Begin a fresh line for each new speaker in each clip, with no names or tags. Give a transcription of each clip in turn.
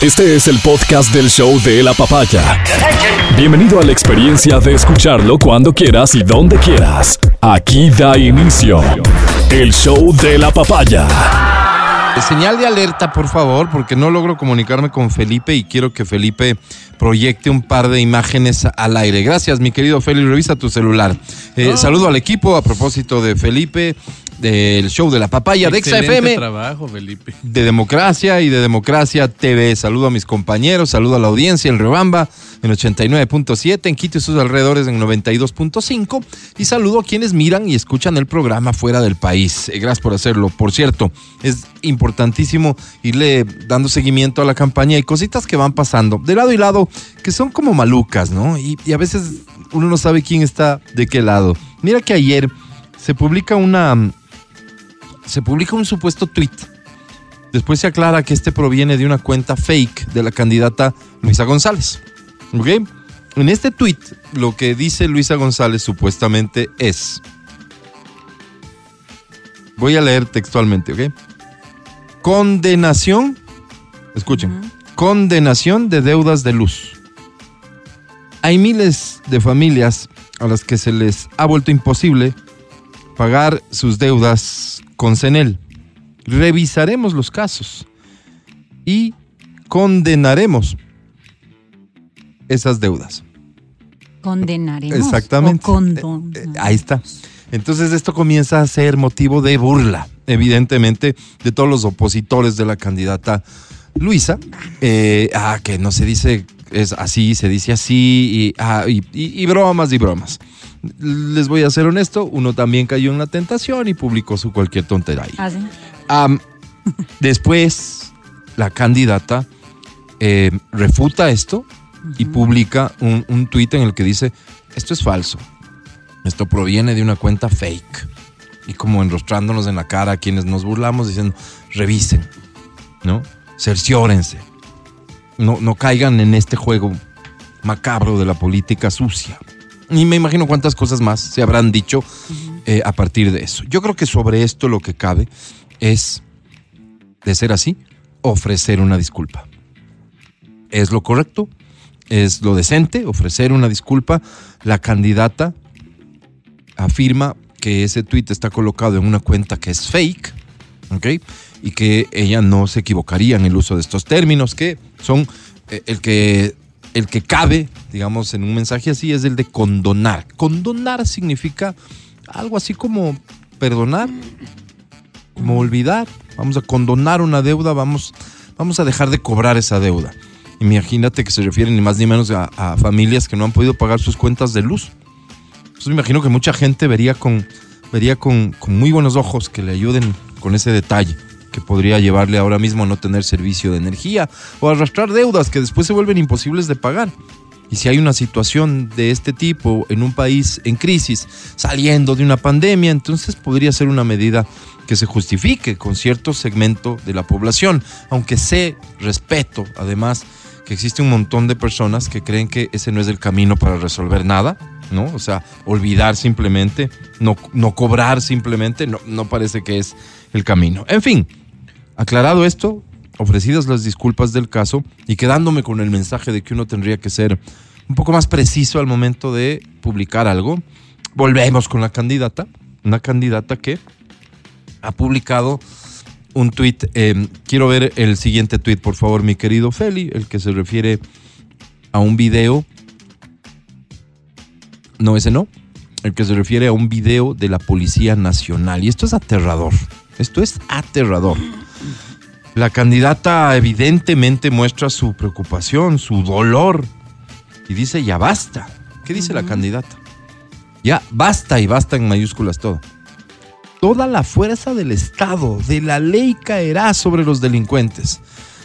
Este es el podcast del show de la papaya. Bienvenido a la experiencia de escucharlo cuando quieras y donde quieras. Aquí da inicio el show de la papaya.
Eh, Señal de alerta, por favor, porque no logro comunicarme con Felipe y quiero que Felipe proyecte un par de imágenes al aire. Gracias, mi querido Felipe. Revisa tu celular.
Ah.
Eh, Saludo al equipo a propósito de Felipe, del show de la papaya de
Excelente
XFM,
trabajo, Felipe.
de Democracia y de Democracia TV. Saludo a mis compañeros, saludo a la audiencia en Rebamba en 89.7, en Quito y sus alrededores en 92.5 y saludo a quienes miran y escuchan el programa fuera del país. Eh, Gracias por hacerlo. Por cierto, es importantísimo irle dando seguimiento a la campaña y cositas que van pasando de lado y lado que son como malucas, ¿no? Y, y a veces uno no sabe quién está de qué lado. Mira que ayer se publica una se publica un supuesto tweet. Después se aclara que este proviene de una cuenta fake de la candidata Luisa González. ¿Ok? En este tweet, lo que dice Luisa González supuestamente es. Voy a leer textualmente, ¿ok? Condenación. Escuchen. Condenación de deudas de luz. Hay miles de familias a las que se les ha vuelto imposible pagar sus deudas con CENEL. Revisaremos los casos y condenaremos esas deudas.
Condenaremos.
Exactamente.
o condon-
Eh, eh, ahí está. Entonces esto comienza a ser motivo de burla, evidentemente, de todos los opositores de la candidata Luisa. Eh, ah, que no se dice es así, se dice así, y, ah, y- y- y bromas y bromas. Les voy a ser honesto, uno también cayó en la tentación y publicó su cualquier tontería ahí.
Ah, sí.
Am, después, la candidata eh, refuta esto y publica un, un tuit en el que dice, esto es falso, esto proviene de una cuenta fake. Y como enrostrándonos en la cara a quienes nos burlamos diciendo, revisen, ¿no? Cerciórense, no, no caigan en este juego macabro de la política sucia. Y me imagino cuántas cosas más se habrán dicho eh, a partir de eso. Yo creo que sobre esto lo que cabe es, de ser así, ofrecer una disculpa. ¿Es lo correcto? ¿Es lo decente ofrecer una disculpa? La candidata afirma que ese tuit está colocado en una cuenta que es fake, ¿ok? Y que ella no se equivocaría en el uso de estos términos, que son eh, el que, el que cabe, digamos, en un mensaje así, es el de condonar. Condonar significa algo así como perdonar, como olvidar. Vamos a condonar una deuda, vamos, vamos a dejar de cobrar esa deuda. Imagínate que se refieren ni más ni menos a, a familias que no han podido pagar sus cuentas de luz. Entonces me imagino que mucha gente vería con, vería con, con muy buenos ojos que le ayuden con ese detalle que podría llevarle ahora mismo a no tener servicio de energía o arrastrar deudas que después se vuelven imposibles de pagar. Y si hay una situación de este tipo en un país en crisis, saliendo de una pandemia, entonces podría ser una medida que se justifique con cierto segmento de la población, aunque sé, respeto además que existe un montón de personas que creen que ese no es el camino para resolver nada, ¿no? O sea, olvidar simplemente, no, no cobrar simplemente, no, no parece que es el camino. En fin, Aclarado esto, ofrecidas las disculpas del caso y quedándome con el mensaje de que uno tendría que ser un poco más preciso al momento de publicar algo, volvemos con la candidata, una candidata que ha publicado un tuit. eh, quiero ver el siguiente tuit, por favor, mi querido Feli, el que se refiere a un video. No, ese no. El que se refiere a un video de la Policía Nacional. Y esto es aterrador. Esto es aterrador. La candidata evidentemente muestra su preocupación, su dolor y dice ya basta. ¿Qué dice la candidata? Ya basta y basta en mayúsculas todo. Toda la fuerza del Estado, de la ley caerá sobre los delincuentes.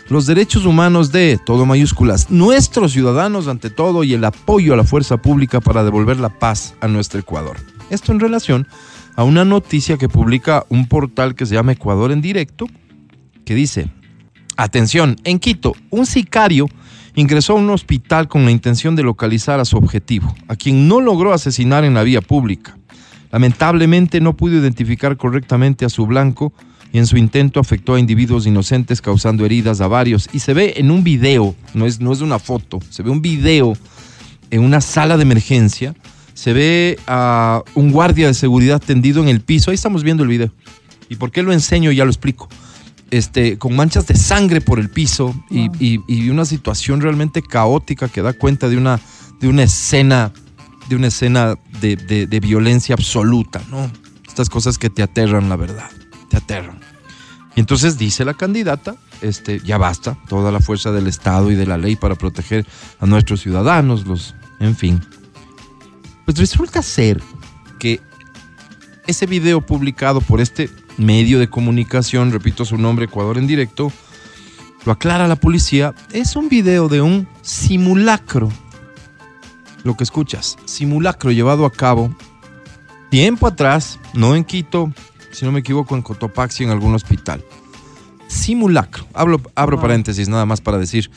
Los derechos humanos de, todo mayúsculas, nuestros ciudadanos ante todo y el apoyo a la fuerza pública para devolver la paz a nuestro Ecuador. Esto en relación a una noticia que publica un portal que se llama Ecuador en Directo, que dice, atención, en Quito, un sicario ingresó a un hospital con la intención de localizar a su objetivo, a quien no logró asesinar en la vía pública. Lamentablemente no pudo identificar correctamente a su blanco y en su intento afectó a individuos inocentes causando heridas a varios. Y se ve en un video, no es, no es una foto, se ve un video en una sala de emergencia, se ve a un guardia de seguridad tendido en el piso, ahí estamos viendo el video. ¿Y por qué lo enseño? Ya lo explico. Este, con manchas de sangre por el piso y,
Wow.
y- y una situación realmente caótica que da cuenta de una, de una escena, de, una escena de, de- de violencia absoluta, ¿no? Estas cosas que te aterran, la verdad, te aterran. Y entonces dice la candidata, este, ya basta, toda la fuerza del Estado y de la ley para proteger a nuestros ciudadanos, los, en fin. Pues resulta ser que ese video publicado por este medio de comunicación, repito su nombre, Ecuador en directo, lo aclara la policía, es un video de un simulacro. Lo que escuchas, simulacro llevado a cabo tiempo atrás, no en Quito, si no me equivoco, en Cotopaxi, en algún hospital. Simulacro. Hablo, abro
Wow.
paréntesis nada más para decir,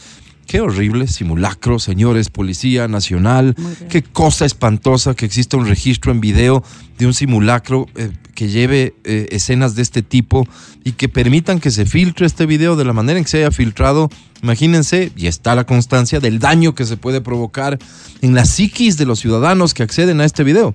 qué horrible simulacro, señores, Policía Nacional,
Muy bien.
Qué cosa espantosa que exista un registro en video de un simulacro eh, que lleve eh, escenas de este tipo y que permitan que se filtre este video de la manera en que se haya filtrado. Imagínense, y está la constancia del daño que se puede provocar en la psiquis de los ciudadanos que acceden a este video.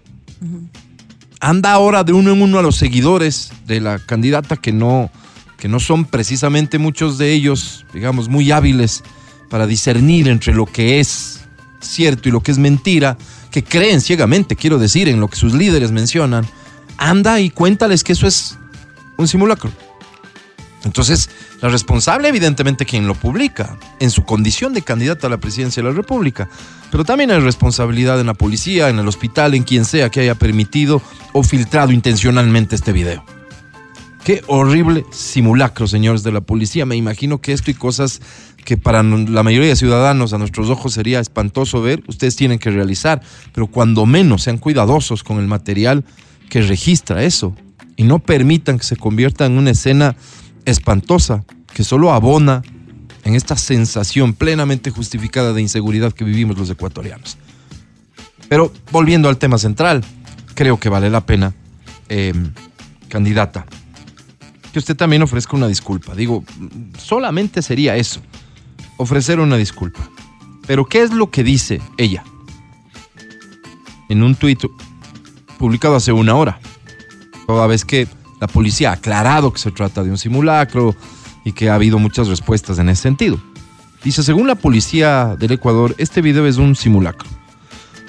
Anda ahora de uno en uno a los seguidores de la candidata que no, que no son precisamente muchos de ellos, digamos, muy hábiles para discernir entre lo que es cierto y lo que es mentira, que creen ciegamente, quiero decir, en lo que sus líderes mencionan, anda y cuéntales que eso es un simulacro. Entonces, la responsable evidentemente quien lo publica, en su condición de candidata a la presidencia de la República, pero también hay responsabilidad en la policía, en el hospital, en quien sea que haya permitido o filtrado intencionalmente este video. Qué horrible simulacro, señores de la policía. Me imagino que esto y cosas que para n- la mayoría de ciudadanos a nuestros ojos sería espantoso ver, ustedes tienen que realizar, pero cuando menos sean cuidadosos con el material que registra eso y no permitan que se convierta en una escena espantosa que solo abona en esta sensación plenamente justificada de inseguridad que vivimos los ecuatorianos. Pero volviendo al tema central, creo que vale la pena, eh, candidata, que usted también ofrezca una disculpa. Digo, solamente sería eso, ofrecer una disculpa. Pero ¿qué es lo que dice ella? En un tuit publicado hace una hora, toda vez que la policía ha aclarado que se trata de un simulacro y que ha habido muchas respuestas en ese sentido. Dice, según la policía del Ecuador, este video es un simulacro.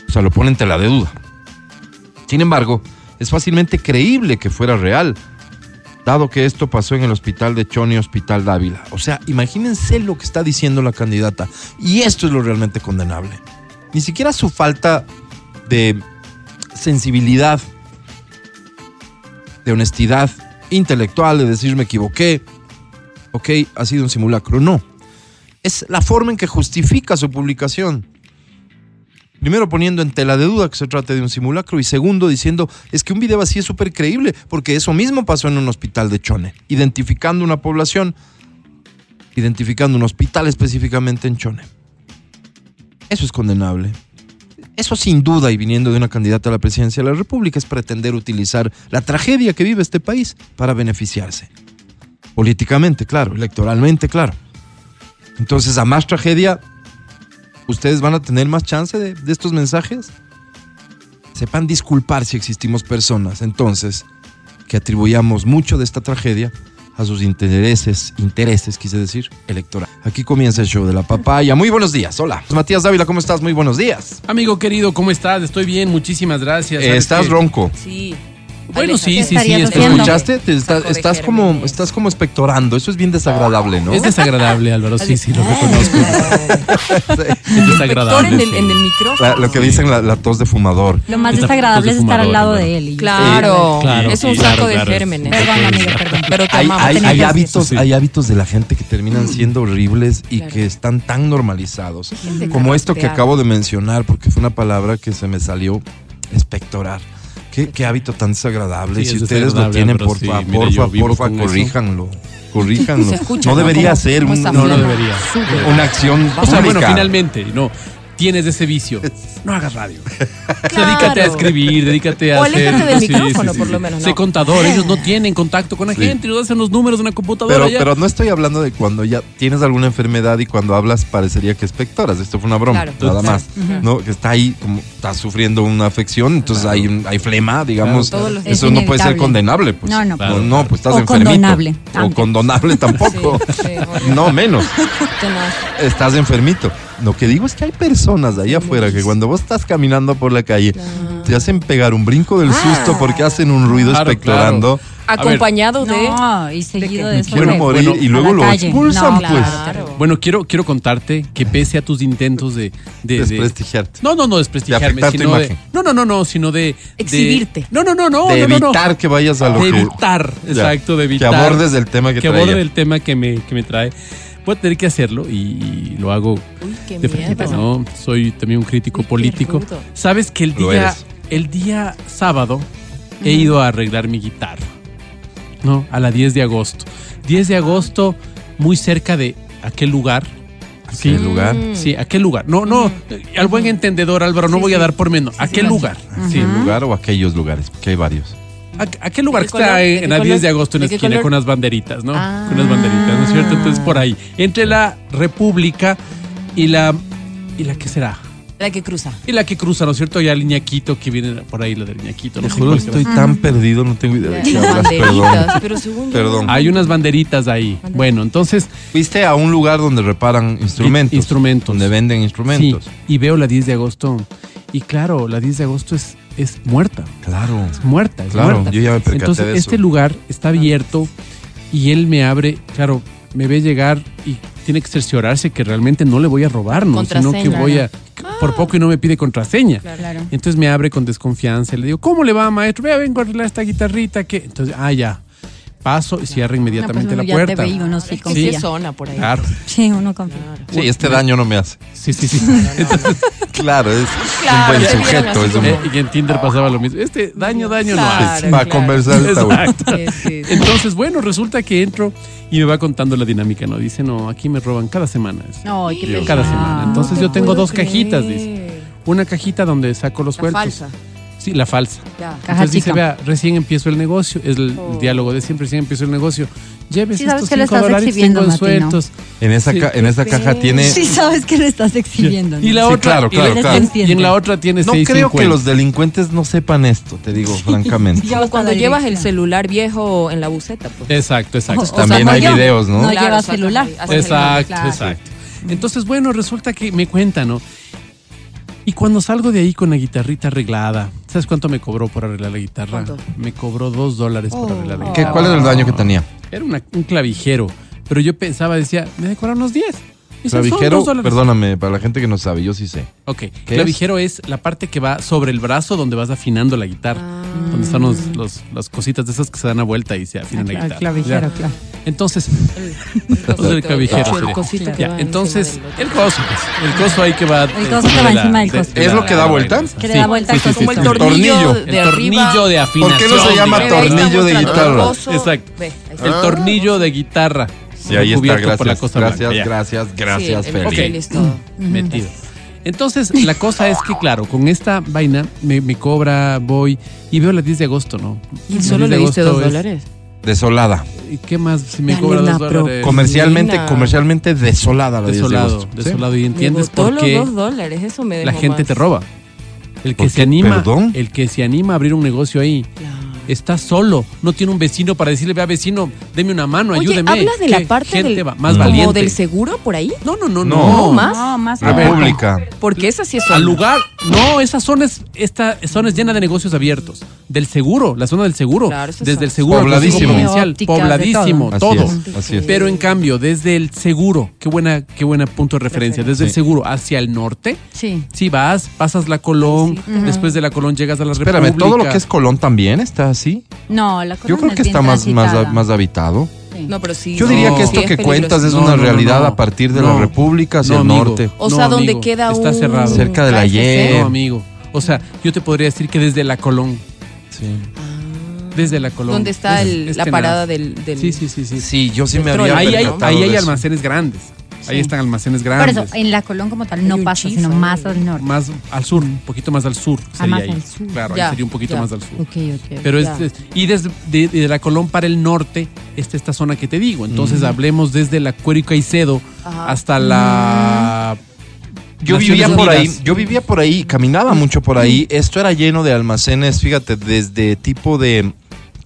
O sea, lo pone en tela de duda. Sin embargo, es fácilmente creíble que fuera real, dado que esto pasó en el hospital de Choni, Hospital Dávila. O sea, imagínense lo que está diciendo la candidata. Y esto es lo realmente condenable. Ni siquiera su falta de sensibilidad, de honestidad intelectual, de decir me equivoqué, ok, ha sido un simulacro. No. Es la forma en que justifica su publicación. Primero poniendo en tela de duda que se trate de un simulacro y segundo diciendo es que un video así es súper creíble porque eso mismo pasó en un hospital de Chone, identificando una población, identificando un hospital específicamente en Chone. Eso es condenable. Eso sin duda y viniendo de una candidata a la presidencia de la República es pretender utilizar la tragedia que vive este país para beneficiarse. Políticamente, claro, electoralmente, claro. Entonces, a más tragedia, ¿ustedes van a tener más chance de, de estos mensajes? Sepan disculpar si existimos personas, entonces, que atribuyamos mucho de esta tragedia a sus intereses, intereses, quise decir, electorales. Aquí comienza el show de la papaya. Muy buenos días, hola. Matías Dávila, ¿cómo estás? Muy buenos días.
Amigo querido, ¿cómo estás? Estoy bien, muchísimas gracias.
Eh,
¿Sabes
estás
qué?
ronco.
Sí.
Bueno, sí, sí, sí,
estarías
es,
¿Te
Entiendo.
escuchaste? Te está-
Saco de
estás, como,
gérmenes.
estás como espectorando. Eso es bien desagradable, ¿no?
es desagradable, Álvaro. Sí, sí, lo reconozco. Es
Doctor en
desagradable.
el, en el micrófono.
La- lo que dicen la, la tos de fumador.
Lo más
Esta-
desagradable es
esta
estar al
fumadora,
lado
¿no?
de él. y-
Claro,
Claro,
eh,
es un
sí, claro,
saco de
claro.
gérmenes.
Perdón, amigo, perdón.
Pero te
Hay,
amamos.
hay-
Tenía
hay
que
hábitos,
sí.
hay hábitos de la gente que terminan siendo horribles y
Mm. Claro.
que están tan normalizados.
decirte,
Como esto que
carrastear.
acabo de mencionar, porque fue una palabra que se me salió, espectorar. Qué, qué hábito tan desagradable.
Sí,
si
es
ustedes lo
desagradable,
tienen,
Álvaro,
por
sí.
favor,
Mira,
porfa,
yo vivo
porfa,
con eso.
corríjanlo. Corríjanlo.
Se escucha,
no
¿no?
debería
¿Cómo-
ser
cómo
un-
está
no
No, no
afilado?
debería-
debería.
Súper.
una acción
O sea, bueno,
pública.
finalmente, no. tienes ese vicio, no hagas radio.
Claro.
Dedícate a escribir, dedícate a
O
hacer...
aléjate del micrófono, por lo menos,
Sé
¿no? Eh.
contador, ellos no tienen contacto con la
Sí.
gente, no hacen los números de una computadora
Pero,
ya.
pero no estoy hablando de cuando ya tienes alguna enfermedad y cuando hablas parecería que espectoras. Esto fue una broma,
Claro.
nada más.
Ujú.
¿no? Que está ahí, como está sufriendo una afección, entonces hay, un- hay flema, digamos.
Claro, todos los-
Eso
Es
no puede ser
inevitable.
condenable. Pues.
No, no.
Claro,
no, pues estás
O
enfermito.
condonable,
O
también.
condonable tampoco.
Sí, sí, obvio.
no, menos.
Tenaz.
Estás enfermito. Lo que digo es que hay personas ahí afuera que cuando vos estás caminando por la calle te hacen pegar un brinco
Ah.
del susto porque hacen un ruido
Claro,
espectorando.
A ver,
Acompañado de.
No, y seguido
que
de,
me
eso.
Quiero
de-
morir
bueno,
y
a
luego
la
lo
calle.
expulsan,
No,
pues.
Claro.
Bueno, quiero, quiero contarte que pese a tus intentos de... de- de-
Desprestigiarte.
no, no, no, desprestigiarme,
afectar tu
sino de...
imagen.
No, no, no, no, sino de... de-
Exhibirte.
no, no, no, no,
de
no, no, no.
evitar que vayas a lo
de
que.
evitar,
Ya,
exacto, de evitar.
Que abordes el tema que,
que
traía.
aborde el tema que me, que me trae. Voy a tener que hacerlo y, y lo hago
Uy, qué
de frente,
miedo.
¿no? Soy también un crítico
Uy, qué
político.
rudo.
Sabes que el
Lo
día,
eres.
el día sábado he ido a arreglar mi guitarra, ¿no? A la 10 de agosto. 10 de agosto, muy cerca de aquel lugar. Sí,
Aquel lugar.
Mm.
Sí, aquel lugar. No, no, eh, al buen entendedor, Álvaro, no voy a dar por menos. aquel lugar. Sí,
¿El lugar o aquellos lugares? Porque hay varios.
¿A, a qué lugar
¿De
que
qué
está
color?
en-
¿De qué
en la
color?
10 de agosto en la
¿De qué
esquina
color?
con unas banderitas, ¿no?
Ah.
Con unas banderitas, ¿no es cierto? Entonces por ahí, entre la República y la y la qué será?
La que cruza.
Y la que cruza, ¿no es cierto? Ya el Iñaquito que viene por ahí la del Iñaquito, no sé
Juro,
cuál será.
estoy tan perdido, no tengo idea de qué
Las
hablas. Perdón.
banderitas, pero según yo-
Perdón.
Hay unas banderitas ahí. Bueno, entonces
Fuiste a un lugar donde reparan instrumentos.
instrumentos.
Donde venden instrumentos.
sí, y veo la 10 de agosto y claro, la 10 de agosto es es muerta.
Claro.
es muerta, es
Claro,
muerta.
yo ya me percaté
Entonces,
de eso.
este lugar está abierto y él me abre, claro, me ve llegar y tiene que cerciorarse que realmente no le voy a robar, ¿no? Sino que
Contraseña.
voy a. que Por poco y no me pide contraseña.
Claro.
Entonces me abre con desconfianza. Le digo, ¿cómo le va, maestro? Vea, vengo a arreglar esta guitarrita que. Entonces, ah, ya. Paso y cierra inmediatamente
No, pues,
la
uno ya te
puerta.
ve y uno sí
Es que sí
confía.
es zona por ahí.
Claro.
Sí, uno confía.
Claro.
Sí, este daño no me hace.
Sí, sí, sí.
Claro, es
Claro,
un buen
te vieron
sujeto.
así
Es un-
Eh, y en Tinder pasaba lo mismo. Este daño, daño no hace.
Claro,
Para
claro.
conversar está bueno.
Exacto.
Sí, sí, sí.
Entonces, bueno, resulta que entro y me va contando la dinámica, ¿no? Dice, no, aquí me roban cada semana. dice.
Ay, qué
Dios.
pena.
Cada semana. Entonces
No
yo
te
tengo
puedo
dos
creer.
cajitas, dice. Una cajita donde saco los
La
sueltos.
falsa.
Sí, la falsa.
Ya.
Caja
Entonces dice,
chica.
vea, recién empiezo el negocio. Es el
Oh.
diálogo de siempre, recién empiezo el negocio. Lleves
Sí, sabes
estos
que lo
cinco
estás
dólares,
exhibiendo,
tengo en
Mati, ¿no?
sueltos.
En esa, ca- en esa caja tiene.
Sí, sabes que lo estás exhibiendo. ¿no?
Y la
Sí,
otra,
claro,
y la-
claro,
y-
claro.
y en la otra tiene
No
seis
creo que
cincuenta.
los delincuentes no sepan esto, te digo francamente.
Ya
Como
vas
cuando
a la
llevas el
dirección.
celular viejo en la buceta. Pues.
Exacto, exacto.
O- o
También
sea, no
hay
yo,
videos, ¿no?
No
Claro,
lleva
o sea,
celular.
también hace
Exacto,
Claro.
exacto. Entonces, bueno, resulta que me cuentan, ¿no? Y cuando salgo de ahí con la guitarrita arreglada, ¿sabes cuánto me cobró por arreglar la guitarra?
¿Cuánto?
Me cobró dos dólares por
Oh,
arreglar la
¿Qué-
guitarra.
¿Cuál era el daño que tenía?
Era una- un clavijero, pero yo pensaba, decía, me de cobrar unos 10. Y son
Clavijero,
dos dólares.
perdóname, para la gente que no sabe, yo sí sé.
Ok, clavijero es? la parte que va sobre el brazo donde vas afinando la guitarra.
Ah.
Donde están los, los- las cositas de esas que se dan a vuelta y se afinan la guitarra.
Ah, Clavijero,
Ya.
claro.
Entonces,
El
Entonces, el
cosito,
clavijero,
ocho, el
sí.
cosito que
Ya,
va
entonces,
encima del
el
otro.
coso, pues, el coso ahí que va.
El coso que va encima del coso.
¿Es lo que da vuelta?
Que le da vuelta
al
al coso.
Como el
sí, sí.
tornillo,
Tornillo.
de
El
arriba.
tornillo de
¿Por
afinación.
qué no se llama
Ve, ve,
digamos.
tornillo
estamos
de
tratando
guitarra?
el coso.
Exacto.
Ve, ahí está.
El tornillo de guitarra.
Y Ah. ahí está,
cubierto por la
gracias.
cosa
Gracias,
blanca, ya,
gracias, gracias,
Sí, el-
Feli.
ok, listo.
Metido. Entonces, la cosa es que, claro, con esta vaina me, me cobra, voy y veo la 10 de agosto, ¿no? La
¿Y solo
10
le
de
diste
agosto
dos
es-
dólares?
Desolada.
¿Y qué más si me
Dale
cobra
una
dos
pro.
dólares?
Comercialmente,
Nina.
comercialmente desolada la 10 de
Desolado,
agosto. ¿Sí?
desolado. ¿Y entiendes
Me botó
por qué?
los dos dólares, eso me dejó
la gente
más.
te roba. El que
¿Por
se
qué?
anima,
¿Perdón?
el que se anima a abrir un negocio ahí,
Claro.
está solo, no tiene un vecino para decirle, vea vecino, deme una mano,
Oye,
ayúdeme.
¿hablas de
¿Qué
la parte
gente
del,
va- más
como
valiente?
del seguro por ahí?
No, no, no,
No.
no.
No, más.
No, más
A ver.
República.
Porque esa sí es
Al
zona.
lugar, no, esa zona es, esta zona es llena de negocios abiertos. Del seguro, la zona del seguro.
Claro, eso es
desde el
zona.
seguro al Consejo
Pobladísimo.
provincial,
Óptica, de
pobladísimo,
Así
todo.
es, así es.
Pero en cambio, desde el seguro, qué buena, qué buena punto de referencia. Desde el
Sí.
seguro hacia el norte,
Sí.
si vas, pasas la Colón, después de la Colón llegas a la
Espérame,
República.
¿todo lo que es Colón también está así?
No, la
Yo
corona
creo que
es bien
está más, más,
transitada.
más habitado.
Sí.
No, pero sí.
Yo
no,
diría
No.
que
sí
esto que
peligroso.
cuentas es
No,
una
no, no,
realidad
no.
a partir de
No.
la República hacia
No,
el
amigo.
norte.
O
No,
sea, donde
amigo,
queda
está
un-
cerrado.
Cerca de la
KFC.
Yen.
No, amigo. O sea, yo te podría decir que desde la Colón,
Sí.
desde la Colón.
Donde Ah. está
es-
el-
es
la
tenaz.
parada del, del-
Sí, sí, sí, sí.
Sí, yo sí
Del
me
trono.
había
Ahí hay,
percatado
ahí
de
hay
eso.
almacenes grandes. Ahí están almacenes
Por
grandes.
eso, en la Colón como tal
Hay
no
un
pasa,
chis
sino
ahí.
más al norte.
Más al sur, un poquito más al sur
Ah,
sería
más
ahí.
al sur.
Claro, ahí
Ya,
sería un poquito
ya.
más al sur.
Ok, ok.
Pero es,
Ya.
es- y desde de, de la Colón para el norte, está esta zona que te digo. Entonces hablemos desde la Cuero y Caicedo
Ajá.
hasta la.
Yo
Naciones
vivía por ahí,
Unidas.
yo vivía por ahí, caminaba mucho por ahí. Esto era lleno de almacenes, fíjate, desde tipo de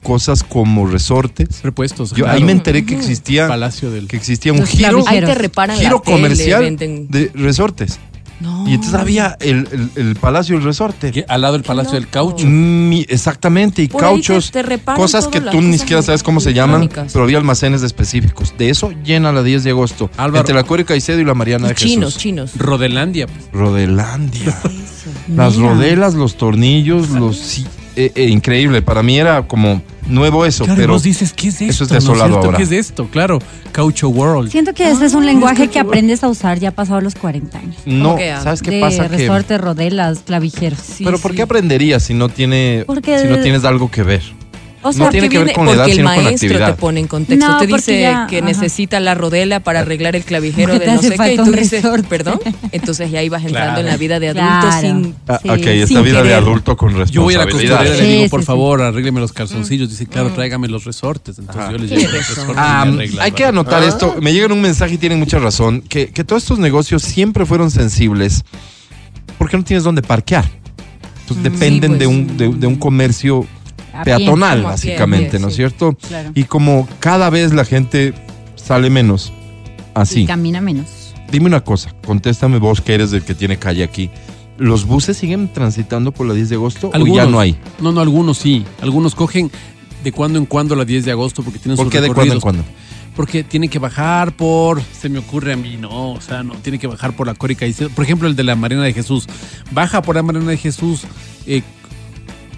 cosas como resortes.
Repuestos.
Yo ahí
claro.
me enteré que existía
Palacio del.
que existía un
Los
giro,
clavijeros.
Ahí te reparan la
giro
tele,
comercial
venden-
de resortes.
No.
Y entonces había el, el- el Palacio del Resorte.
que- al lado del Palacio del
loco.
Caucho.
Mi- exactamente, y
Por ahí
cauchos,
te- te reparan
cosas
todas
que
las
tú ni
cosas
siquiera sabes cómo se llaman,
electrónicas.
pero había almacenes específicos. De eso llena la 10 de agosto,
Álvaro.
entre la Cuero y Caicedo y la Mariana
Y
de
chinos,
Jesús.
chinos.
Rodelandia. pues.
Rodelandia.
Mira.
Las rodelas, los tornillos, los... sí, eh, eh, increíble, para mí era como nuevo eso,
Claro, y
pero...
vos dices, ¿qué es
eso
esto?
es
¿No
desolado
cierto?
ahora.
¿Qué es esto? Claro, Caucho World.
Siento que ese es un lenguaje que aprendes a usar ya pasado los 40 años.
No,
¿Cómo que, ah,
¿sabes qué
de
pasa? Que,
resorte, rodelas, clavijeros.
pero ¿por qué aprenderías si no, tiene,
Porque-
si no tienes algo que ver?
O
No
sea,
tiene
Porque
que ver
viene-
con la edad,
porque el
sino con la
maestro
actividad.
te pone en contexto.
No,
te
porque
dice
ya-
que
ajá.
necesita la rodela para arreglar el clavijero
Porque
de
te
no
hace
sé qué. Y
falta
tú
un
dices,
resorte.
perdón. Entonces ya ahí vas entrando
Claro.
en la vida de adulto
Claro.
sin.
Ah,
Sí,
ok, esta
sin
vida de
querer.
adulto con
Yo voy a la
responsabilidad.
costurera y le
Sí,
digo,
sí,
por
sí.
favor, arrégleme los calzoncillos. Dice, claro, tráigame los resortes. Entonces yo les
Qué
llevo los
razón.
resortes. y me
Ah,
arreglan,
hay que
¿verdad?
anotar esto. Me llegan un mensaje y tienen mucha razón. Que, que todos estos negocios siempre fueron sensibles porque no tienes dónde parquear.
Mm.
Entonces dependen
pues.
de, un, de, de un comercio
A pie,
peatonal,
como a pie,
básicamente,
a pie,
¿no es
sí.
cierto?
Claro.
Y como cada vez la gente sale menos,
Y
así.
camina menos.
Dime una cosa, contéstame vos que eres el que tiene calle aquí. ¿Los buses siguen transitando por la 10 de agosto o ya no hay?
No, no, algunos sí. Algunos cogen de cuando en cuando la 10 de agosto porque tienen
¿Por
sus
qué de cuando en
recorridos.
cuando?
Porque tienen que bajar por, se me ocurre a mí, no, o sea, no, tiene que bajar por la Córica. y se- Por ejemplo, el de la Marina de Jesús. Baja por la Marina de Jesús. Eh,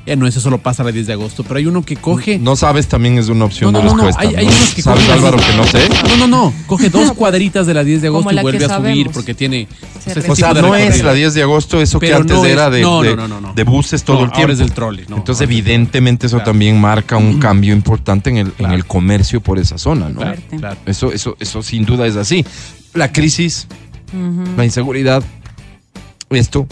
eh, no, eso solo pasa la 10 de agosto, pero hay uno que coge...
No sabes, también es una opción de respuesta.
Hay, hay
¿no?
unos que
¿Sabes,
cogen así.
Álvaro, que no sé?
No, no, no. Coge dos cuadritas de la 10 de agosto
Como
y
la que
vuelve a subir
sabemos.
porque tiene.
Se
ese
repite.
O sea,
tipo de
no es
recorrido.
la 10 de agosto eso que
Pero
antes
no es-
era de,
no,
de-
no, no, no.
de buses todo
No,
el
ahora
tiempo.
es del trole, no,
Entonces,
ahora es del-
evidentemente, eso
Claro.
también marca un cambio importante en el, en
Claro.
el comercio por esa zona, ¿no?
Claro,
Fuerte.
claro.
Eso, eso, eso sin duda es así. La crisis,
Ujú.
la inseguridad, esto,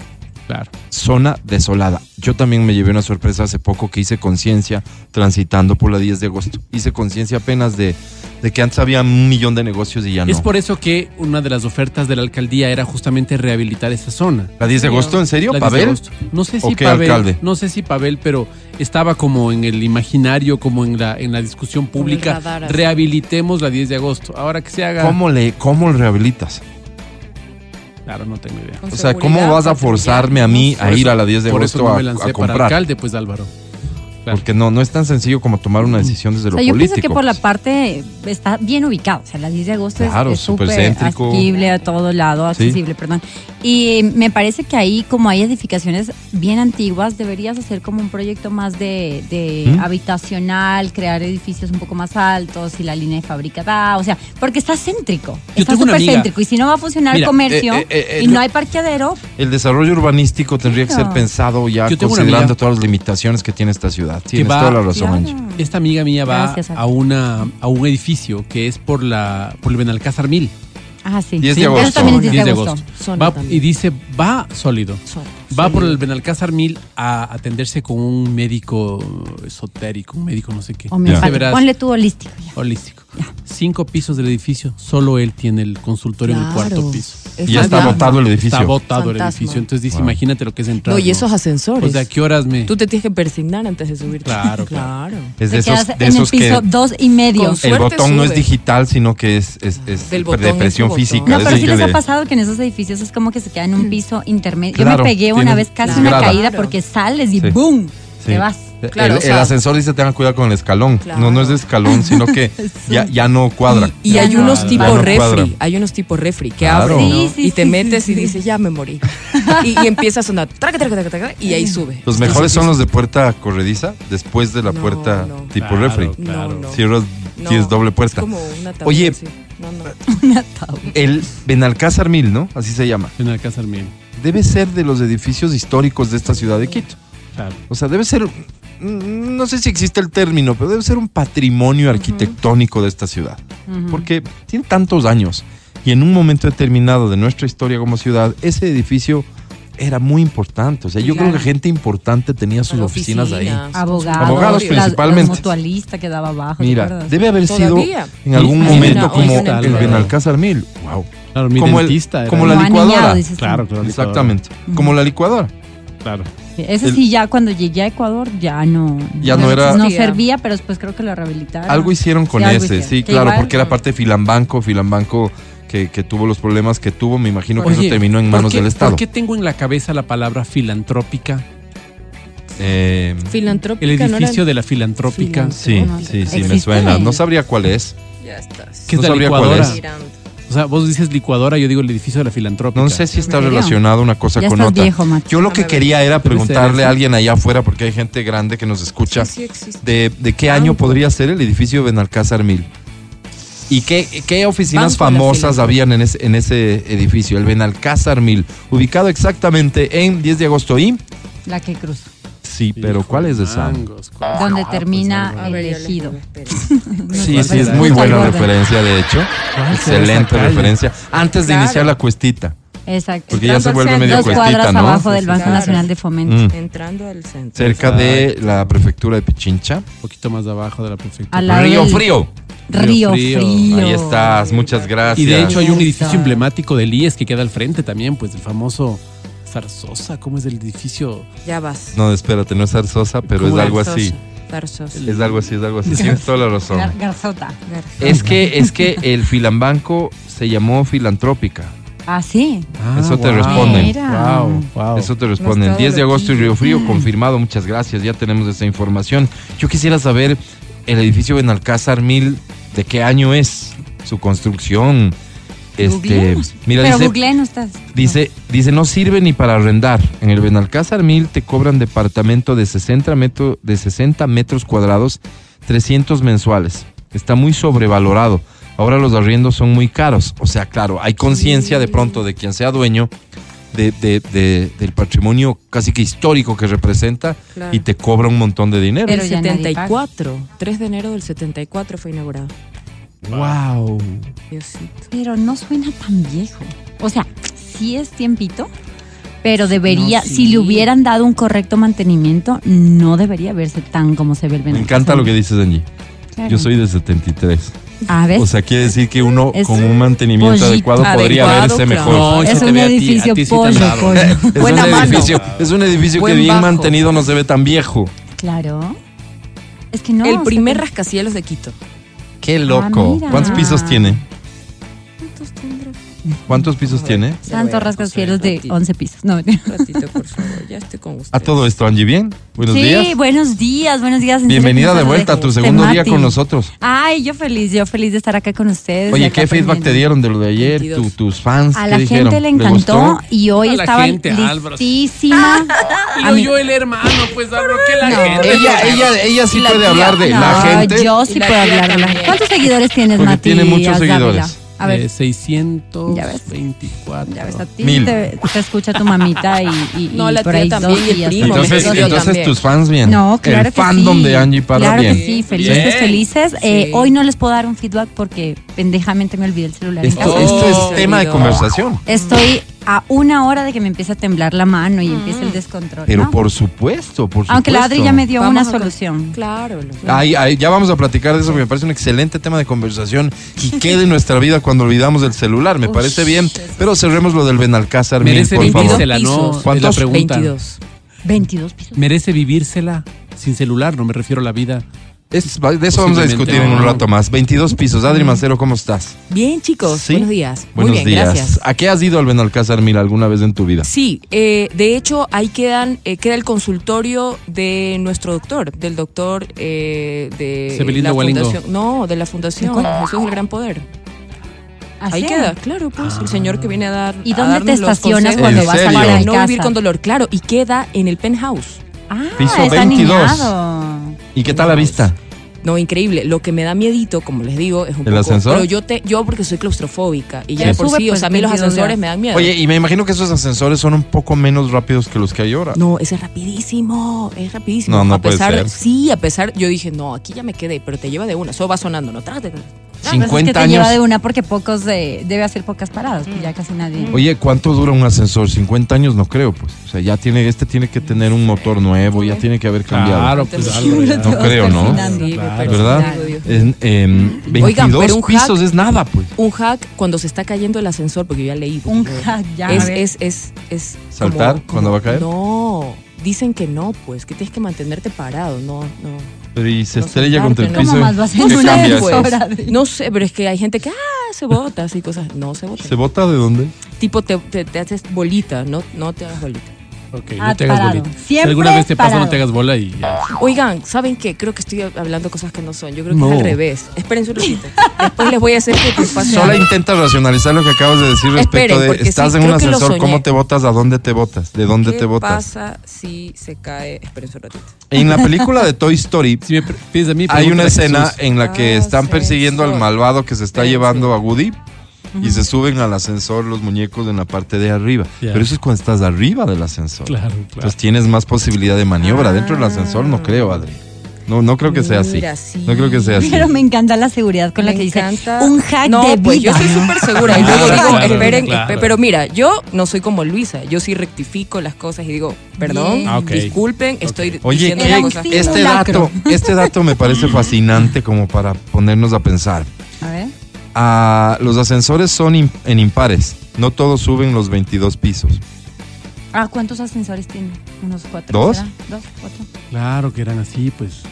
claro.
zona desolada. Yo también me llevé una sorpresa hace poco que hice conciencia transitando por la 10 de agosto. Hice conciencia apenas de, de que antes había un millón de negocios y ya Ah, no.
Es por eso que una de las ofertas de la alcaldía era justamente rehabilitar esa zona.
¿La 10 de agosto? ¿En serio,
La 10 de
Pavel?
agosto. No sé si
¿O qué
Pavel,
alcalde?
no sé si Pavel, pero estaba como en el imaginario, como en la en la discusión
Como el
pública,
radar, así.
rehabilitemos la 10 de agosto. Ahora que se haga,
¿Cómo, le, ¿Cómo le rehabilitas?
Pues claro, no tengo idea.
con
O sea, ¿cómo
seguridad,
vas a
con seguridad?
forzarme a mí a
Por
ir
eso-
a la 10 de
Por eso
agosto
no
a,
me lancé
a
para
comprar?
alcalde, pues Álvaro. Claro.
Porque no, no es tan sencillo como tomar una decisión desde
O
lo
sea, yo pienso que
político.
por la parte eh, está bien ubicado. O sea, la 10 de agosto es-
Claro,
es súper
supercéntrico.
asequible a todo lado,
Sí.
accesible, perdón. Y me parece que ahí, como hay edificaciones bien antiguas, deberías hacer como un proyecto más de, de
¿Mm?
habitacional, crear edificios un poco más altos y la línea de fábrica da. O sea, porque está céntrico.
Yo
está
tengo una
súper
amiga.
céntrico. Y si no va a funcionar
Mira,
el comercio
eh, eh, eh,
y
lo-
no hay parqueadero,
El desarrollo urbanístico tendría que ser
Claro.
pensado ya
Yo tengo una
considerando
amiga-
todas las limitaciones que tiene esta ciudad. Tienes
va-
toda la razón, Angie.
claro.
Esta amiga mía va
Gracias, Álvaro.
a una a un edificio que es por la por el Benalcázar Mil.
Ah, sí.
10 de
Sí,
agosto.
Eso también es 10 de
10 de
agosto.
Zona
Va-
también.
y dice, va sólido.
Son-
Va
son-
por el Benalcázar Mil a atenderse con un médico esotérico, un médico no sé qué.
O me
Ya.
falta.
Dice, verás,
Ponle tu holístico ya.
holístico. Cinco pisos del edificio, solo él tiene el consultorio en el
Claro.
cuarto piso.
Es
Y ya está
fantasma.
botado el
Está
edificio.
botado el
Fantasma.
edificio, entonces dice,
Wow.
imagínate lo que es entrar.
No, y esos ascensores.
O sea, ¿a qué horas me...?
Tú te tienes que persignar antes de subirte.
Claro, claro.
claro.
Es de
Te
esos,
quedas
de
en
esos
el piso
que
dos y medio.
Con
el
Suerte
botón no es
sube.
digital, sino que es, es, es
Del
de
botón es tu
presión
botón.
física.
No,
de
pero
esos
sí
que
les ha
le-
pasado que en esos edificios es como que se queda en un piso intermedio. Yo
Claro,
me pegué una
tiene-
vez casi
Claro.
una
grada.
caída porque sales y
Sí.
¡boom!
Sí.
Te vas.
Claro,
el,
o sea-
el ascensor dice tengan cuidado con el escalón.
Claro.
No, no es de escalón, sino que ya, ya no cuadra.
Y hay
Ya no
unos
cuadra.
tipo
Ya no cuadra.
refri, hay unos tipo refri que
Claro.
abren
Sí,
¿no?
sí,
y te
sí,
metes
sí,
y
sí.
dices, ya me morí. Y, y empieza a sonar traca, traca, traca, traca, y ahí sube.
Los mejores son los de puerta corrediza, después de la
No,
puerta
no.
tipo
Claro,
refri.
No,
Claro.
no.
Cierras,
No,
tienes doble puerta.
Es como una tabla,
Oye. eh,
sí. No, no.
Una tabla.
El Benalcázar Mil, ¿no? Así se llama.
Benalcázar Mil,
Debe ser de los edificios históricos de esta ciudad de Quito.
claro.
O sea, debe ser, mm, no sé si existe el término, pero debe ser un patrimonio arquitectónico de esta ciudad. Porque tiene tantos años Y en un momento determinado de nuestra historia como ciudad, ese edificio era muy importante. O sea, yo
Claro.
creo que gente importante tenía sus oficinas, ahí.
Abogados,
Abogados
la- la
principalmente.
mutualista que daba abajo. ¿te
Mira,
acuerdas?
debe haber
Todavía.
sido en algún
Hay una-
momento
hoy
como
una-
el Benalcázar Mil. Wow.
Claro, mi
Como el-
dentista era-
como la
Lo aniñado,
licuadora.
dices tú.
Claro, claro.
Exactamente. Como la licuadora.
Claro.
Ese
El-
sí ya cuando llegué a Ecuador ya no.
Ya no era-
No servía, pero después creo que lo rehabilitaron.
Algo hicieron con
Ah. Sí, algo
ese,
hicieron.
sí,
Que
claro,
igual-
porque era parte de Filambanco, Filambanco que, que tuvo los problemas que tuvo, me imagino que
Oye,
eso terminó en
¿por
manos
qué-
del Estado.
¿Por qué tengo en la cabeza la palabra filantrópica?
Eh,
Filantrópica.
El edificio
no
de la filantrópica.
Filan-
sí,
no,
sí, sí, me
existe.
suena. No sabría cuál es.
era- Ya estás.
¿Qué
No
es la
sabría cuál
licuadora?
es.
Tirando.
O sea, vos dices licuadora, yo digo el edificio de la filantrópica.
No sé si está
¿En serio?
relacionado una cosa
Ya
con
estás
otra.
viejo, Mati.
Yo lo que
Déjame ver.
quería era
Debe ser
preguntarle
ese.
a alguien allá afuera, porque hay gente grande que nos escucha,
Sí, Ah, pues. sí existe.
de, de qué año
Banco.
podría ser el edificio Benalcázar Mil. ¿Y qué, qué oficinas
Banco de la
famosas
Fila.
habían en ese, en ese edificio? El Benalcázar Mil, ubicado exactamente en 10 de agosto y...
La que cruzó.
Sí, pero ¿cuál es esa?
Mangos, ¿cuál?
Donde
Ah,
termina
pues,
A ver,
el
yo le
ejido.
pongo, espera.
Sí, sí, es
Alborda.
muy buena
Alborda.
referencia, de hecho.
será esa
Excelente
calle?
referencia. Antes de
Claro.
iniciar la cuestita,
Exacto.
porque ya se
Entrando al
vuelve
centro.
medio
Dos
cuestita,
cuadras abajo
¿no?
del Banco
Claro.
Nacional de Fomento.
Mm.
Entrando al centro.
Cerca de la prefectura de Pichincha.
Un poquito más abajo de la prefectura.
A la- Al lado
Río
del-
Frío.
Río,
Río
Frío.
Frío.
Ahí estás, muchas gracias.
Y de hecho hay un
Cierto.
edificio emblemático del IES que queda al frente también, pues el famoso Zarzosa, ¿cómo es el edificio?
Ya vas.
No, espérate, no es zarzosa, pero es
¿Cómo
algo
Zarzosa,
así.
zarzosa.
Es algo así, es algo así. Tienes toda la
Gar-
razón.
Garzota.
Zarzosa.
Es que, es que el filambanco se llamó filantrópica.
Ah, sí.
Eso te responden.
Mira.
Wow, wow.
Eso te
No
responden.
está
10 de agosto y
loquillo.
Río Frío, confirmado. Muchas gracias, ya tenemos esa información. Yo quisiera saber el edificio Benalcázar Mil, ¿de qué año es? Su construcción. Este,
Googleemos.
mira,
pero
dice,
Google no estás.
dice, dice, no sirve ni para arrendar. En el Benalcázar Mil te cobran departamento de 60, metro- de 60 metros cuadrados, 300 mensuales. Está muy sobrevalorado. Ahora los arriendos son muy caros. O sea, claro, hay conciencia de pronto de quien sea dueño de, de- de- del patrimonio casi que histórico que representa
Claro.
y te cobra un montón de dinero.
Pero
el
ya nadie paga.
74, 3 de enero del 74 fue inaugurado.
¡Wow!
Diosito.
Pero no suena tan viejo. O sea, sí es tiempito, pero debería,
No, sí.
si le hubieran dado un correcto mantenimiento, no debería verse tan como se ve el
Me
Benalcázar.
encanta lo que dices, Angie.
Claro. Ah,
Yo soy de 73.
A ver,
O sea, quiere decir que uno
Es
con un mantenimiento
pollito.
adecuado podría
Adecuado,
verse
claro.
mejor.
No,
es
se te
un
ve a ti,
edificio
a ti sí te han
pollo,
dado.
pollo.
Es
Buena
un
mano.
edificio, es un edificio
Buen
que bien
bajo.
mantenido no se ve tan viejo.
Claro. Es que no. o
el
sea,
primer
que-
rascacielos de Quito.
Qué
loco. Ah, mira.
¿Cuántos pisos tiene?
¿Cuántos tendrá?
¿Cuántos pisos tiene?
Santos rascacielos de
Un
11 pisos. No,
ratito, por favor, ya estoy con usted.
A todo esto, Angie, ¿bien? Buenos
sí,
días.
buenos días, buenos días. En serio,
Bienvenida
que
de
nos
vuelta a tu
de-
segundo día
Temati.
con nosotros.
Ay, yo feliz, yo feliz de estar acá con ustedes. y
Oye,
acá
¿qué feedback te
aprendiendo.
dieron de lo de ayer? Tu-
22.
¿Tus fans?
A
¿qué
la gente
dijeron?
le encantó
gustó?
y hoy
A la
estaba
gente, Álvaro.
listísima.
Ah,
A mí-
Ah, el hermano, pues Álvaro, que la
Ella, ella, ella sí puede hablar de
No,
la gente.
Yo sí
Y la
puedo
tía
hablar de la
también.
¿Cuántos seguidores tienes,
Porque
Mati?
tiene muchos
Dávila?
seguidores.
A ver, Ya ves.
624.
ya ves, a ti
Mil.
te, te escucha tu mamita y, y- y
No, la
por
tía
ahí
también
dos
y el
días.
primo,
Entonces,
me escribió
entonces
también.
tus fans bien.
No, claro
El
que
fandom
sí.
de Angie para
Claro que
bien.
sí, felices,
Bien.
felices. Eh,
Sí.
hoy no les puedo dar un feedback porque pendejamente me olvidé el celular en
Esto,
casa.
esto
Oh.
es tema de conversación.
Estoy a una hora de que me empiece a temblar la mano y empiece
Mm.
el descontrol.
Pero
¿no?
por supuesto, por supuesto.
Aunque la Adri ya me dio
Vamos
una
a con-
solución.
Claro. lo-
Ay, ay, ya vamos a platicar de eso porque me parece un excelente tema de conversación y qué de nuestra vida cuando olvidamos el celular, me
Ush,
parece bien, pero cerremos lo del Benalcázar, Mil,
Merece
por favor.
vivírsela, ¿no?
Pisos.
Es la
¿Cuántos?
pregunta.
22.
22 pisos.
Merece vivírsela sin celular, no me refiero a la vida.
Es- va- de eso vamos a discutir en un
Posiblemente.
rato más. 22 pisos. Adri Mancero, ¿cómo estás?
Bien, chicos.
Sí.
Buenos días.
Buenos
Muy bien,
días.
gracias.
¿A qué has ido al Benalcázar Mil alguna vez en tu vida?
Sí, eh, de hecho ahí quedan, eh, queda el consultorio de nuestro doctor, del doctor eh, de
Sebelindo
la
Gualingo.
fundación, no, de la fundación
¿De cuál?
Jesús del Gran Poder.
¿Ah,
ahí
sí?
queda, claro, pues el señor que viene a dar.
¿Y
a
dónde te
darnos los
estacionas
consejos
cuando
¿En
vas a
serio?
la
para no vivir con dolor, claro, y queda en el penthouse.
Ah, Pues
Piso
está
22.
niñado.
¿Y qué tal la vista?
No, increíble. Lo que me da miedito, como les digo, es un
¿El
poco.
ascensor?
Pero yo te, yo porque soy claustrofóbica y ya
Sí.
de por
Sube,
sí, o
pues,
sea, a mí los
22
ascensores
días.
me dan miedo.
Oye, y me imagino que esos ascensores son un poco menos rápidos que los que hay ahora.
No, ese es rapidísimo, es rapidísimo.
Ah. No, no
a
puede
pesar,
ser.
Sí, a pesar, yo dije, no, aquí ya me quedé, pero te lleva de una, eso va sonando, ¿no? Tras de-
Pues es
50
que te
años.
lleva de una porque pocos eh, debe hacer pocas paradas, pues ya casi nadie.
Oye, ¿cuánto dura un ascensor? 50 años no creo, pues. O sea, ya tiene, este tiene que tener un motor nuevo, ya tiene que haber cambiado.
Claro, pues algo. ya.
No creo, ¿no?
Sí,
Claro.
¿Verdad?
Claro, Dios.
En, em, 22
Oigan, pero un hack-
pisos es nada, pues.
Un hack cuando se está cayendo el ascensor, porque yo ya leí. porque
Un
yo-
hack, ya. a
es,
ver.
es, es, es
¿Saltar cuando va a caer?
No, dicen que no, pues, que tienes que mantenerte parado, no, no.
Pero y se
No
estrella
saltarte,
contra el
¿no?
piso.
¿Cómo más vas a
¿qué
hacer?
cambias?
Pues. Ahora de-
No sé, pero es que hay gente que, ah, se bota, así cosas. No se bota.
¿Se bota de dónde?
tipo, te, te, te haces bolita, no, no te hagas bolita.
Ok,
Ah,
no te hagas
parado.
bolita. Si
Siempre
alguna vez te pasa, no
parado.
te hagas bola y ya.
Oigan, ¿saben qué? Creo que estoy hablando cosas que no son. Yo creo que
No.
es al revés. Esperen un ratito. Después les voy a hacer que te pase
Sola
algo.
intenta racionalizar lo que acabas de decir respecto
Esperen, porque
de estás
sí,
en un
creo que lo
ascensor, ¿cómo
soñé.
te botas? ¿A dónde te botas? ¿De dónde
¿Qué
te botas?
pasa si se cae? Esperen un ratito.
En la película de Toy Story
Si me pre- pides a mí,
hay una
pregúntale a
escena eh,
Jesús.
en la que están persiguiendo al
Ascensor.
malvado que se está
Sí,
llevando
sí.
a Woody y se suben al ascensor los muñecos en la parte de arriba.
Ya.
Pero eso es cuando estás arriba del ascensor.
Claro, claro.
Entonces tienes más posibilidad de maniobra.
Ah.
Dentro del ascensor no creo, Adri. No, no creo que sea así.
Mira, sí.
No creo que sea así.
Pero me encanta la seguridad con la
Me
que dice
encanta-
un hack
no,
de
pues
vida.
Yo soy súper segura. Y luego
Claro,
digo,
claro,
esperen,
claro.
espe- pero mira, yo no soy como Luisa. Yo sí rectifico las cosas y digo, perdón,
Bien.
Ah, ok.
disculpen, estoy
Oye,
diciendo
Era
una
un
cosa.
sí.
este dato,
simulacro.
este dato me parece fascinante como para ponernos a pensar.
A ver.
Ah, los ascensores son im- en impares. No todos suben los 22 pisos.
Ah, ¿cuántos ascensores tiene? Unos cuatro.
¿Dos?
¿será? Dos, cuatro.
Claro que eran así, pues.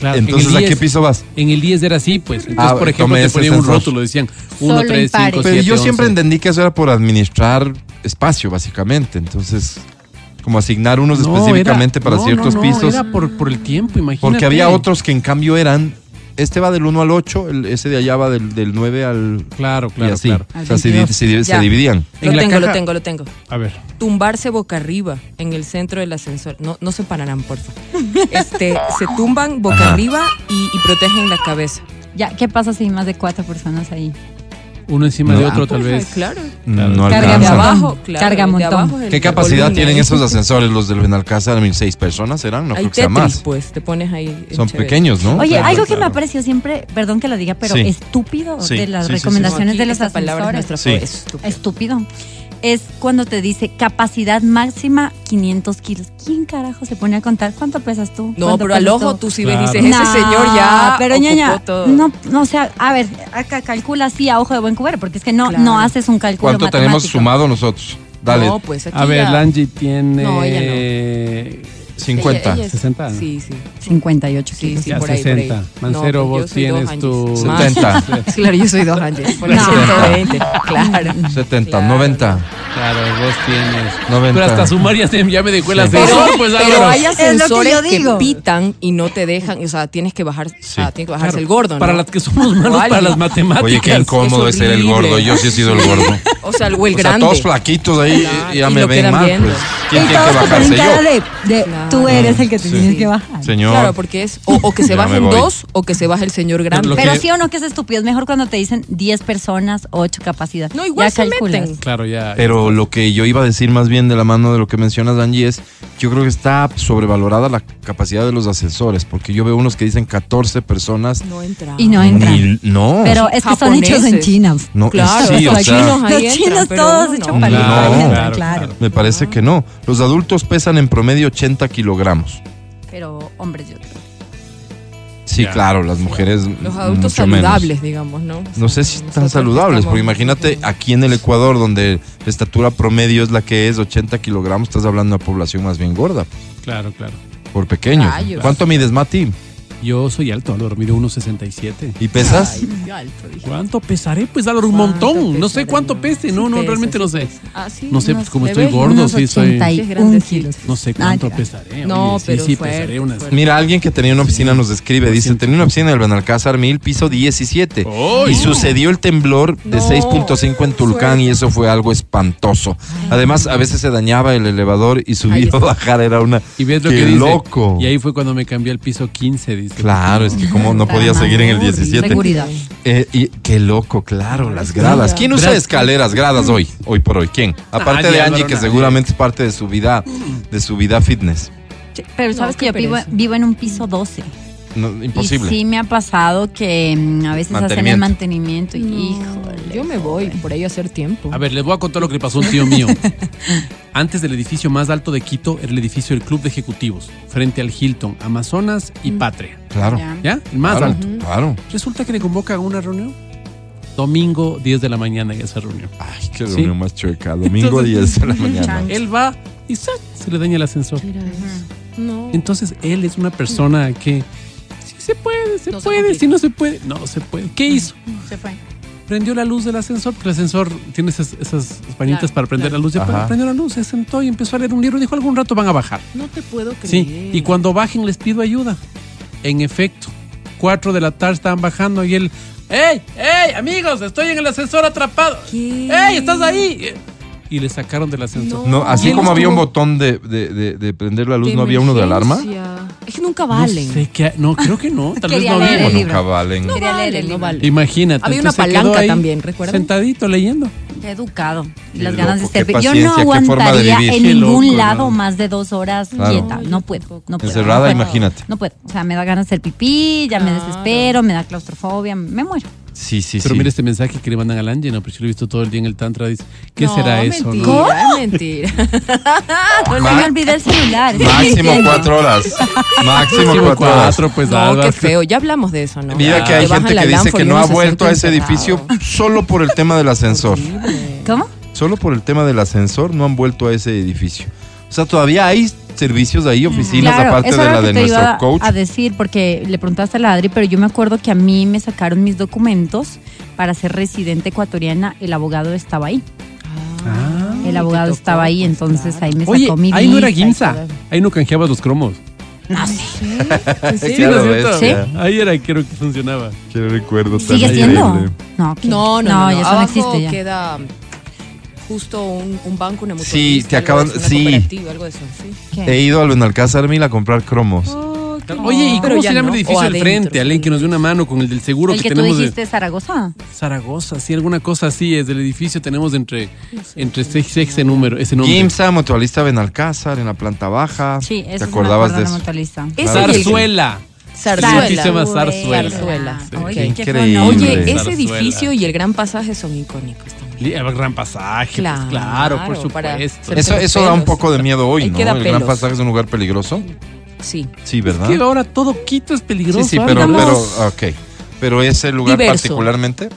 Claro, en
Entonces,
el E
¿a qué
10.
piso vas?
En el 10 era así, pues. Entonces,
Ah,
por ejemplo,
tomé
te
ese
ponían un
sensor.
rótulo, decían 1,
Solo
3, 5,
impares.
7,
Pero yo siempre
11.
entendí que eso era por administrar espacio, básicamente. Entonces, como asignar unos
No,
específicamente
era-
para
no,
ciertos
no, no,
pisos.
Era por, por el tiempo, imagínate.
Porque había otros que en cambio eran, este va del 1 al 8, el- ese de allá va del, del 9 al...
Claro,
y
claro,
así.
claro.
O sea, se, di- se di- se
Ya.
dividían.
Lo
En la
tengo, lo
caja-
tengo, lo tengo.
A ver.
Tumbarse boca arriba en el centro del ascensor. No, no se pararán, porfa. Este, se tumban boca
Ajá.
arriba y, y protegen la cabeza.
Ya, ¿qué pasa si hay más de cuatro personas ahí?
Uno encima
No.
de otro, tal
Porfa,
vez.
Ah, pues, Claro.
No,
Carga
De
montón.
alcanzan.
abajo, claro.
Carga
de
montón.
abajo el-
¿Qué
la
capacidad
columna.
tienen esos ascensores, los del Benalcázar? ¿Mil seis personas serán? No
Hay
creo que sea
Tetris,
más.
pues, te pones ahí.
Son
chévere.
pequeños, ¿no?
Oye,
Claro,
algo que me
claro.
ha parecido siempre, perdón que lo diga, pero
Sí.
estúpido
Sí,
de las
sí, sí, sí.
recomendaciones
Aquí
de los
esa palabra es
ascensores.
nuestra
Sí.
favor, es estúpido.
Estúpido. Es cuando te dice capacidad máxima 500 kilos. ¿Quién carajo se pone a contar cuánto pesas tú?
No,
¿Cuánto
pero al
pesas
ojo
tú?
tú sí ves,
Claro.
dices, ese
No,
señor ya
pero
ocupó
ñaña,
todo.
no, no, o sea, a ver, acá calcula así a ojo de buen cubero, porque es que no,
Claro.
no haces un cálculo
¿Cuánto tenemos
matemático.
sumado nosotros? Dale,
No, pues aquí
A ver,
ya-
Lange tiene.
No, ella no.
eh,
50.
Ella- ella es-
60.
Sí, sí.
58
Sí,
kilos.
sí,
ya
por ahí, por ahí.
60. Mancero,
No, pues yo
vos
soy dos
tienes tu.
años.
Más. 70.
Claro, yo soy dos ángeles. Por
No.
120. Claro.
70,
Claro.
90.
Claro, vos tienes.
90.
Pero hasta sumar ya, se- ya me dejó el
Sí.
Pero,
ascensor, pues
pero
Álvaro.
hay
Es lo que yo
ascensores que,
digo.
pitan y no te dejan. O sea, tienes que bajar, o sea,
Sí.
tienes que bajarse
Claro,
el gordo. ¿no?
Para las que somos malos,
Igual,
para
¿no?
las matemáticas.
Oye, qué incómodo es
es
ser el
horrible.
gordo. Yo sí he sido el gordo.
O sea, o el
O sea,
grande.
todos flaquitos ahí
Claro,
y ya
y
me
lo
ven
quedan
mal.
viendo.
Pues. ¿Quién tiene
Y
que
todos te ponen
bajarse
cara
yo?
de, de,
Claro.
tú eres el que te
Sí.
tienes que bajar.
Señor.
Claro, porque es o, o que se
Ya me
bajen
voy.
dos o que se baje el señor
Lo
grande.
que-
Pero sí o no que es estúpido, es mejor cuando te dicen 10 personas, 8 capacidad.
No, igual
ya
se
calculas.
meten.
Claro, ya.
Pero lo que yo iba a decir más bien de la mano de lo que mencionas, Angie, es yo creo que está sobrevalorada la capacidad de los ascensores, porque yo veo unos que dicen 14 personas.
No entra.
Y no entran.
Ni- no.
Pero es que son hechos en
Japoneses.
China.
no
Claro,
sí, o
los
sea,
chinos ahí
Los
entran,
chinos
pero
todos
uno
hechos
no.
palitos.
Claro,
ahí entran,
claro,
claro.
claro.
me parece que no. Los adultos pesan en promedio 80 kilogramos.
Pero hombres, yo creo.
Sí,
Ya.
claro, las mujeres.
Los adultos
mucho menos.
saludables, digamos, ¿no? O sea,
No sé si están
nosotros
saludables,
estamos-
porque imagínate ah, aquí en el Ecuador, donde la estatura promedio es la que es 80 kilogramos, estás hablando de una población más bien gorda,
Claro, claro.
por pequeño.
Rayos.
¿Cuánto mides, Mati?
Yo soy alto, Álvaro, mido 1,67.
¿Y pesas?
Ay, qué alto, dije.
¿Cuánto pesaré? Pues Álvaro, un
¿Cuánto
montón. No sé
pesaré?
cuánto pese. No,
Sí
no,
pesa,
realmente
sí
no sé.
pesa. Ah, sí,
No sé,
unos-
pues como
¿le
estoy
ves?
gordo,
Unos
sí, soy-
81
grandecito.
kilos.
No sé
Ah,
cuánto
ya.
pesaré.
No,
oye, sí,
pero
sí,
fuerte,
pesaré unas.
fuerte.
Mira, alguien que tenía una oficina nos escribe, dice, tenía una oficina en el Benalcázar Mil, piso 17.
¡Ay!
Y sucedió el temblor de
No.
6.5 en Tulcán y eso fue algo espantoso. Además, a veces se dañaba el elevador y
Ahí
subir
está.
o bajar era una...
Y ves lo
¡Qué
que dice.
loco!
Y ahí fue cuando me cambié al piso 15, dice.
Claro, es que como no podía seguir en el 17.
Seguridad.
Eh, y qué loco, claro, las gradas. ¿Quién usa
Gradas.
escaleras, gradas hoy? Hoy por hoy, ¿quién? Aparte
Nadie,
de
Álvaro,
Angie, que
nadie.
seguramente es parte de su vida, de su vida fitness.
Pero sabes
No,
que
qué
yo vivo,
pereza.
vivo en un piso 12.
no,
Y
imposible.
sí me ha pasado que mm, a veces hacen el mantenimiento y híjole.
yo me voy por ahí a hacer tiempo.
A ver, les voy a contar lo que le pasó a un tío mío. Antes del edificio más alto de Quito era el edificio del Club de Ejecutivos, frente al Hilton, Amazonas y Patria.
Claro.
Ya.
¿Ya? El más
claro,
alto.
claro.
Resulta que le convoca a una reunión. Domingo 10 de la mañana ya esa reunión.
Ay, qué
Sí.
reunión más chueca. Domingo 10
Entonces-
de la mañana.
Él va y ¡zas! se le daña el ascensor.
Mira eso. No.
Entonces él es una persona que si se puede, se
No se
puede,
complica.
si no se puede, no se puede. ¿Qué hizo?
Se fue.
Prendió la luz del ascensor, porque el ascensor tiene esas, esas pañitas
Claro,
para prender
claro.
la luz. Ya
Ajá.
prendió la luz, se sentó y empezó a leer un libro. Dijo, algún rato van a bajar.
No te puedo creer.
Sí, y cuando bajen les pido ayuda. En efecto, 4 de la tarde estaban bajando y él, ¡Ey! ¡Ey! Amigos, estoy en el ascensor atrapado.
¿Qué?
¡Ey! ¿Estás ahí? Y le sacaron del ascensor.
No,
Y
así
él
como había un
estuvo-
botón de, de- de- de prender la luz, ¿no había uno de alarma?
Es que nunca
No
valen.
sé qué- no, creo que no. Tal vez
Quería
no
leer
había.
¿Cómo
el libro.
nunca valen?
No
Quería leer
vale,
el
no
libro.
vale.
Imagínate.
Había una
entonces se quedó
palanca
ahí,
también, ¿recuerdan?
Sentadito leyendo.
Qué educado. Y
Qué
las ganas de
loco,
estar.
qué
Yo
paciencia,
no
qué forma de
aguantaría
vivir.
en
Qué
ningún
loco,
lado
¿no?
más de dos horas
Claro.
quieta.
No, yo
No puedo.
tampoco.
No puedo.
Encerrada,
no puedo.
imagínate.
No puedo. O sea, me da ganas de hacer pipí, ya me
Claro.
desespero, me da claustrofobia, me muero.
Sí, sí,
Pero
sí.
mira este mensaje que le mandan al Angie, no, pero yo lo he visto todo el día en el Tantra. Dice, ¿qué
No,
será eso?
mentira,
no?
Mentira.
Ah, Se
Ma-
me olvidé el celular.
Máximo cuatro horas. Máximo
Máximo
cuatro horas.
cuatro, pues
No,
Alba.
qué feo. Ya hablamos de eso, ¿no?
Mira que hay
Te Ah, bajan
gente
la
que dice
lámpara
que
y "Ah,
no
uno
ha
se
vuelto a ese
siente
edificio
encerrado.
solo por el tema del ascensor.
¿Cómo?
Solo por el tema del ascensor no han vuelto a ese edificio. O sea, todavía hay servicios ahí, oficinas,
Claro,
aparte de
eso era
la
lo
de
que te
nuestro
iba
coach.
A decir, porque le preguntaste a la Adri, pero yo me acuerdo que a mí me sacaron mis documentos para ser residente ecuatoriana. El abogado estaba ahí.
Ah.
El abogado estaba ahí, entonces ahí me sacó
pues, Oye,
mi
ahí no era
visa y
Ginza.
todo.
Ahí no canjeabas los cromos.
No sé.
Sí,
¿no
claro,
es
ves,
cierto?
ya.
Ahí era, creo que funcionaba.
Qué recuerdo tan
¿Sigue
increíble.
siendo? No, ¿qué?
No, no, no.
ya eso
no.
no
Abajo
existe ya.
queda mm, justo un, un banco, una mutualista.
Sí, te
algo
acaban-
de eso, una
sí.
cooperativa, algo de eso, sí.
¿Qué?
He ido a Benalcázar Mil a comprar cromos.
Oye, ¿y
Pero
cómo
ya
se llama
no,
el
o
edificio del
adentro,
frente? Alguien que nos dé una mano con el del seguro
El
que
que tú
tenemos de
dijiste, Zaragoza.
Zaragoza, sí, alguna cosa así es del edificio tenemos entre entre seis ese número, ese nombre.
Gimsa, Mutualista Benalcázar, en la planta
Ah,
baja.
Sí,
¿Te
eso sí me
acordabas
acuerdo,
de
la
eso?
mutualista.
Ese y el-
Zarzuela.
Zarzuela.
Sí, sí, se llama Zarzuela.
Zarzuela.
Sí.
Oye,
Qué
qué feo
increíble.
nombre.
Oye, ese
Zarzuela.
edificio y el gran pasaje son icónicos también.
Li- El gran pasaje, pues, claro,
Claro,
por
para-
supuesto.
Es-
Eso,
Pero
eso da un
pelos.
poco de miedo hoy,
Ahí
¿no?
queda
El Gran
pelos.
Pasaje es un lugar peligroso.
Sí.
Sí, ¿verdad?
que ahora todo Quito es peligroso.
¿Ah? Sí, sí,
ahora
pero,
no.
pero, ah, ok. Pero ese lugar
Diverso.
particularmente,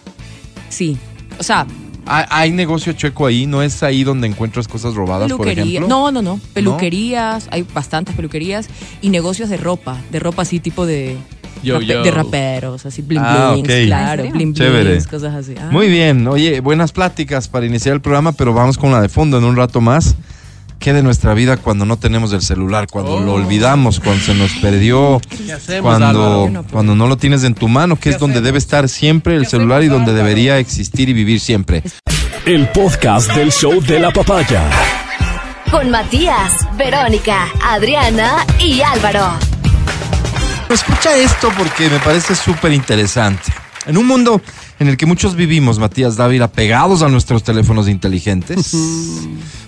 Sí. O sea,
¿hay, hay negocio chueco ahí? ¿No es ahí donde encuentras cosas robadas, por
peluquería.
ejemplo?
No, no, no. Peluquerías, hay bastantes peluquerías y negocios de ropa. De ropa así tipo de.
Yo,
rape-
yo.
De raperos, así bling
Ah,
blings,
ok.
claro,
¿En serio?
bling
Chévere.
blings, cosas así. Ah,
Muy bien, oye, buenas pláticas para iniciar el programa, pero vamos con la de fondo en un rato más. ¿Qué de nuestra vida cuando no tenemos el celular, cuando
Oh.
lo olvidamos, cuando se nos perdió,
¿Qué hacemos,
cuando,
Álvaro?
no puedo.
cuando no lo tienes en tu mano, que es donde debe estar siempre el
Ah,
celular y donde debería existir y vivir siempre?
El podcast del show de la papaya.
Con Matías, Verónica, Adriana y Álvaro.
Escucha esto porque me parece súper interesante. En un mundo en el que muchos vivimos, Matías Dávila, pegados a nuestros teléfonos inteligentes,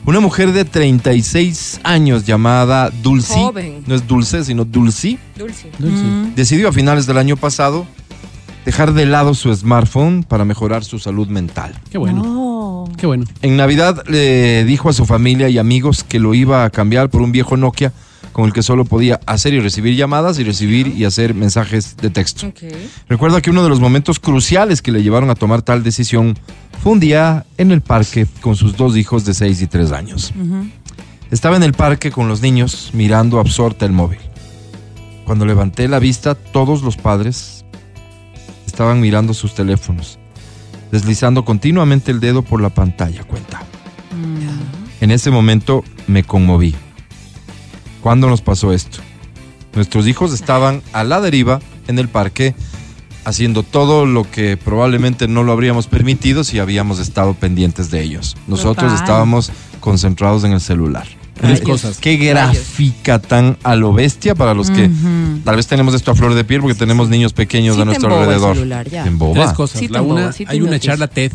una mujer de 36 años llamada Dulce,
Joven.
no es Dulce, sino Dulce,
Dulce.
Mm,
decidió a finales del año pasado dejar de lado su smartphone para mejorar su salud mental.
Qué bueno, qué bueno.
En Navidad le dijo a su familia y amigos que lo iba a cambiar por un viejo Nokia con el que solo podía hacer y recibir llamadas y recibir y hacer mensajes de texto.
Ok.
Recuerda que uno de los momentos cruciales que le llevaron a tomar tal decisión fue un día en el parque con sus dos hijos de 6 y 3 años. Estaba en el parque con los niños mirando absorta el móvil. Cuando levanté la vista, todos los padres estaban mirando sus teléfonos, deslizando continuamente el dedo por la pantalla, cuenta. En ese momento me conmoví. ¿Cuándo nos pasó esto? Nuestros hijos estaban a la deriva en el parque haciendo todo lo que probablemente no lo habríamos permitido si habíamos estado pendientes de ellos. Nosotros
Total.
estábamos concentrados en el celular.
Tres
Rayos.
cosas.
Qué gráfica tan a lo bestia para los que
Ujú.
tal vez tenemos esto a flor de piel porque tenemos niños pequeños
Sí
a
te
nuestro
emboba el
alrededor.
celular, ya.
Te emboba.
Tres cosas.
Sí,
la
te
una,
emboba, sí te
hay una
hipnotiza.
charla TED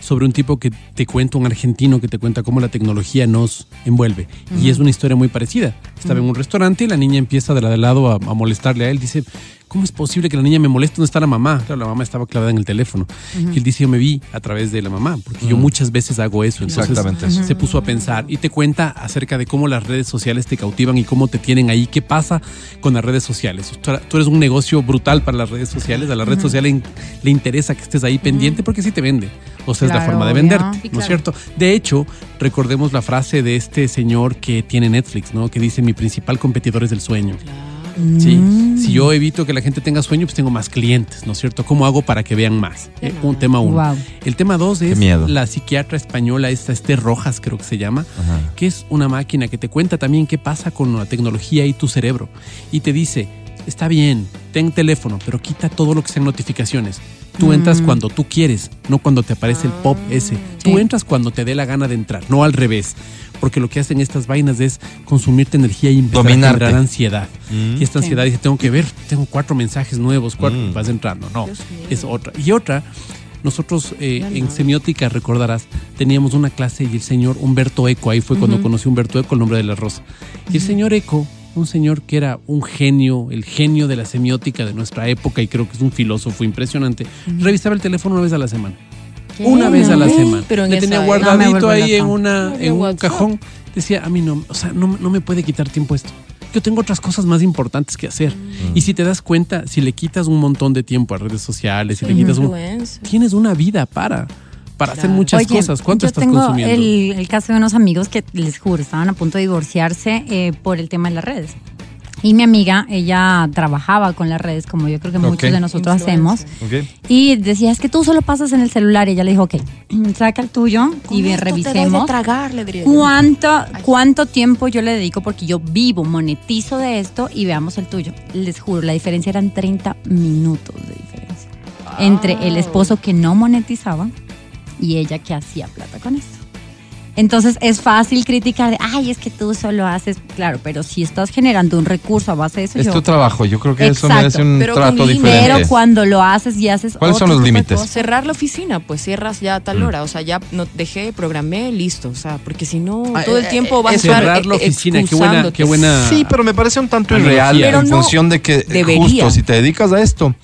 sobre un tipo que te cuenta, un argentino que te cuenta cómo la tecnología nos envuelve. Y es una historia muy parecida. Estaba en un restaurante y la niña empieza de la de lado a, a molestarle a él. Dice, ¿cómo es posible que la niña me moleste? ¿Dónde está la mamá? Claro, la mamá estaba clavada en el teléfono. Y él dice, yo me vi a través de la mamá, porque yo muchas veces hago eso. Entonces
Exactamente eso.
se puso a pensar y te cuenta acerca de cómo las redes sociales te cautivan y cómo te tienen ahí. ¿Qué pasa con las redes sociales? Tú tú eres un negocio brutal para las redes sociales. A la red social le, in- le interesa que estés ahí pendiente porque sí te vende. O sea, es la
Claro,
forma de
obvio.
venderte,
Sí,
¿no
claro.
es cierto? De hecho, recordemos la frase de este señor que tiene Netflix, ¿no? Que dice, mi principal competidor es el sueño. Sí.
Mm.
Si yo evito que la gente tenga sueño, pues tengo más clientes, ¿no es cierto? ¿Cómo hago para que vean más? Eh, un tema uno.
Guau.
El tema dos es
miedo.
la psiquiatra española, esta Esther Rojas, creo que se llama, que es una máquina que te cuenta también qué pasa con la tecnología y tu cerebro. Y te dice, está bien, ten teléfono, pero quita todo lo que sean notificaciones. Tú entras cuando tú quieres, no cuando te aparece el pop ese. Tú
Sí.
entras cuando te dé la gana de entrar, no al revés. Porque lo que hacen estas vainas es consumirte energía y empezar a
Dominarte.
generar ansiedad. Y esta ansiedad dice, tengo que ver, tengo cuatro mensajes nuevos, cuatro, vas entrando. No, es otra. Y otra, nosotros eh, en semiótica, recordarás, teníamos una clase y el señor Humberto Eco, ahí fue cuando conocí a Humberto Eco, el nombre de la rosa. Y el señor Eco, un señor que era un genio, el genio de la semiótica de nuestra época y creo que es un filósofo impresionante, revisaba el teléfono una vez a la semana. Una vez a la
Uy,
semana.
pero en
Le
esa
tenía
era.
No me
guardadito
vuelvo
ahí en,
loca.
una,
Oye,
en un
WhatsApp.
cajón. Decía, a mí no, o sea, no, no me puede quitar tiempo esto. Yo tengo otras cosas más importantes que hacer.
Mm.
Y si te das cuenta, si le quitas un montón de tiempo a redes sociales, si le
uh.
quitas un, tienes una vida para, para hacer muchas
Oye,
cosas. ¿Cuánto
yo
estás
tengo
consumiendo?
El, el caso de unos amigos que les juro estaban a punto de divorciarse eh, por el tema de las redes. Y mi amiga, ella trabajaba con las redes, como yo creo que muchos
Ok.
de nosotros hacemos.
Ok.
Y decía, es que tú solo pasas en el celular. Y ella le dijo, ok, saca el tuyo y ve, revisemos.
tragar, le diría yo.
¿Cuánto, ¿Cuánto tiempo yo le dedico? Porque yo vivo, monetizo de esto y veamos el tuyo. Les juro, la diferencia eran 30 minutos de diferencia. Entre el esposo que no monetizaba y ella que hacía plata con esto. Entonces es fácil criticar, de, ay, es que tú solo haces, claro, pero si estás generando un recurso a base de eso,
Es
yo-
tu trabajo. Yo creo que eso
Exacto.
merece un
Pero con
trato
límites.
diferente.
pero cuando lo haces y haces...
¿Cuáles son
otro
los
tipo de
límites?
cosas,
Cerrar la oficina, pues cierras ya a tal
Mm.
hora. O sea, ya no dejé, programé, listo. O sea, porque si no,
Ah,
todo el
eh,
tiempo vas a estar.
Cerrar la
eh, eh,
oficina, qué buena, qué
expulsándote.
buena.
Sí, pero me parece un tanto
Analogía.
irreal
Pero
en
no
función de que eh,
debería.
justo si te dedicas a esto,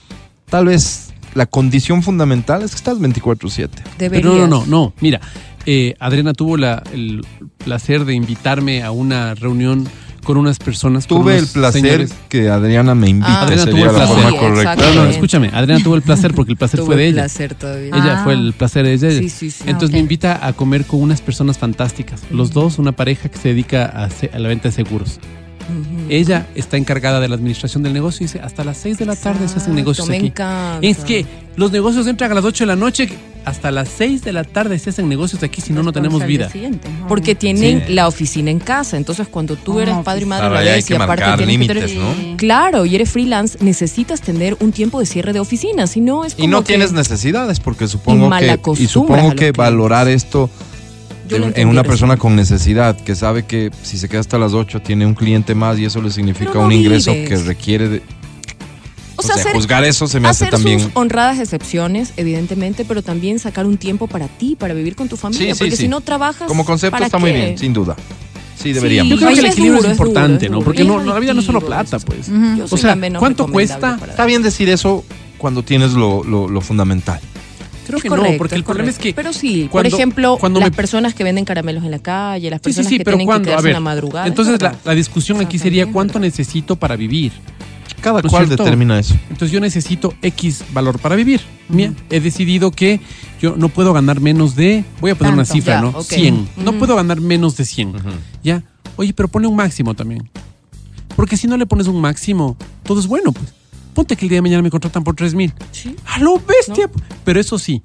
tal vez la condición fundamental es que estás 24/7.
Deberías.
Pero no, no, no, no. Mira, eh, Adriana tuvo la- el placer de invitarme a una reunión con unas personas. con
Tuve el
unos
placer
señores.
que Adriana me invite.
Ah,
Adriana
sería
tuvo
la
el placer.
forma
Sí,
correcta.
No, no,
exactamente.
escúchame, Adriana tuvo el placer porque el placer
Tuvo
fue de
el
ella.
placer todavía.
Ella
Ah.
fue el placer de ella.
Sí, sí, sí.
Entonces
Ah,
me
ok.
invita a comer con unas personas fantásticas. Los dos, una pareja que se dedica a, se- a la venta de seguros. Ella está encargada de la administración del negocio y dice, hasta las 6 de la tarde se hacen
Exacto,
negocios
me
aquí.
encanta.
Es que los negocios entran a las 8 de la noche, hasta las 6 de la tarde se hacen negocios aquí, si no, no tenemos vida.
Siguiente. Ajá.
Porque tienen la oficina en casa. Entonces, cuando tú eres
Home
padre y madre a
Claro,
la
ahí hay
vez
que
y aparte
marcar
tienes que
límites,
tener-
¿no?
Claro, y eres freelance, necesitas tener un tiempo de cierre de oficina. Si no, es como
Y no
que-
tienes necesidades porque supongo que y
malacostumbras a
supongo
los
que
clientes.
valorar esto
Yo
de-
lo
en
entendí
una
recién.
persona con necesidad que sabe que si se queda hasta las 8 tiene un cliente más y eso le significa
Pero no
un ingreso
vives.
que requiere de
O sea, hacer-
juzgar eso se me hace
Hacer
también
sus honradas excepciones, evidentemente, pero también sacar un tiempo para ti, para vivir con tu familia,
sí,
porque
sí.
si no trabajas.
como concepto
¿para
está muy
qué?
bien, sin duda. Sí,
Yo
deberíamos.
creo
Oye,
que el
es
equilibrio es,
duro, es duro,
importante,
es
¿no?
duro.
Porque
Es
no, no, la vida no es solo
adictivo,
plata,
es-
pues.
Ujú.
Yo
O
soy
sea,
la menos
¿cuánto
recomendable
cuesta?
para
Está bien decir eso cuando tienes lo, lo- lo fundamental.
Creo
Es
que
correcto,
no, porque el problema es
correcto.
que...
Pero sí,
cuando-
por ejemplo,
cuando
las
me-
personas que venden caramelos en la calle, las
Sí, sí,
personas
sí,
que
pero
tienen que
¿cuándo? A
quedarse
ver,
en la madrugada.
entonces
es
la,
verdad.
la discusión aquí
sea,
sería
también,
cuánto
¿verdad?
necesito para vivir.
Cada
¿No es
cual
cierto?
determina eso.
Entonces yo necesito X valor para vivir. Mira, he decidido que yo no puedo ganar menos de, voy a poner una
Tanto.
cifra,
Ya,
¿no?
ok.
100. No
Ujú.
puedo ganar menos de 100. Ya. Oye, pero pone un máximo también. Porque si no le pones un máximo, todo es bueno, pues. Ponte que el día de mañana me contratan por 3 mil.
Sí.
A lo bestia. Pero eso sí,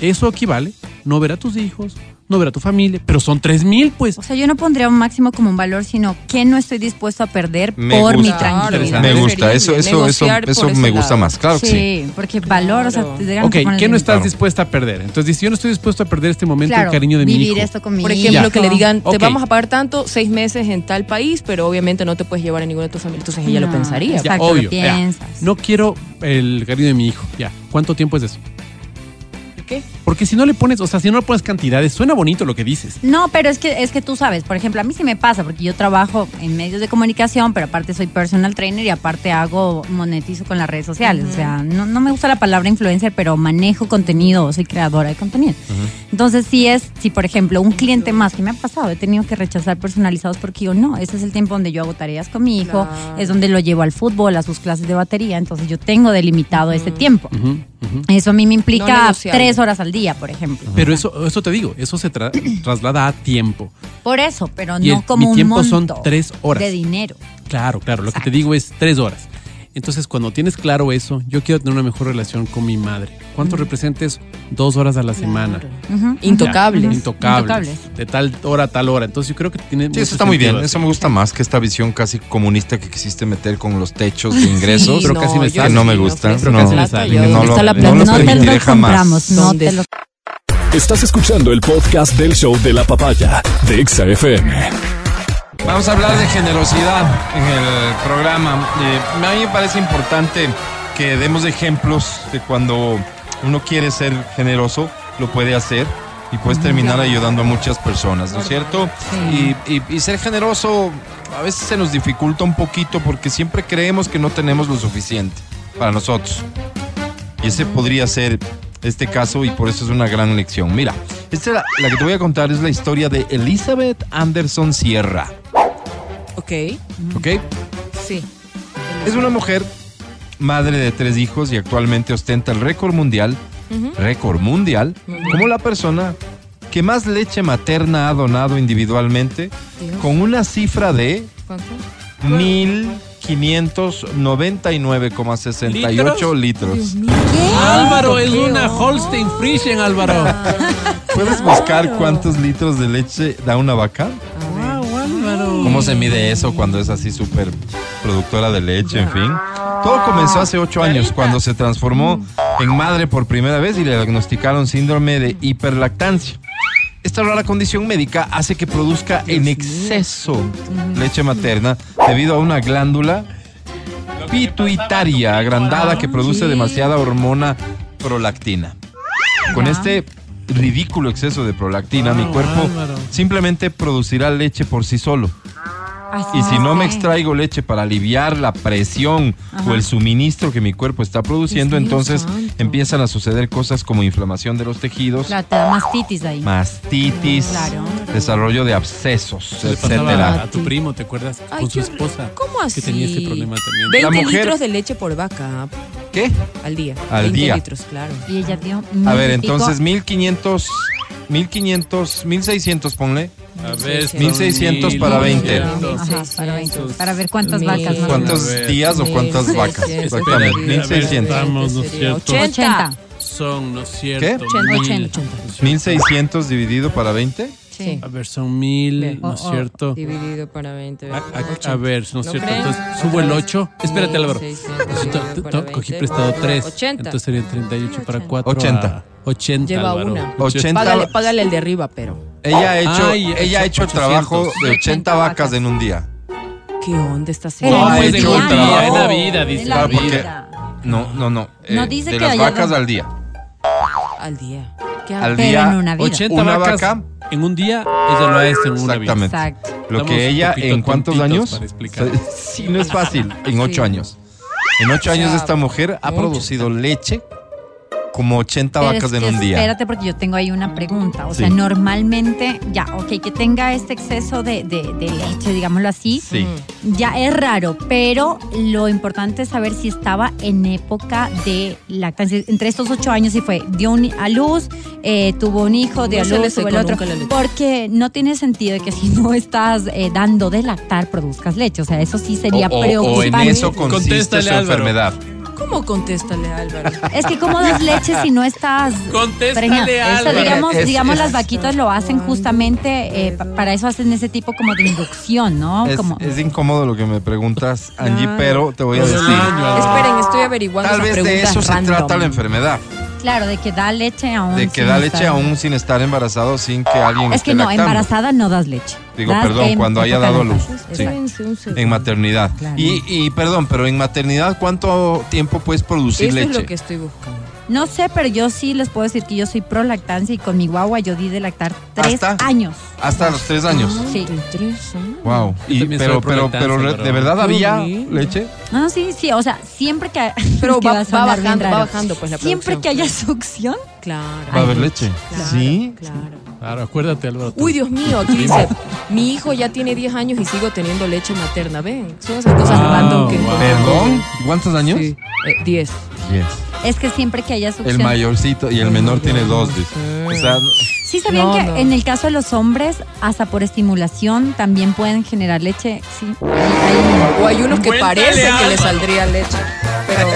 eso equivale no ver a tus hijos, no ver a tu familia, pero son 3 mil, pues.
O sea, yo no pondría un máximo como un valor, sino que no estoy dispuesto a perder
Me
por mi
gusta.
tranquilidad.
Claro,
Me gusta,
preferible
eso, eso, eso,
negociar
eso
por ese
me gusta
lado.
más, claro que sí.
Sí, porque valor, o sea,
Claro.
tendríamos
Ok,
que ponerle
¿qué no
límite.
estás
Claro.
dispuesta a perder? Entonces, dice, yo no estoy dispuesto a perder este momento
Claro,
el cariño de mi
vivir este
hijo.
esto con mi
Por
hijo.
ejemplo, que le digan,
Ok.
te vamos a pagar tanto, seis meses en tal país, pero obviamente no te puedes llevar a ninguna de tus familias. Entonces ella lo
No,
pensaría.
exacto.
Ya, obvio,
lo
ya.
piensas.
No quiero el cariño de mi hijo. Ya. ¿Cuánto tiempo es eso?
¿Qué?
Porque si no le pones, o sea, si no le pones cantidades, suena bonito lo que dices.
No, pero es que, es que tú sabes, por ejemplo, a mí sí me pasa, porque yo trabajo en medios de comunicación, pero aparte soy personal trainer y aparte hago monetizo con las redes sociales. O sea, no, no me gusta la palabra influencer, pero manejo contenido, soy creadora de contenido. Entonces, si es, si por ejemplo, un cliente más que me ha pasado, he tenido que rechazar personalizados porque yo no, ese es el tiempo donde yo hago tareas con mi hijo,
Claro.
es donde lo llevo al fútbol, a sus clases de batería, entonces yo tengo delimitado ese tiempo. Eso a mí me implica
negociable.
tres horas al día, por ejemplo.
Pero eso, eso te digo, eso se tra- traslada a tiempo.
Por eso, pero
Y
no
el-
como
mi tiempo
un
son
monto
tres horas.
de dinero.
Claro, claro. Lo que te
Exacto.
digo es tres horas. Entonces, cuando tienes claro eso, yo quiero tener una mejor relación con mi madre. ¿Cuánto representa eso? Dos horas a la semana.
Ujú.
Intocables.
Ya, Intocables.
Intocables.
De tal hora a tal hora. Entonces, yo creo que tiene.
Sí,
mucho
eso está muy bien.
sentido.
Eso me gusta más que esta visión casi comunista que quisiste meter con los techos de ingresos.
Sí,
Pero casi me
yo
sale.
sí,
No me
yo
gusta,
ofrezco
no.
Casi
plata,
me
yo-
sale.
¿dónde
No lo-
está la
no lo
plata?
No te
permitiré
lo
jamás.
compramos, no
¿Dónde
te lo
Estás escuchando el podcast del show de la papaya de Exa FM.
Vamos a hablar de generosidad en el programa. Eh, a mí me parece importante que demos ejemplos de cuando uno quiere ser generoso, lo puede hacer y puedes terminar ayudando a muchas personas, ¿no es cierto? Y, y- y ser generoso a veces se nos dificulta un poquito porque siempre creemos que no tenemos lo suficiente para nosotros. Y ese podría ser este caso y por eso es una gran lección. Mira, esta la, la que te voy a contar es la historia de Elizabeth Anderson Sierra.
Ok,
¿ok?
sí.
Es una mujer, madre de tres hijos y actualmente ostenta el récord mundial,
Ujú.
récord mundial, como la persona que más leche materna ha donado individualmente,
Dios.
con una cifra de
¿Cuánto?
1.599,68 litros.
Álvaro, es una Holstein Friesen, Álvaro.
¿Puedes buscar cuántos litros de leche da una vaca?
Wow, Álvaro.
¿Cómo se mide eso cuando es así súper productora de leche, en fin? Todo comenzó hace ocho años cuando se transformó en madre por primera vez y le diagnosticaron síndrome de hiperlactancia. Esta rara condición médica hace que produzca en exceso leche materna debido a una glándula pituitaria agrandada que produce demasiada hormona prolactina. Con este ridículo exceso de prolactina, mi cuerpo
Álvaro.
simplemente producirá leche por sí solo.
Así
Y si no me
es.
extraigo leche para aliviar la presión o el suministro que mi cuerpo está produciendo,
Dios mío
entonces
santo.
empiezan a suceder cosas como inflamación de los tejidos,
Claro, te da mastitis ahí.
mastitis,
Claro.
desarrollo de abscesos,
Le pasaba
etcétera.
A tu primo, ¿te acuerdas?
Ay,
con su
qué horrible.
esposa.
¿Cómo así?
Que tenía ese problema también.
20
La mujer-
litros de leche por vaca ¿ah?
¿Qué?
al día.
Al
20
día.
litros, claro.
Y ella dio
A ver,
mil y pico.
entonces 1500, 1500, 1600, ponle.
A
ver,
ver,
son
1600 para 20.
Ajá, para, 20, para ver cuántas
Mil.
vacas más.
¿Cuántos?
¿Cuántos
ver.
días o cuántas vacas?
Seiscientos.
Exactamente,
Espera, a ver,
1600.
Estamos, ¿no es
Sería
cierto?
80.
80.
Son, ¿no es cierto?
¿Qué?
Mil.
80.
1600 dividido para 20.
Sí.
A ver, son mil,
Ve.
¿no es cierto?
Dividido para 20.
A, a-
80.
a ver, ¿no es
¿Lo
cierto?
creen?
Entonces, subo el
Otra vez.
8. Espérate, Álvaro. Entonces,
1600
to- to-
para 20.
cogí prestado 3.
80.
Entonces serían 38 para 4.
80.
80.
Lleva
Álvaro.
una.
80.
Págale, págale el de arriba, pero.
Ella ha hecho,
Ah, Ay,
ella ha hecho
800.
trabajo de 80 vacas
vacas.
en un día.
¿Qué onda esta
Pero
No,
señora?
ha
pues,
hecho el
en el
trabajo.
día,
En la
vida, dice
En
la
la
vida.
vida.
No, no, no.
No dice
de
que
las
haya
vacas
dado-
al día.
Al día. ¿Qué
Al
Pero
día.
en una vida.
80
Una
vacas
vaca.
en un día, ella lo hace en una vida.
Exactamente.
Exacto.
Lo
Estamos
que ella,
un poquito
¿en cuántos
tontitos
años?
para explicar.
Sí, no es fácil. En ocho años. En ocho
O sea,
años esta mujer ha
mucho.
producido leche como 80
Pero
vacas
es
en
que
un día.
Espérate, porque yo tengo ahí una pregunta. O
Sí.
sea, normalmente, ya, ok, que tenga este exceso de, de, de leche, digámoslo así,
Sí.
ya es raro, pero lo importante es saber si estaba en época de lactancia. Entre estos ocho años, si fue, dio un- a luz, eh, tuvo un hijo, dio
No
a
se le
luz, tuvo el
secó
otro.
nunca la leche.
Porque no tiene sentido que si no estás eh, dando de lactar, produzcas leche. O sea, eso sí
O,
sería
o- o en
preocupante.
eso consiste
Contéstale,
su
Álvaro.
enfermedad.
¿Cómo contéstale, Álvaro?
Es que cómo das leche si no estás
Contéstale,
preñada. Eso,
Álvaro.
digamos,
Es-
digamos
es-
las vaquitas lo hacen justamente eh, pa- para eso hacen ese tipo como de inducción, ¿no?
Es,
como
es incómodo lo que me preguntas, Angie, pero te voy a
Todo el
decir.
año, Álvaro.
Esperen, estoy averiguando
Tal
esas
vez de
preguntas
eso se
random.
trata la enfermedad.
claro de que da leche aún.
De que
sin
da
estar-
leche aún sin estar embarazado, sin que alguien
Es
esté
que no,
Este lactando.
embarazada no das leche.
Digo,
Las
perdón,
que
cuando haya dado a luz.
tocan antes,
Sí,
Espérense un segundo.
en maternidad.
Claro.
Y, y perdón, pero en maternidad, ¿cuánto tiempo puedes producir
Eso
leche?
es lo que estoy buscando.
No sé, pero yo sí les puedo decir que yo soy pro lactancia y con mi guagua yo di de lactar tres
¿Hasta?
años. Ah,
Hasta los tres años.
Sí.
Wow. Y,
también soy
pero,
pro
pero,
lactancia,
pero, re-
pero-
¿de verdad
Muy
había
bien.
leche?
No, sí, sí, o sea, siempre que...
Pero
que
va-
a
va
sonar bien
bajando, va
raro.
bajando, pues, la
Siempre
producción.
que haya succión,
Claro.
Va a haber leche.
Claro,
Sí.
Claro.
Claro, acuérdate, Álvaro. tú.
Uy, Dios mío, aquí dice, mi hijo ya tiene 10 años y sigo teniendo leche materna. Ven, son esas cosas
Wow,
random que...
wow.
Ah, Perdón, ¿cuántos años?
Sí, eh, 10.
Diez.
es que siempre que haya
El
succión...
mayorcito y el menor tiene dos. dice. O sea,
Sí, sabían
No,
que
no.
en el caso de los hombres, hasta por estimulación, también pueden generar leche. Sí. Hay-
O hay unos que parece que le saldría leche, pero...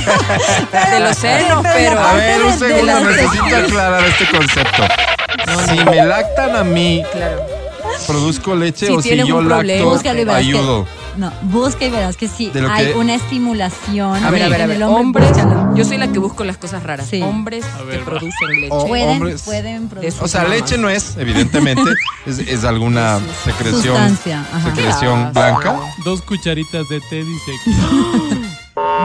de los senos, pero...
a ver, un segundo,
las
necesito
tetillas.
aclarar este concepto. Si me lactan a mí,
Claro.
¿produzco leche
Si
o si
tienes
yo
un problema.
lacto,
Búscalo y verás que-
ayudo?
no, busca y verás que sí
De lo
hay
que-
una estimulación
A ver, a ver, a
en
ver.
el hombre.
Hombres,
búscalo.
yo soy la que busco las cosas raras.
Sí.
Hombres
A ver,
que
va.
producen leche.
O-
pueden,
hombres-
pueden producir.
sus
O sea,
mamás.
leche no es, evidentemente, es, es alguna secreción,
Sustancia, ajá.
secreción blanca.
Dos cucharitas de té, dice.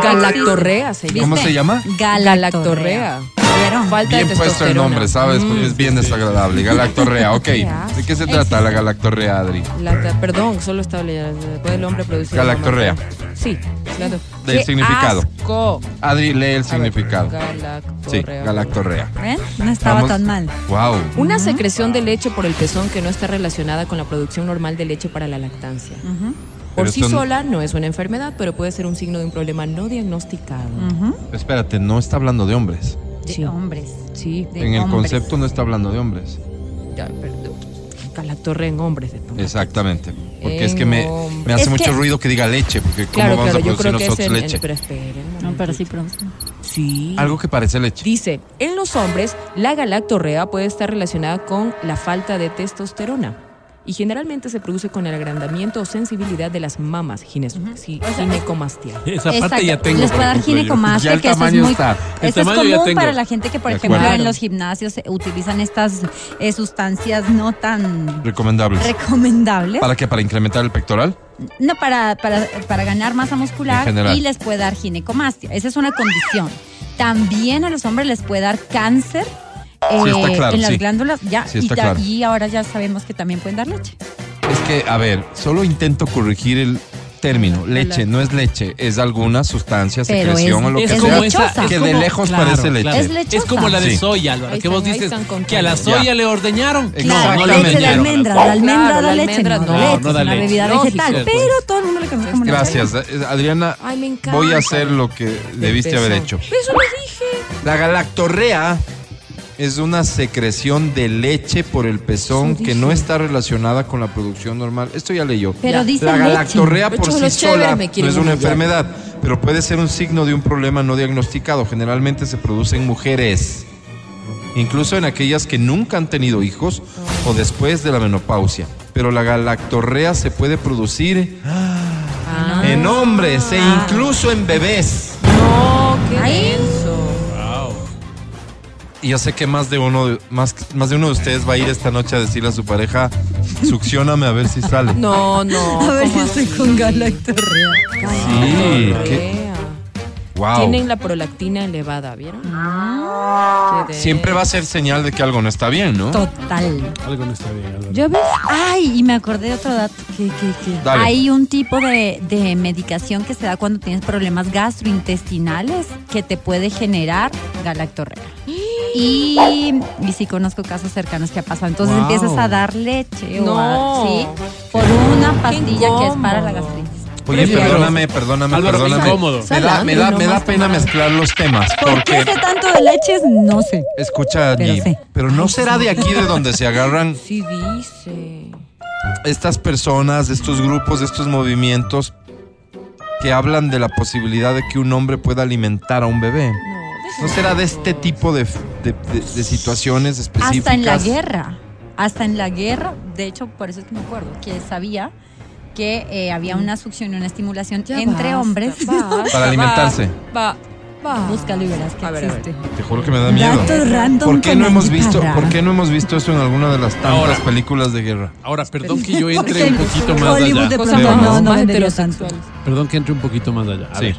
Galactorrea se llama.
¿Cómo se llama?
Galactorrea.
Galactorrea.
¿Vieron?
Falta
Bien
de
puesto el
testosterona.
nombre, ¿sabes? Porque es bien desagradable. Galactorrea, ok.
¿Qué hace?
¿De qué se trata la galactorrea, Adri?
Lacta- perdón, solo estaba leyendo. Después el hombre producido.
Galactorrea.
Sí, claro.
Del
¡Qué
significado.
asco!
Adri, lee el
A ver,
significado. Sí,
Galactorrea.
galactorrea.
¿Ven? No estaba
Vamos.
tan mal.
Wow.
Una secreción de leche por el pezón que no está relacionada con la producción normal de leche para la lactancia.
Ujú,
Por
Pero
sí
esto no-
sola no es una enfermedad, pero puede ser un signo de un problema no diagnosticado.
ujú.
Espérate, no está hablando de hombres.
De
Sí.
hombres.
Sí,
De
en el
hombres.
concepto no está hablando de hombres.
ya, perdón. Galactorrea en hombres después.
Exactamente. Porque es
En
que me, me
hombres.
hace
Es
mucho
que-
ruido que diga leche, porque ¿cómo
Claro,
vamos
claro,
a
yo
producir
creo que es
nosotros
en, en-
leche?
pero esperen. un
No, pero sí
momentito.
produce.
Sí.
Algo que parece leche.
Dice, en los hombres, la galactorrea puede estar relacionada con la falta de testosterona y generalmente se produce con el agrandamiento o sensibilidad de las mamas gines- sí, ginecomastia.
eh,
Esa parte
Exacto.
ya tengo.
Les
por
puede dar
ejemplo, yo.
Ya
ginecomastia,
el
que eso es
tamaño
muy.
está.
El
Eso es
tamaño ya
común
tengo.
para la gente que, por
De
ejemplo,
acuerdo.
en los gimnasios eh, utilizan estas eh, sustancias no tan
Recomendable.
recomendables.
¿Para qué? ¿Para incrementar el pectoral?
No, para, para, para ganar masa
En
muscular
general.
y les puede dar ginecomastia. Esa es una condición. También a los hombres les puede dar cáncer
Sí, está
eh,
claro,
en las
sí.
glándulas. Ya,
Sí,
y,
está
de
claro.
aquí ahora ya sabemos que también pueden dar leche.
Es que, a ver, solo intento corregir el término. Leche no es leche, es alguna sustancia,
Pero
secreción
es-
o lo
es
que
como
sea.
esa- es
que de
como-
lejos
claro,
parece leche.
claro.
Es lechosa.
Es como la de
Sí.
soya, Álvaro,
Ahí
que
están,
vos
ahí
dices
están con
que a la
todo.
soya le ordeñaron.
Eh,
Claro,
Exactamente.
leche de
Claro,
almendra, de almendra
claro,
da
la
leche,
almendra
no,
no.
leche,
No, no da
es una
leche.
bebida
Lógico,
vegetal,
pues.
pero todo el mundo lo conoce como una
Gracias, eh, Adriana.
Ay, me encanta.
Voy a hacer lo que debiste haber hecho.
Eso lo dije.
La galactorrea es una secreción de leche por el pezón
Eso
que
dije.
no está relacionada con la producción normal. Esto ya leyó.
Pero
Ya.
dice
La
leche.
galactorrea
Pero
por
chulo,
sí
chévere,
sola
me
no
quieren
es una
humillar.
enfermedad, pero puede ser un signo de un problema no diagnosticado. Generalmente se produce en mujeres, incluso en aquellas que nunca han tenido hijos o después de la menopausia. Pero la galactorrea se puede producir
Ah,
eh,
en hombres e incluso en bebés.
no, qué
Ay.
denso.
Y yo sé que más de uno de, más, más de uno de ustedes va a ir esta noche a decirle a su pareja, succióname a ver si sale.
No, no.
A ver si
¿cómo
estoy
así?
con galactorrea.
Sí,
Galactorrea.
qué- wow.
Ah, Tienen la prolactina elevada, ¿vieron?
Ah.
Qué denso.
Ah, Siempre va a ser señal de que algo no está bien, ¿no?
Total.
Algo no está bien, Álvaro.
Yo vi, ay, y me acordé de otro dato. Que, que- que
Dale.
Hay un tipo de, de medicación que se da cuando tienes problemas gastrointestinales que te puede generar galactorrea. Y, y sí conozco casos cercanos que ha pasado. Entonces
Wow.
empiezas a dar leche o a-
No.
sí, por una pastilla que es
incómodo.
para la gastritis.
Oye,
Prefiero.
perdóname, perdóname,
Álvaro, qué
perdóname.
incómodo.
Me da, me da, me da
Salame,
pena
nomás.
mezclar los temas
¿Por qué
porque
sé tanto de leches? No sé.
escucha
Pero
allí,
sé.
pero no será de aquí de donde se agarran
Sí dice.
estas personas, estos grupos, estos movimientos que hablan de la posibilidad de que un hombre pueda alimentar a un bebé. ¿No
No,
será de este tipo de, de- de- de situaciones específicas?
Hasta en la guerra. Hasta en la guerra. De hecho, por eso es que me acuerdo que sabía que eh, había una succión y una estimulación entre hombres.
Para alimentarse.
Va, Va.
Búscalo y verás que
A ver, a ver.
existe.
Te juro que me da miedo.
Datos random
¿Por qué,
con
no hemos
Angie
visto,
Parra.
¿Por qué no hemos visto eso en alguna de las tantas
Ahora.
películas de guerra?
Ahora, perdón que yo entre un poquito más
Hollywood
allá.
de pronto
Veamos.
no, no
Más
vendería tanto.
heterosexuales.
Perdón que entre un poquito más allá. A
Sí.
ver,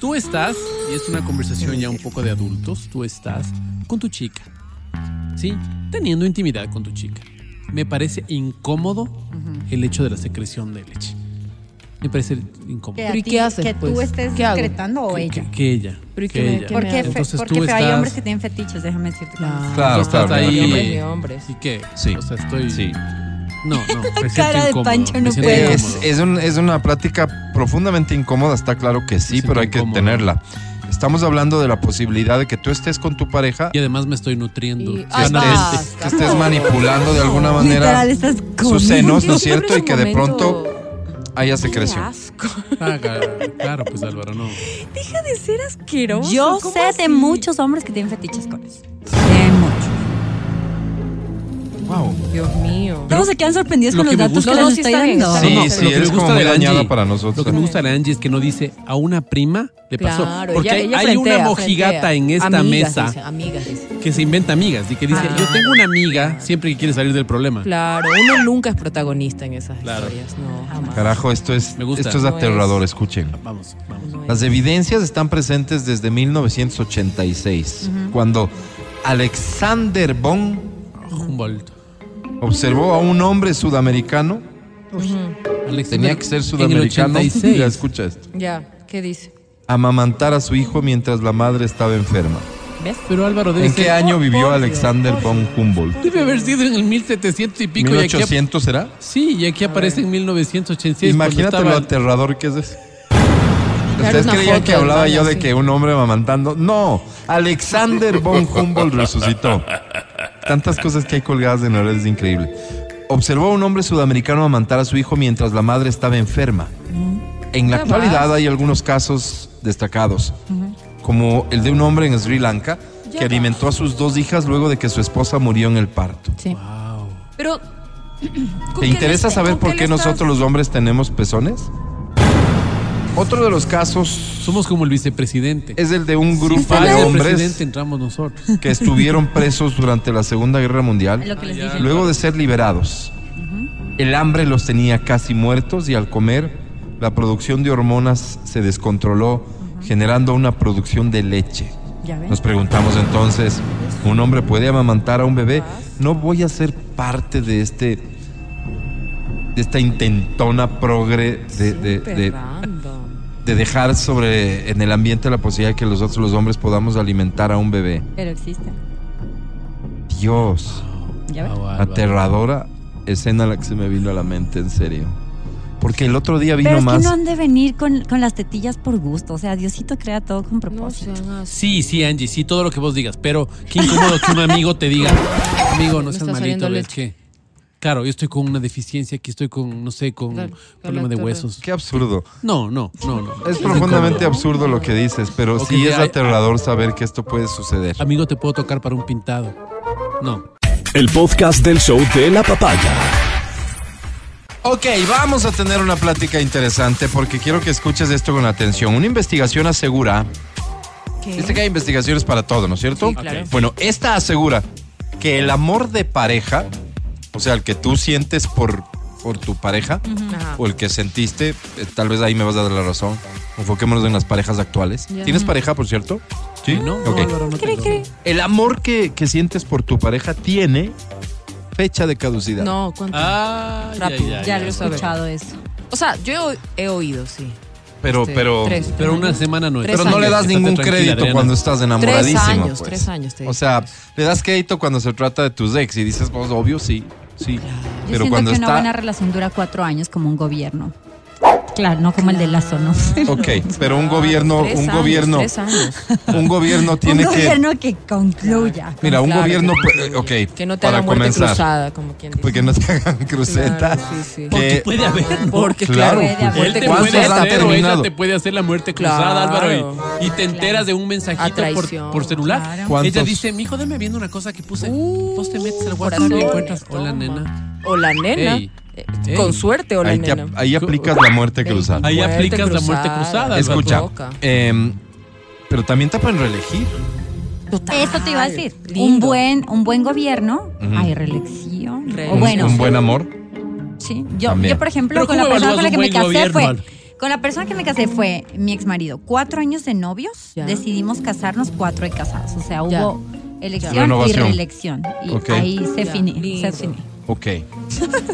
tú estás, y es una conversación ya un poco de adultos, tú estás con tu chica, ¿sí? Teniendo intimidad con tu chica. Me parece incómodo el hecho de la secreción de leche. Me parece incómodo.
a ¿y ti- qué haces,
Que tú
pues?
estés
¿Qué hago?
secretando o
Que,
ella.
que- que ella.
Pero ¿y
que
qué me-
ella.
qué me
Porque,
hace?
fe-
Entonces
porque
tú
fe- hay
estás-
hombres que tienen fetiches, déjame decirte. que no.
Claro,
Tú estás
claro,
ahí.
Ni hombres ni hombres.
¿Y qué?
Sí.
O sea, estoy.
Sí.
No, no. me siento
cara de
incómodo,
Pancho
me
no
siento
puedo.
Es,
incómodo.
es un- es una práctica profundamente incómoda, está claro que sí,
siento
pero hay que
incómodo.
tenerla. Estamos hablando de la posibilidad de que tú estés con tu pareja,
Y
que
además me estoy nutriendo.
Y- ah. Ay,
sanamente.
basta.
estés manipulando de alguna manera
Literal, estás comiendo.
sus senos, ¿no
Dios,
es cierto?
siempre
Y que de
un momento-
pronto haya
Qué
secreción.
asco.
Ah, claro, claro, pues Álvaro, no.
Deja de ser asqueroso.
Yo
¿cómo
sé de
así?
muchos hombres que tienen fetiches con eso. De muchos.
Wow.
Dios mío.
Todos se quedan sorprendidos
Lo
con
que
los
me
datos
gusta-
que
No, no,
les
sí
estoy
está bien,
dando.
está
Sí,
bien.
No, no,
sí,
lo que
es
me
como
gusta
muy
de Angie,
dañada para nosotros.
Lo que me gusta de Angie es que no dice a una prima le pasó.
Claro,
porque
ella-
hay,
ella
hay
frentea,
una mojigata
frentea.
en esta
Amigas,
mesa
dice, amigas, dice.
que se inventa amigas y que dice,
Ah.
yo tengo una amiga siempre que quiere salir del problema.
Claro, uno nunca es protagonista en esas
Claro.
historias. No, jamás.
Carajo, esto es,
Me gusta.
esto es
No es-
aterrador, escuchen.
Vamos, vamos.
No es.
Las evidencias están presentes desde 1986, cuando Alexander Bond
Humboldt.
observó a un hombre sudamericano.
Alex,
Tenía
mira,
que ser
En
sudamericano.
el
Ya
86.
escucha esto.
Ya, ¿qué dice?
Amamantar a su hijo mientras la madre estaba enferma.
¿Ves?
Pero Álvaro debe
¿En
ser-
qué año vivió Alexander von Humboldt?
Debe haber sido en el 1700 y pico. Y aquí, ap-
¿1800 será?
sí, y aquí aparece en 1986. cuando
Imagínate
estaba-
lo aterrador que es eso. Ustedes
una
creían
foto
que
del
hablaba
baño,
yo de
sí.
que un hombre amamantando. No, Alexander von Humboldt resucitó. Tantas cosas que hay colgadas en la red es increíble. Observó a un hombre sudamericano amamantar a su hijo mientras la madre estaba enferma. En la
Nada
actualidad
más.
hay algunos casos destacados, como el de un hombre en Sri Lanka
Ya
que
va.
alimentó a sus dos hijas luego de que su esposa murió en el parto.
Sí. Pero. ¿con
¿Te
qué
interesa
le-
saber
con
por qué
le estás-
nosotros los hombres tenemos pezones? Otro de los casos
Somos como el vicepresidente.
es el de un
Sin
grupo
falta
de
de
hombres
presidente entramos nosotros.
que estuvieron presos durante la Segunda Guerra Mundial
Lo que les dije.
luego de ser liberados. El hambre los tenía casi muertos y al comer la producción de hormonas se descontroló generando una producción de leche.
Ya ven.
Nos preguntamos entonces, ¿un hombre puede amamantar a un bebé? No voy a ser parte de este de esta intentona progre de, de-
Súper
de-
random.
de dejar sobre en el ambiente la posibilidad de que nosotros los hombres podamos alimentar a un bebé.
Pero existe.
Dios,
Ya ven.
Ah, Álvaro.
aterradora escena la que se me vino a la mente, en serio. Porque el otro día vino
Pero es
más.
que no han de venir con, con las tetillas por gusto. O sea, Diosito crea todo con
No
propósito.
sean
Sí,
así.
sí, Angie, sí, todo lo que vos digas, pero qué incómodo que un amigo te diga, amigo, no
Me
seas
está saliendo
malito, ¿ves
leche.
qué? Claro, yo estoy con una deficiencia, aquí estoy con, no sé, con
Dale,
problema de
dale,
huesos.
Qué absurdo.
No, no, no, no.
Es profundamente absurdo lo que dices, pero
Ok,
sí es
hay-
aterrador saber que esto puede suceder.
Amigo, te puedo tocar para un pintado. No.
El podcast del show de la papaya.
Ok, vamos a tener una plática interesante porque quiero que escuches esto con atención. Una investigación asegura. Dice que hay investigaciones para todo, ¿no es cierto?
Sí, claro.
Ok. Bueno, esta asegura que el amor de pareja, o sea, el que tú sientes por, por tu pareja,
Ajá.
o el que sentiste, eh, tal vez ahí me vas a dar la razón. Enfoquémonos en las parejas actuales.
Ya.
¿Tienes pareja, por cierto? Sí.
No, no,
Ok.
Álvaro, no tengo.
El amor que, que sientes por tu pareja tiene fecha de caducidad.
No, ¿cuánto?
Ah, ya,
Rápido.
ya,
Ya
ya.
lo he
Eso a ver.
escuchado eso.
O sea, yo he, he oído, sí.
pero,
Este,
pero.
tres.
Pero una semana no es.
Tres
Pero no le das
Estate
ningún
tranquila,
crédito
Adriana.
cuando estás
Tres
enamoradísima.
años,
pues.
tres años. te
O sea, le das crédito cuando se trata de tus ex y dices, vos, obvio, sí, sí.
Yo
Pero
siento
cuando
que una buena
está.
relación dura cuatro años como un gobierno. Claro, no como el de Lazo, ¿no?
Ok, pero un
digo.
gobierno,
Tres
un
años,
gobierno,
Tres años.
un gobierno
Un
tiene que.
gobierno que concluya.
Mira, un
Claro,
gobierno.
que-
pu- eh, Ok,
Que no te
para
haga muerte
comenzar.
cruzada, como quien dice.
Porque no te hagan
Claro,
crucetas.
sí, sí.
Que-
Porque
Ah,
puede haber, ¿no?
Porque
Claro,
claro,
pues,
la
Él
muerte
te
¿Cuántos
puede
cruzada.
han
hacer o ella
terminado?
te puede hacer la muerte cruzada,
Claro.
Álvaro. Y, y te enteras de un
A
mensajito por,
traición.
por celular.
Claro.
¿Cuántos?
Ella dice, mi hijo, dame viendo una cosa que puse.
Uh,
Vos te metes al WhatsApp y
corazones,
encuentras. Hola,
toma.
nena.
O la nena.
Ey,
Eh,
ey.
Con suerte, o la
Ahí, te-
nena.
ahí aplicas la muerte cruzada.
Ahí
Muerte
aplicas la muerte cruzada, Álvaro.
Escucha,
Loca.
em, Pero también te pueden reelegir.
Total.
Eso te iba a decir. Un
Lindo.
buen, un buen gobierno.
Ujú.
Hay reelección.
Re-
O
Un-
bueno,
Un buen amor.
sí. Yo,
También.
yo, por ejemplo,
Pero
con la
¿cómo
persona
evalúas
con la que
un
me
buen gobierno,
casé fue. Con la persona que me casé fue mi ex marido. Cuatro años de novios,
Ya.
decidimos casarnos, cuatro de casados. O sea,
Ya.
hubo elección
Ya.
y
Renovación.
reelección. Y
Ok.
ahí se
Ya,
finí.
lindo.
Se finí.
Ok.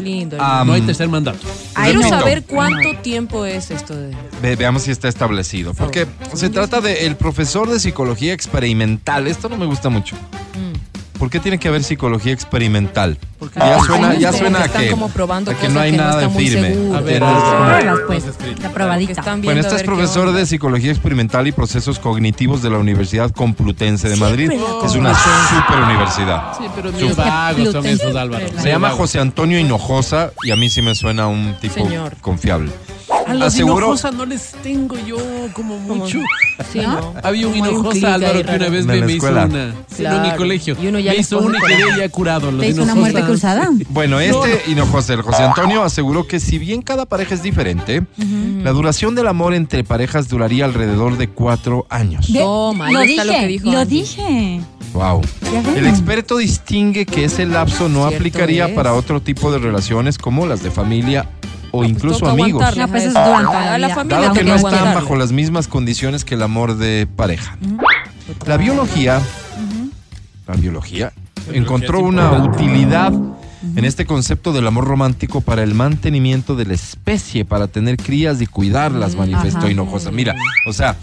Lindo.
Ah, pues,
No hay tercer mandato.
Ay,
Quiero
no.
saber cuánto tiempo es esto de.
Ve- veamos si está establecido. Porque se trata del profesor de psicología experimental. Esto no me gusta mucho.
Mm.
¿Por qué tiene que haber psicología experimental?
Porque
Ya
Hay
suena,
gente
ya
que
suena a
están
que,
como probando
a que no
cosas
hay
que no
nada
están
de
muy
firme.
seguras.
A ver,
Tienes-
ah.
Pruebas, pues.
Entonces,
La probadita.
Bueno, este es profesor de psicología experimental y procesos cognitivos de la Universidad Complutense de Madrid.
la
Es una super universidad.
Sí, pero medio vagos son
Pluten.
esos, Álvaro.
Se
Se
Medio
llama
vagos.
José Antonio Hinojosa y a mí sí me suena un tipo
Señor.
confiable.
A los
Aseguró-
Hinojosa no les tengo yo como mucho.
Sí, ¿no?
Había un
Como hay un clic
Hinojosa,
ahí
Álvaro, que
raro.
una vez
En
me,
la
me hizo
escuela.
una. sí, no, en el
Claro.
colegio.
Y uno ya
me
le
hizo
coge
una y
coraje.
quedé ya curado. Los
¿Te hizo una
Hinojosa-
muerte cruzada?
Bueno, este Hinojosa, el José
Ah.
Antonio, aseguró que si bien cada pareja es diferente, la duración del amor entre parejas duraría alrededor de cuatro años.
Ve,
Toma, Oh, ahí
lo
está
dije,
lo que dijo
lo
Andy.
dije.
Wow.
Ya ven.
El experto distingue que ese lapso no
Cierto
aplicaría
es.
para otro tipo de relaciones como las de familia o
pues
incluso
toca
amigos.
aguantarla,
No, pues,
esa
es
es-
durante la
A la
vida.
familia
Dado que
toca
no están
aguantarla.
bajo las mismas condiciones que el amor de pareja. La biología, la biología, encontró una utilidad en este concepto del amor romántico para el mantenimiento de la especie, para tener crías y cuidarlas, manifestó
ajá.
Hinojosa. Mira, o sea,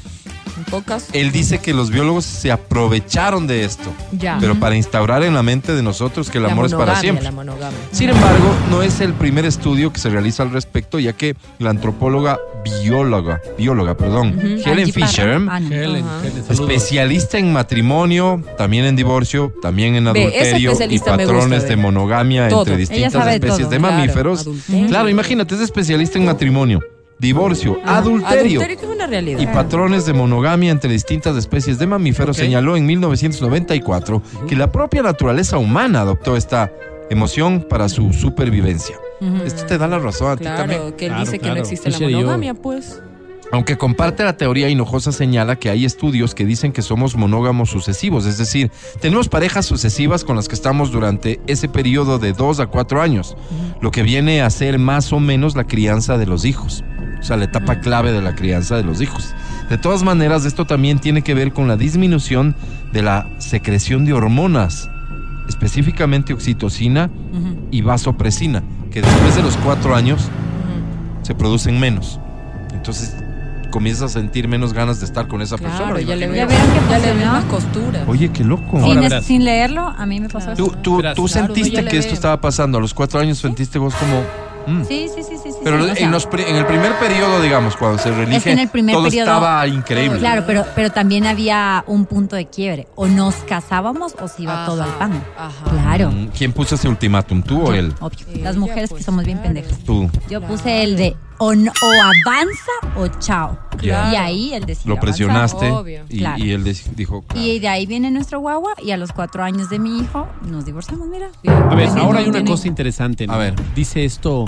En pocas.
él dice que los biólogos se aprovecharon de esto,
Ya.
pero para instaurar en la mente de nosotros que el
La
amor es para
monogamia,
siempre.
La monogamia.
Sin embargo, no es el primer estudio que se realiza al respecto, ya que la antropóloga bióloga, bióloga, perdón, Helen
Angie Parra.
Fisher,
Ah, no.
Helen,
Ajá.
Helen, saludos.
especialista en matrimonio, también en divorcio, también en
Ve, esa
adulterio y
especialista me gusta,
patrones
ve.
de monogamia
Todo.
entre
Ella
distintas
sabe
especies
todo,
de
claro,
mamíferos.
adulterio.
Claro, imagínate, es especialista en matrimonio, divorcio,
Ah,
adulterio.
Adulterio que es una realidad.
Y patrones de monogamia entre distintas especies de mamíferos
Ok.
señaló en 1994 que la propia naturaleza humana adoptó esta emoción para su supervivencia. Esto te da la razón a ti también.
Claro, que él
Claro,
dice que no
claro.
existe la
Fisher y yo.
monogamia, pues.
Aunque comparte la teoría, Hinojosa señala que hay estudios que dicen que somos monógamos sucesivos, es decir, tenemos parejas sucesivas con las que estamos durante ese periodo de dos a cuatro años, lo que viene a ser más o menos la crianza de los hijos, o sea, la etapa clave de la crianza de los hijos. De todas maneras, esto también tiene que ver con la disminución de la secreción de hormonas, específicamente oxitocina y vasopresina, que después de los cuatro años se producen menos. Entonces comienzas a sentir menos ganas de estar con esa
Claro,
persona.
ya le
imagino
veo.
Ya
yo.
vieron
Ya
que
le
funcionó.
veo más costuras.
Oye, qué loco.
Ahora
Sin,
verás.
sin leerlo, a mí me pasó
tú
eso.
tú,
Verás,
tú
claro,
yo
sentiste
le
que esto
veo.
estaba pasando. A los cuatro años sentiste vos como... mm.
Sí, sí, sí, sí. sí,
Pero
sí, o sea,
en, los pri- en el primer periodo, digamos, cuando se relige,
Es que en el primer
todo
periodo-
estaba increíble.
Claro, pero, pero también había un punto de quiebre. O nos casábamos o se iba
Ajá,
todo al pan.
ajá.
Claro.
Mm, ¿Quién puso ese ultimátum, tú o él?
Obvio.
Ella,
Las mujeres
pues,
que somos bien
claro.
pendejas.
Tú.
Yo puse el de o, no- o avanza o chao.
Claro.
Y ahí él decidió.
Lo
avanzar.
presionaste
obvio.
y,
Claro.
y él de- dijo... "Ah, claro.
Y de ahí viene nuestro guagua y a los cuatro años de mi hijo nos divorciamos, mira.
A ver,
Sí,
ahora
no
hay una
tiene-
cosa interesante. ¿no?
A ver.
Dice esto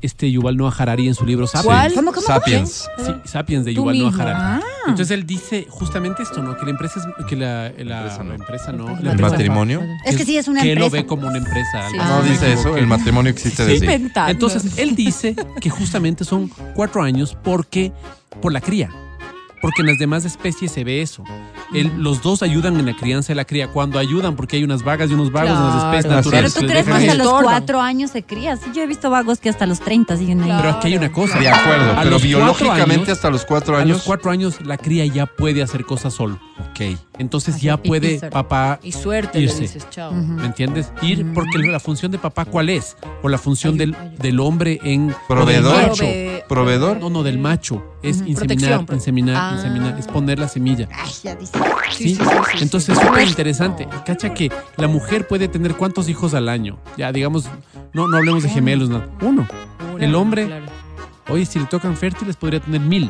este Yuval Noah Harari en su libro Sapiens.
¿Cuál?
¿Cómo, cómo,
Sapiens.
Sí, Sapiens de
Tú
Yuval Noah
mismo.
Harari.
Ah.
Entonces él dice justamente esto, ¿no? Que la empresa es que la, la
Empresa no.
empresa no,
El
la
¿El
empresa-
matrimonio?
Es que sí, es una
que lo
empresa.
ve como una empresa.
Sí.
algo
No
así.
dice
Me
eso,
equivoqué.
el matrimonio existe de sí.
Inventando.
Entonces, él dice que justamente son cuatro años porque por la cría. Porque en las demás especies se ve eso. El- los dos ayudan en la crianza de la cría. Cuando ayudan, porque hay unas vagas y unos vagos en las
Claro.
especies
Pero
Pero
naturales.
tú
que les
crees que
dejan
hasta
el-
los
entorno.
cuatro años se crías. Sí, yo he visto vagos que hasta los 30 siguen ahí.
Claro.
Pero aquí hay una cosa.
De acuerdo,
A
pero
los cuatro
biológicamente
años-
hasta los cuatro
A
años...
los cuatro años la cría ya puede hacer cosas solo.
Ok.
Entonces
Hacer
ya
pipí
puede
solo.
papá
Y suerte le
Irse.
dices, chao.
Ujú.
¿Me entiendes? Ir porque la función de papá cuál es o la función del, del hombre en
Proveedor.
o del macho.
Prove-
Proveedor.
No, no, del macho es inseminar,
Protección, pro-
inseminar,
Ah.
inseminar, es poner la semilla.
Ay, ya dice.
Sí,
¿sí?
sí, sí, sí,
Entonces
sí.
es súper interesante. Cacha que la mujer puede tener cuántos hijos al año. Ya digamos, no no hablemos de gemelos, no. uno. El hombre,
Claro.
Oye, si le tocan fértiles podría tener mil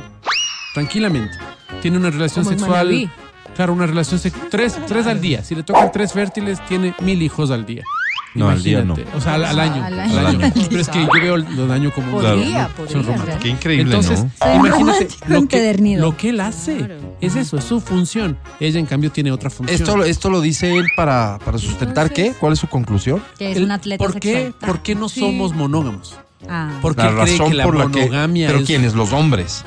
tranquilamente. Tiene una relación
Como en
sexual.
Manabí.
Claro, una relación sexual. Tres, tres al día. Si le tocan tres fértiles, tiene mil hijos al día.
No, al día no.
O sea, al, al año.
Al
año. Al año.
Pero es que yo veo el, el año como un-
Podría,
son
podría,
románticos.
¿verdad?
Qué increíble,
Entonces,
¿no?
Soy
imagínate
romántico
lo que,
empedernido.
lo que él hace.
Claro.
Es eso, es su función. Ella, en cambio, tiene otra función.
Esto, lo- esto lo dice él para, para sustentar qué? ¿Cuál es su conclusión?
Que es
El-
un atleta
¿por qué,
sexual.
¿Por qué no
Sí.
somos monógamos?
Ah,
¿Por qué
La
cree
razón
que la
por la que.
monogamia
Pero
es
quiénes, los hombres.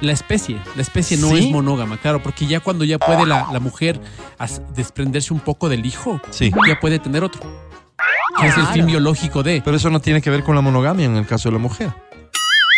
la especie? La especie no
¿Sí?
es monógama, claro, porque ya cuando ya puede la, la mujer as- desprenderse un poco del hijo,
Sí.
ya puede tener otro. Que es el fin
Claro.
biológico de...
Pero eso no tiene que ver con la monogamia en el caso de la mujer.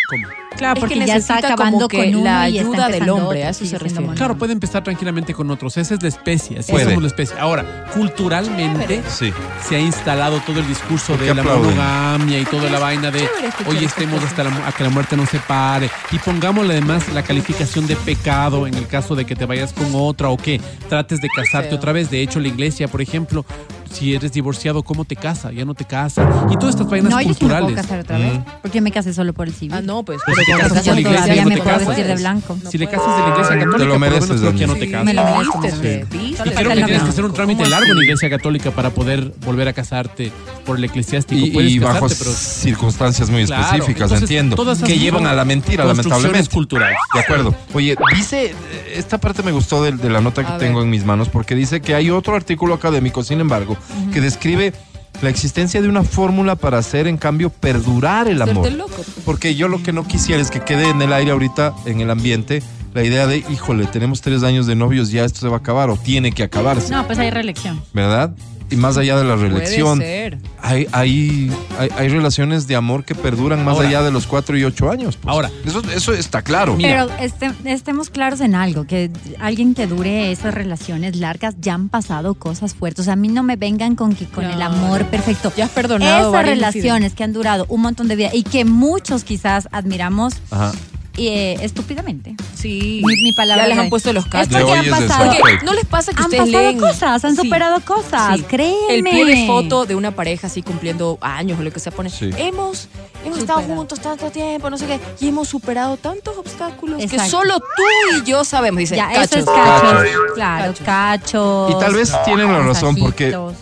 ¿cómo?
Claro,
Es
porque
que
ya está
necesita como
acabando
que
con
uno
la
y está
ayuda del
empezando
hombre,
otro,
a eso
sigue
se
siendo
refiere.
mono.
Claro, puede empezar tranquilamente con otros. Esa es la especie, así
Puede.
somos la especie. Ahora, culturalmente
Sí.
se ha instalado todo el discurso
¿Por qué
de la
aplauden?
monogamia y toda la vaina de
chévere escuchar
hoy
estas
estemos
cosas.
hasta la mu- a que la muerte nos separe y pongámosle además la calificación de pecado en el caso de que te vayas con otra o que trates de casarte
Feo.
otra vez. De hecho, la iglesia, por ejemplo, si eres divorciado, ¿cómo te casa? Ya no te casa. Y todas estas vainas
no, yo sí me puedo
culturales.
casar otra vez. Porque yo me casé solo por el civil.
Mm. Ah, no, pues.
Pero si te
porque
casas
estás
por la
en
iglesia,
todavía
no
me
te
puedo
casas.
vestir de blanco.
si le casas de la iglesia católica,
Te lo
por menos
mereces,
creo que ya no
Dani.
te
Sí,
casas.
me lo merezco.
Y creo
Falta
que
la
tienes que
mano.
hacer un trámite largo en la iglesia católica para poder volver a casarte por el eclesiástico.
Y,
Puedes
y bajo
casarte, pero-
circunstancias muy
Claro,
específicas,
entonces,
entiendo.
todas esas
que llevan a la mentira,
construcciones
lamentablemente.
culturales.
De acuerdo. Oye, dice, esta parte me gustó del- de, la nota que
A
tengo
ver.
en mis manos, porque dice que hay otro artículo académico, sin embargo, que describe la existencia de una fórmula para hacer, en cambio, perdurar el amor.
Suerte loco.
Porque yo lo que no quisiera es que quede en el aire ahorita, en el ambiente, la idea de, híjole, tenemos tres años de novios, ya esto se va a acabar o tiene que acabarse,
No, pues hay reelección.
¿verdad? Y más allá de la reelección,
Puede ser.
hay, hay, hay, hay relaciones de amor que perduran más
Ahora.
allá de los cuatro y ocho años. pues.
Ahora.
Eso, eso está claro.
Pero este- estemos claros en algo, que alguien que dure esas relaciones largas ya han pasado cosas fuertes. O sea, a mí no me vengan con que con el
Claro.
amor perfecto.
Ya has perdonado.
Esas
varias
relaciones que han durado un montón de vida y que muchos quizás admiramos
Ajá.
eh, estúpidamente.
infidelidades. Sí.
Mi, mi palabra.
Ya les
no
han
es.
puesto los
Es
cachos.
De
porque
hoy
han
es de
pasado,
Santa
Porque
Fe.
no les pasa que
han
ustedes
pasado
leen.
cosas, han
Sí.
superado cosas,
Sí.
créeme.
El pie de foto de una pareja así cumpliendo años o lo que sea pone.
Sí.
Hemos, hemos
Superado.
estado juntos tanto tiempo, no sé qué, y hemos superado tantos obstáculos
Exacto.
que solo tú y yo sabemos. Dice,
Ya, eso
cachos.
es cachos.
Cachos.
Claro,
Cachos.
cachos.
Y tal vez tienen la razón, porque-
mensajitos.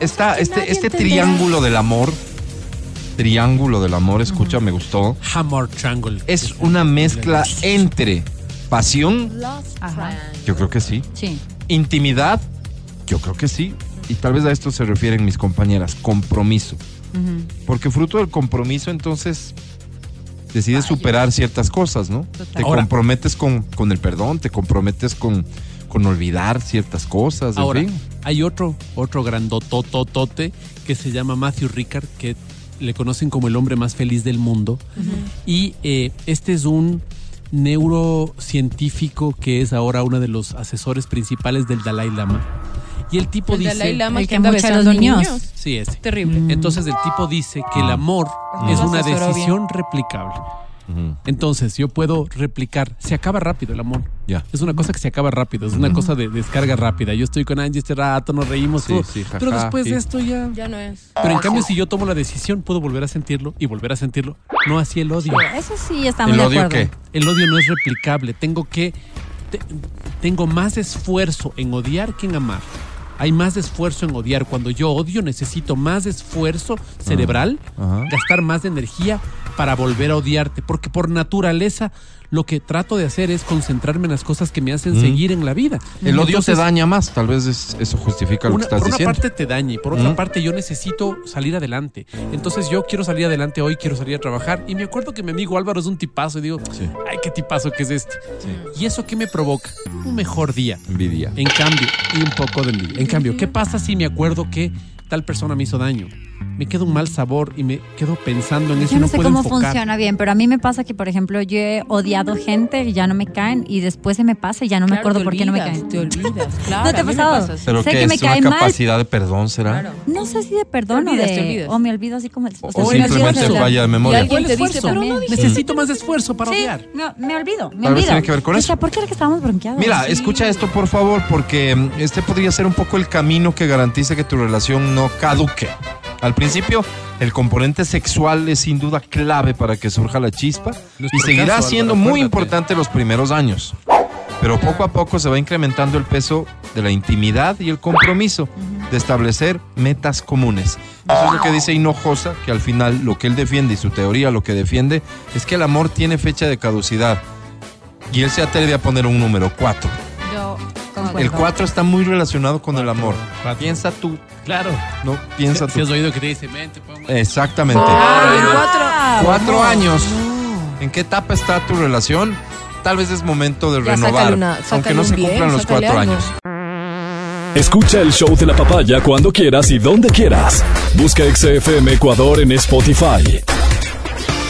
Está este,
nadie
este
entenderá.
triángulo del amor, triángulo del amor, escucha, me gustó.
Hammer Triangle.
Es una mezcla entre pasión,
Ajá.
yo creo que sí,
Sí.
intimidad, yo creo que sí, y tal vez a esto se refieren mis compañeras, compromiso.
Ujú.
Porque fruto del compromiso, entonces decides superar ciertas cosas, ¿no? Te
Ahora.
comprometes con, con el perdón, te comprometes con, con olvidar ciertas cosas, Pues, en
Ahora,
fin.
hay otro, otro grandotototote que se llama Matthew Ricard, que le conocen como el hombre más feliz del mundo. Y eh, este es un neurocientífico que es ahora uno de los asesores principales del Dalai Lama. Y el tipo
El
dice...
Dalai Lama
el
que
que
anda
mucha de los
besando niños.
niños.
Sí, ese. Mm.
Terrible.
Entonces el tipo dice que el
Ah.
amor
Mm.
es una
Asesoró bien.
decisión replicable.
Ujú,
Entonces yo puedo replicar. Se acaba rápido el amor.
Ya.
Es una cosa que se acaba rápido, es una cosa de descarga rápida. Yo estoy con Angie este rato, nos reímos,
Sí,
todo,
sí, jaja,
pero después
sí.
de esto ya...
Ya no es.
Pero en cambio, si yo tomo la decisión, puedo volver a sentirlo y volver a sentirlo. No así el odio.
Eso sí, estamos
¿El
de
odio
acuerdo.
qué?
El odio no es replicable. Tengo que... te- tengo más esfuerzo en odiar que en amar. Hay más esfuerzo en odiar. Cuando yo odio, necesito más esfuerzo cerebral,
Ah, ajá.
gastar más de energía para volver a odiarte. Porque por naturaleza, lo que trato de hacer es concentrarme en las cosas que me hacen seguir en la vida.
El odio
Entonces,
te daña más, tal vez es- eso justifica lo
una-
que estás
por una
diciendo.
parte te dañe, por otra
Ujú.
parte yo necesito salir adelante. Entonces yo quiero salir adelante hoy, quiero salir a trabajar. Y me acuerdo que mi amigo Álvaro es un tipazo y digo,
Sí.
ay, qué tipazo que es este. ¿Y eso qué me provoca? Un mejor día.
Envidia.
En cambio, y un poco de envidia. En cambio, ¿qué pasa si me acuerdo que tal persona me hizo daño? Me queda un mal sabor y me quedo pensando en eso
Yo
y
no
no
sé
puedo
cómo
enfocar.
funciona bien, pero a mí me pasa que, por ejemplo, yo he odiado gente y ya no me caen y después se me pasa y ya no me acuerdo por qué no me caen.
Te olvidas, claro.
¿No te ha
a mí me
pasado?
pasa así.
Pero
Sé
que
que me
es una
cae mal.
capacidad de perdón, ¿será?
Claro.
No sé si de perdón o
olvidas, te
de...
olvidas.
O me olvido así como...
O,
sea, me olvido
simplemente
de la-
falla de memoria.
Y alguien te dice,
Esfuerzo.
pero no dije.
Necesito más esfuerzo para
Sí,
odiar.
no, me olvido, me
Tal vez
olvido.
tiene que ver con
O
eso.
sea, ¿por qué era que estábamos bronqueados?
Mira,
Sí.
escucha esto por favor, porque mm, este podría ser un poco el camino que garantiza que tu relación no caduque. Al principio, el componente sexual es sin duda clave para que surja la chispa y
Nuestro
seguirá
caso,
siendo
Álvaro,
muy
acuérdate.
importante los primeros años. Pero poco a poco se va incrementando el peso de la intimidad y el compromiso, de establecer metas comunes. Eso es lo que dice Hinojosa, que al final lo que él defiende y su teoría lo que defiende es que el amor tiene fecha de caducidad. Y él se atreve a poner un número, 4.
Yo
El
concuerdo.
4 está muy relacionado con el amor.
Cuatro.
Piensa tú,
Claro.
no, piensa
Si has
tú.
oído que te dice, mente, pongo.
Exactamente.
Ah,
Cuatro
no.
años. ¿En qué etapa está tu relación? Tal vez es momento de
Ya, sácale
renovar,
una-
aunque
sácale
no
un
se
bien,
cumplan los
sácale
cuatro
algo.
años.
Escucha el show de la papaya cuando quieras y donde quieras. Busca XFM Ecuador en Spotify.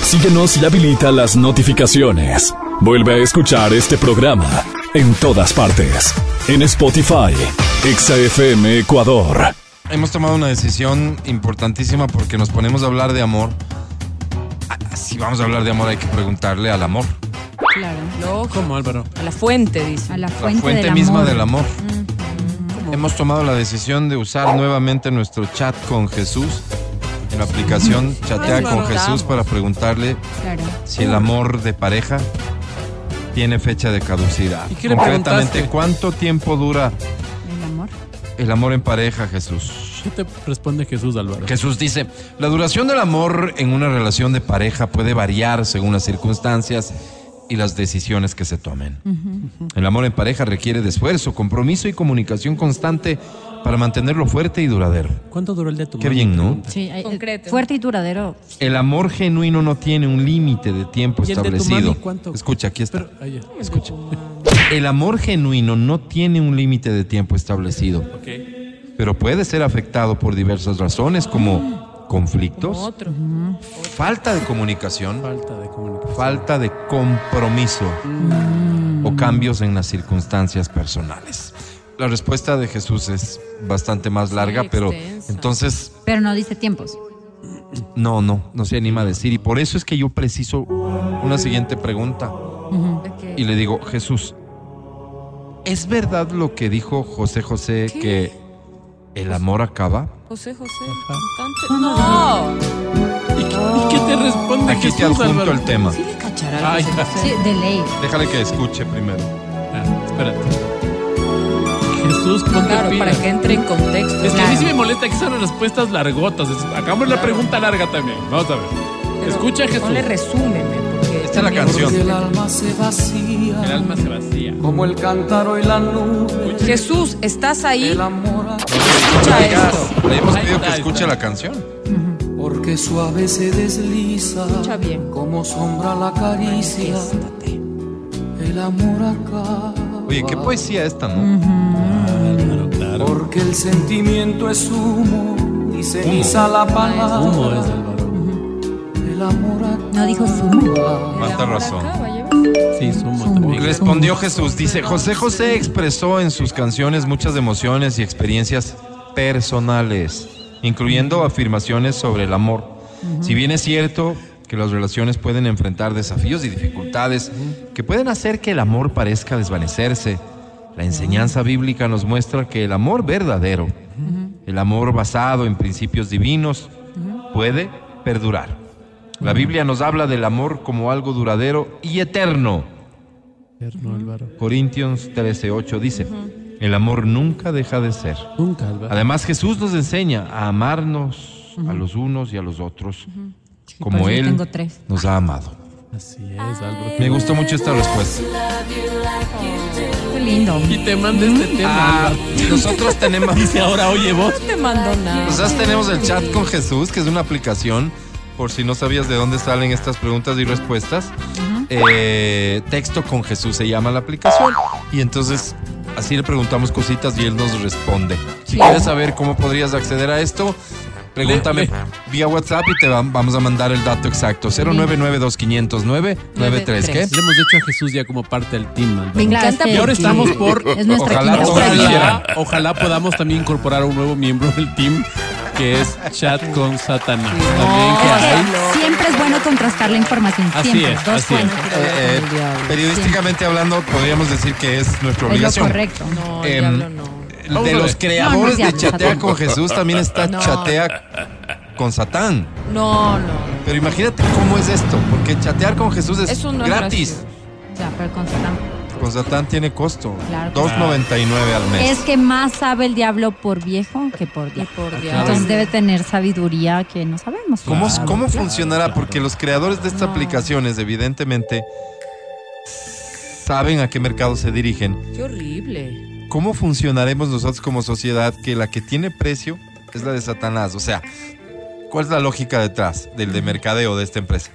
Síguenos y habilita las notificaciones. Vuelve a escuchar este programa en todas partes. En Spotify, XFM Ecuador.
Hemos tomado una decisión importantísima porque nos ponemos a hablar de amor. Ah, Si vamos a hablar de amor hay que preguntarle al amor,
Claro.
Lógico.
¿Cómo, Álvaro?
A la fuente, dice.
A la
la
fuente,
fuente
del
misma
amor.
del amor. Hemos tomado la decisión de usar nuevamente nuestro chat con Jesús, en la aplicación Chatea con Jesús para preguntarle
Claro.
si el amor de pareja tiene fecha de caducidad.
¿Y qué le
Concretamente,
preguntaste?
¿cuánto tiempo dura
El amor.
el amor en pareja, Jesús?
¿Qué te responde Jesús, Álvaro?
Jesús dice, la duración del amor en una relación de pareja puede variar según las circunstancias y las decisiones que se tomen. El amor en pareja requiere de esfuerzo, compromiso y comunicación constante para mantenerlo fuerte y duradero.
¿Cuánto duró el de tu
Qué
mami?
bien, ¿no?
Sí, hay-
Concreto.
Fuerte y duradero.
El amor genuino no tiene un límite de tiempo
¿Y el de tu mami
establecido.
cuánto?
Escucha, aquí está.
Pero, ay, Ah, ya. escucha.
El amor genuino no tiene un límite de tiempo establecido,
Ok.
pero puede ser afectado por diversas razones como conflictos,
Otro.
falta de comunicación,
Falta de comunicación.
falta de compromiso o cambios en las circunstancias personales. La respuesta de Jesús es bastante más larga, pero
extensa.
entonces
Pero no dice tiempos.
no, no, no se anima a decir. Y por eso es que yo preciso una siguiente pregunta. Y le digo, Jesús, ¿es verdad lo que dijo José José
¿Qué?
que el amor acaba?
José, José. cantante. No.
¿Y, qué- y qué te responde
Aquí te
Jesús,
adjunto
Álvaro?
el tema.
Sí le cachará. al
Ay,
José
ya.
José.
Sí, de ley.
Déjale que escuche primero.
Ah, espérate. Jesús, ponte
Claro,
pilas.
para que entre en contexto.
Es que a mí
Claro.
sí me molesta que sean respuestas largotas. Es- Hagamos la pregunta larga también. Vamos a ver.
Pero
Escucha a Jesús.
Ponle resúmeme. Porque
Esta es la
también-
canción.
El alma se
El
vacía
alma se vacía.
como el cántaro y la nube.
Jesús, ¿estás ahí?
El amor a-
Escucha esto.
Le hemos
Ah, Ahí
pedido que
está,
escuche
está.
la canción.
porque suave se desliza
Escucha bien.
como sombra la caricia.
Siéntate.
El amor acaba.
Oye, qué poesía esta, ¿no?
Álvaro, claro.
Porque el sentimiento es humo y ceniza la palabra.
¿Cómo es, Álvaro?
El amor acaba.
No dijo sumo.
Cuánta razón.
Sí, sumo también.
Respondió Jesús, dice, José José expresó en sus canciones muchas emociones y experiencias personales, incluyendo afirmaciones sobre el amor. Si bien es cierto que las relaciones pueden enfrentar desafíos y dificultades que pueden hacer que el amor parezca desvanecerse, la enseñanza bíblica nos muestra que el amor verdadero, el amor basado en principios divinos, puede perdurar. La Biblia nos habla del amor como algo duradero y eterno.
Eterno, Álvaro.
Corintios 13:8 dice, el amor nunca deja de ser.
Nunca, Álvaro.
Además Jesús nos enseña a amarnos a los unos y a los otros como
por eso
Él
tengo tres.
nos ha amado.
Así es, Álvaro.
Me gustó mucho esta respuesta.
Qué lindo.
Y te manda este tema.
Ah,
Álvaro.
nosotros tenemos,
Dice ahora, oye vos.
No te mando nada.
nosotros tenemos el chat con Jesús, que es una aplicación, por si no sabías de dónde salen estas preguntas y respuestas. Eh, texto con Jesús se llama la aplicación. Y entonces así le preguntamos cositas y él nos responde. Si quieres saber cómo podrías acceder a esto, pregúntame
Le-
vía WhatsApp y te va- vamos a mandar el dato exacto. 099250993. ¿Qué?
Le hemos hecho a Jesús ya como parte del team, Álvaro.
Venga,
encanta
este-
Y ahora estamos
sí.
por.
Es nuestra
Ojalá
quinta
todos lo
temporada.
hicieran.
Ojalá, ojalá podamos también incorporar a un nuevo miembro del team que es Chat con Satanás. También que
Es que
hay.
siempre es bueno contrastar la información.
Así
siempre.
es,
Dos
así es.
fuentes.
Eh, eh, periodísticamente hablando, podríamos decir que es nuestra
Es lo
obligación.
correcto.
No,
Em,
diablo, no.
Vamos
de
a
los
ver.
creadores
No, no es
de
cierto,
Chatea
Satán.
con Jesús también está
No.
Chatea con Satán.
No, no.
Pero imagínate cómo es esto, porque chatear con Jesús es
Eso no es
gratis.
gracioso.
Ya, pero con Satán.
Constatán tiene costo.
Claro.
2.99 al
Pues.
mes.
Es que más sabe el diablo por viejo que por diablo. Entonces debe tener sabiduría que no sabemos.
¿Cómo,
Claro.
cómo funcionará? Porque los creadores de estas aplicaciones, evidentemente, saben a qué mercado se dirigen.
Qué horrible.
¿Cómo funcionaremos nosotros como sociedad que la que tiene precio es la de Satanás? O sea, ¿cuál es la lógica detrás del de mercadeo de esta empresa?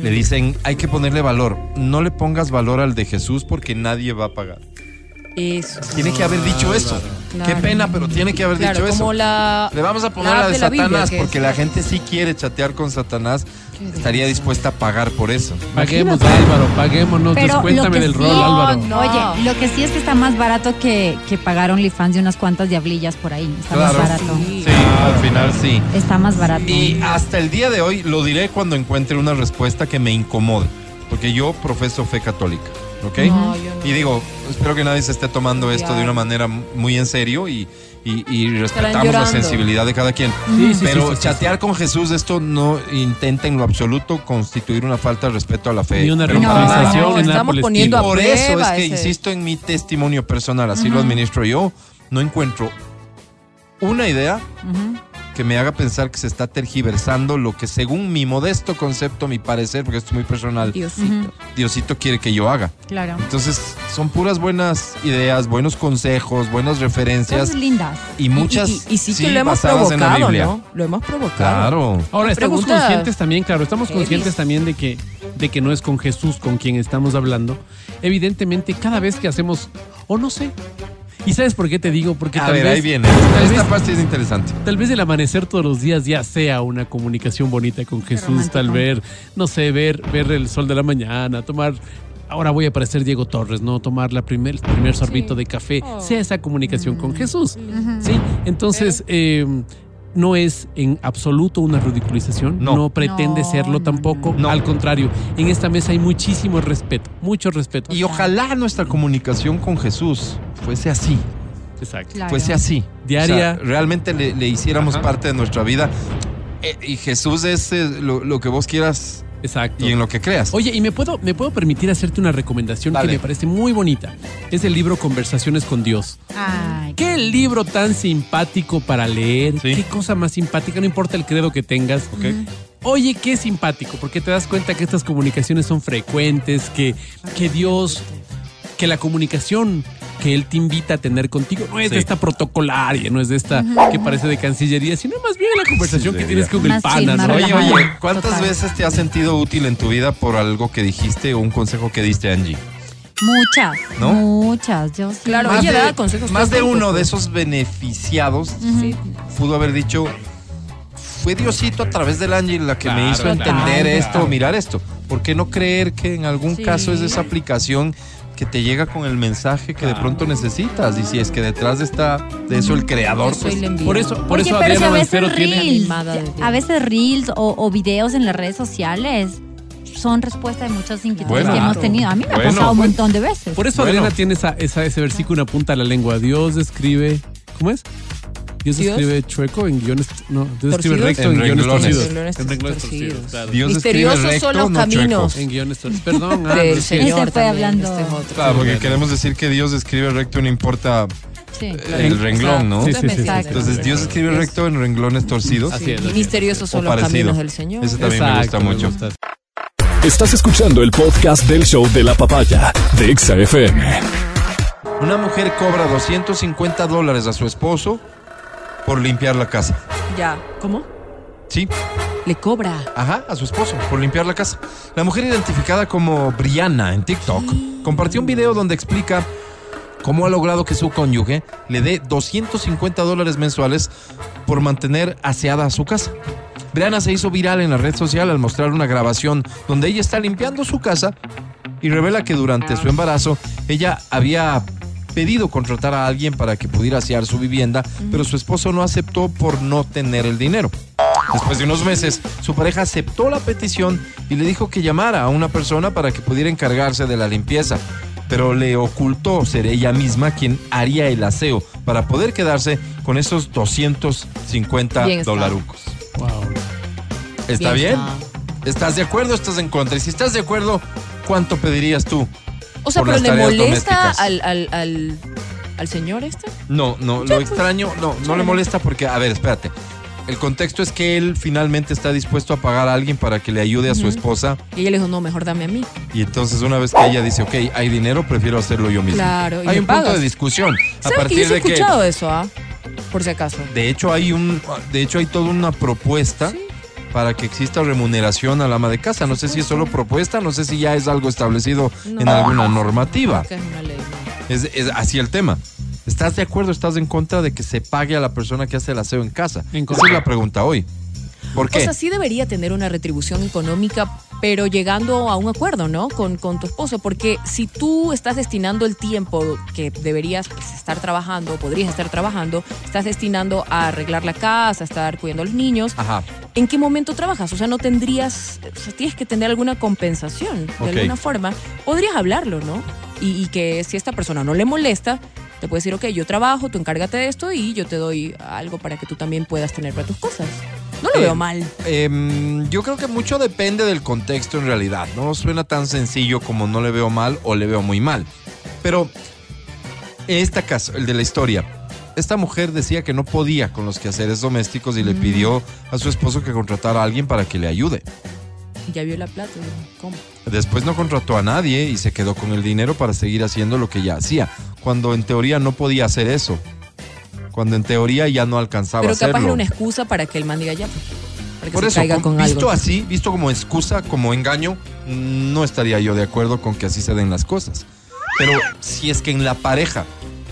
Le dicen, hay que ponerle valor. No le pongas valor al de Jesús porque nadie va a pagar.
Eso.
Tiene que haber dicho eso.
Ah, Claro.
Qué pena, pero tiene que haber
Claro,
dicho eso.
como la.
Le vamos a poner
La
la,
app
de,
de la Biblia,
Satanás
que
porque
es-
la gente sí quiere chatear con Satanás. Estaría dispuesta a pagar por eso.
Paguemos, Álvaro, paguémonos.
Pero lo
Descuéntame
que
del
sí-
rol,
No,
Álvaro.
no.
Oye, lo que sí es que está más barato que, que pagar OnlyFans de unas cuantas diablillas por ahí. Está
Claro.
más barato.
Sí.
Sí, al final sí.
Está más barato.
Y hasta el día de hoy lo diré cuando encuentre una respuesta que me incomode. Porque yo profeso fe católica. ¿Ok?
No, yo no.
Y digo, espero que nadie se esté tomando esto de una manera muy en serio y, y- y respetamos la
llorando.
sensibilidad de cada quien.
Sí, sí,
Pero
sí, sí, sí.
chatear con Jesús, esto no intenta en lo absoluto constituir una falta de respeto a la fe.
Ni una
Pero para nada.
representación, ni nada
estamos
por el
poniendo
estilo.
a
Por eso es
prueba
que
ese-
insisto en mi testimonio personal, así lo administro yo. No encuentro una idea que me haga pensar que se está tergiversando lo que según mi modesto concepto, mi parecer, porque esto es muy personal,
Diosito.
Diosito quiere que yo haga.
Claro.
Entonces son puras buenas ideas, buenos consejos, buenas
Cosas
referencias
lindas.
y muchas
Y, y- y sí que
sí,
lo hemos
basadas en la
provocado,
Biblia.
¿no? Lo hemos provocado.
Claro.
Ahora, estamos
Pregunta-
conscientes también, claro, estamos
Heavy.
conscientes también de que, de que no es con Jesús con quien estamos hablando. Evidentemente, cada vez que hacemos, o no sé. ¿Y sabes por qué te digo? Porque
A
tal
ver,
vez,
ahí viene. Esta
vez-
parte es interesante.
Tal vez el amanecer todos los días ya sea una comunicación bonita con Jesús,
romántico.
tal vez, no sé, ver, ver el sol de la mañana, tomar... Ahora voy a aparecer Diego Torres, ¿no? Tomar la primer, el primer sorbito de café,
Oh.
sea esa comunicación
Mm.
con Jesús. Sí, entonces eh, no es en absoluto una ridiculización,
No.
no, pretende
No,
serlo
no,
tampoco,
no.
al contrario, en esta mesa hay muchísimo respeto, mucho respeto.
Y ojalá nuestra comunicación con Jesús fuese así.
Exacto.
Claro.
fuese pues así.
Diaria.
O sea, realmente le, le hiciéramos
Ajá.
parte de nuestra vida. Eh, y Jesús es eh, lo, lo que vos quieras
Exacto.
y en lo que creas.
Oye, y me puedo, me puedo permitir hacerte una recomendación
Dale.
que me parece muy bonita. Es el libro Conversaciones con Dios.
Ay,
Qué libro tan simpático para leer.
Sí.
Qué cosa más simpática, no importa el credo que tengas. Oye, qué simpático, porque te das cuenta que estas comunicaciones son frecuentes, que, que Dios, que la comunicación que Él te invita a tener contigo no es de
Sí.
esta protocolaria, no es de esta que parece de cancillería, sino más bien la conversación que
de
tienes con el
Más chill,
pana.
más
¿no?
Oye,
relajado.
oye, ¿cuántas
Total.
veces te has sentido útil en tu vida por algo que dijiste o un consejo que diste, Angie?
Muchas,
¿No?
muchas. Yo sí.
Claro,
Más
ella
de-
daba consejos.
Más de
todo el
uno
tiempo.
de esos beneficiados
Sí.
pudo haber dicho, fue Diosito a través del ángel la que me
Claro,
hizo
claro,
entender
claro.
esto, o mirar esto. ¿Por qué no creer que en algún
Sí.
caso es esa aplicación que te llega con el mensaje que de
Claro.
pronto necesitas? Y si es que detrás está de eso el
Yo
creador,
soy
pues...
la envidia.
Por eso, por
Oye,
eso
pero si
Adriana
a veces
Mancero tiene...
reels,
Animada de Dios.
a veces reels o, o videos en las redes sociales son respuesta de muchas inquietudes
Bueno,
que hemos
claro.
tenido. A mí me
Bueno,
ha pasado un
bueno.
montón de veces.
Por eso
Bueno.
Adriana tiene esa, esa- ese versículo una punta a la lengua. Dios escribe. ¿Cómo es? Dios,
Dios.
escribe chueco en guiones. No, Dios escribe
Torcidos.
recto
En
en, guiones
renglones.
torcidos.
En renglones torcidos.
claro.
Dios escribe
Misteriosos
recto,
son los
no chueco.
caminos.
En guiones torcidos. Perdón, ah,
Del
es que-
Señor
Ese fue
también,
hablando.
este es otro.
Claro, porque queremos decir que Dios escribe recto, no importa
Sí.
el renglón, ¿no?
Sí, sí, sí,
Entonces,
sí, sí.
Entonces Dios escribe recto en renglones torcidos.
Así es.
Y misteriosos
O
son los
parecido.
caminos del Señor.
Ese también me gusta
Exacto,
mucho.
Estás escuchando el podcast del show de la papaya de Exa FM.
Una mujer cobra 250 dólares a su esposo por limpiar la casa.
Ya. ¿Cómo?
Sí,
Le cobra.
ajá, a su esposo por limpiar la casa. La mujer identificada como Brianna en TikTok compartió un video donde explica cómo ha logrado que su cónyuge le dé 250 dólares mensuales por mantener aseada a su casa. Brianna se hizo viral en la red social al mostrar una grabación donde ella está limpiando su casa y revela que durante su embarazo ella había pedido contratar a alguien para que pudiera asear su vivienda, pero su esposo no aceptó por no tener el dinero. Después de unos meses, su pareja aceptó la petición y le dijo que llamara a una persona para que pudiera encargarse de la limpieza, pero le ocultó ser ella misma quien haría el aseo para poder quedarse con esos 250
Bien está.
dolarucos.
Wow.
¿Está
Ya
bien? ¿Estás de acuerdo o estás en contra? Y si estás de acuerdo, ¿cuánto pedirías tú
O sea,
por
pero
las
le
tareas
molesta
domésticas.
al, al, al, al señor este.
No, no, lo extraño, no, no le molesta porque, a ver, espérate. El contexto es que él finalmente está dispuesto a pagar a alguien para que le ayude a su esposa
Y ella le dijo, no, mejor dame a mí.
y entonces una vez que ella dice, ok, hay dinero, prefiero hacerlo yo mismo.
Claro, y
hay
le
un punto
pagas.
de discusión. A
¿Sabes que
partir
yo sí he
de que,
escuchado eso, ah? Por si acaso.
de hecho, hay un, de hecho hay toda una propuesta para que exista remuneración al ama de casa. No sé si es solo propuesta, no sé si ya es algo establecido
No.
en alguna normativa.
Que es una ley. ¿no?
Es, es así el tema. ¿Estás de acuerdo o estás en contra de que se pague a la persona que hace el aseo en casa?
En
Esa
contra.
es la pregunta hoy. ¿Por
O
qué?
sea, sí debería tener una retribución económica, pero llegando a un acuerdo, ¿no? Con, con tu esposo, porque si tú estás destinando el tiempo que deberías pues, estar trabajando, podrías estar trabajando, estás destinando a arreglar la casa, a estar cuidando a los niños,
Ajá.
¿en qué momento trabajas? O sea, no tendrías, o sea, tienes que tener alguna compensación de
Ok.
alguna forma. Podrías hablarlo, ¿no? Y, y que si esta persona no le molesta, te puede decir, ok, yo trabajo, tú encárgate de esto y yo te doy algo para que tú también puedas tener para tus cosas. No lo
Eh,
veo mal.
Em, yo creo que mucho depende del contexto en realidad. No suena tan sencillo como no le veo mal o le veo muy mal. Pero este caso, el de la historia. Esta mujer decía que no podía con los quehaceres domésticos y
Mm.
le pidió a su esposo que contratara a alguien para que le ayude.
Ya vio la plata. ¿no? ¿Cómo?
Después no contrató a nadie y se quedó con el dinero para seguir haciendo lo que ya hacía, cuando en teoría no podía hacer eso. Cuando en teoría ya no alcanzaba a
Pero capaz
hacerlo.
era una excusa para que el man diga ya. pues, Para que
Por
se
eso,
caiga
con-
con
visto
algo.
así, visto como excusa, como engaño, no estaría yo de acuerdo con que así se den las cosas. Pero si es que en la pareja,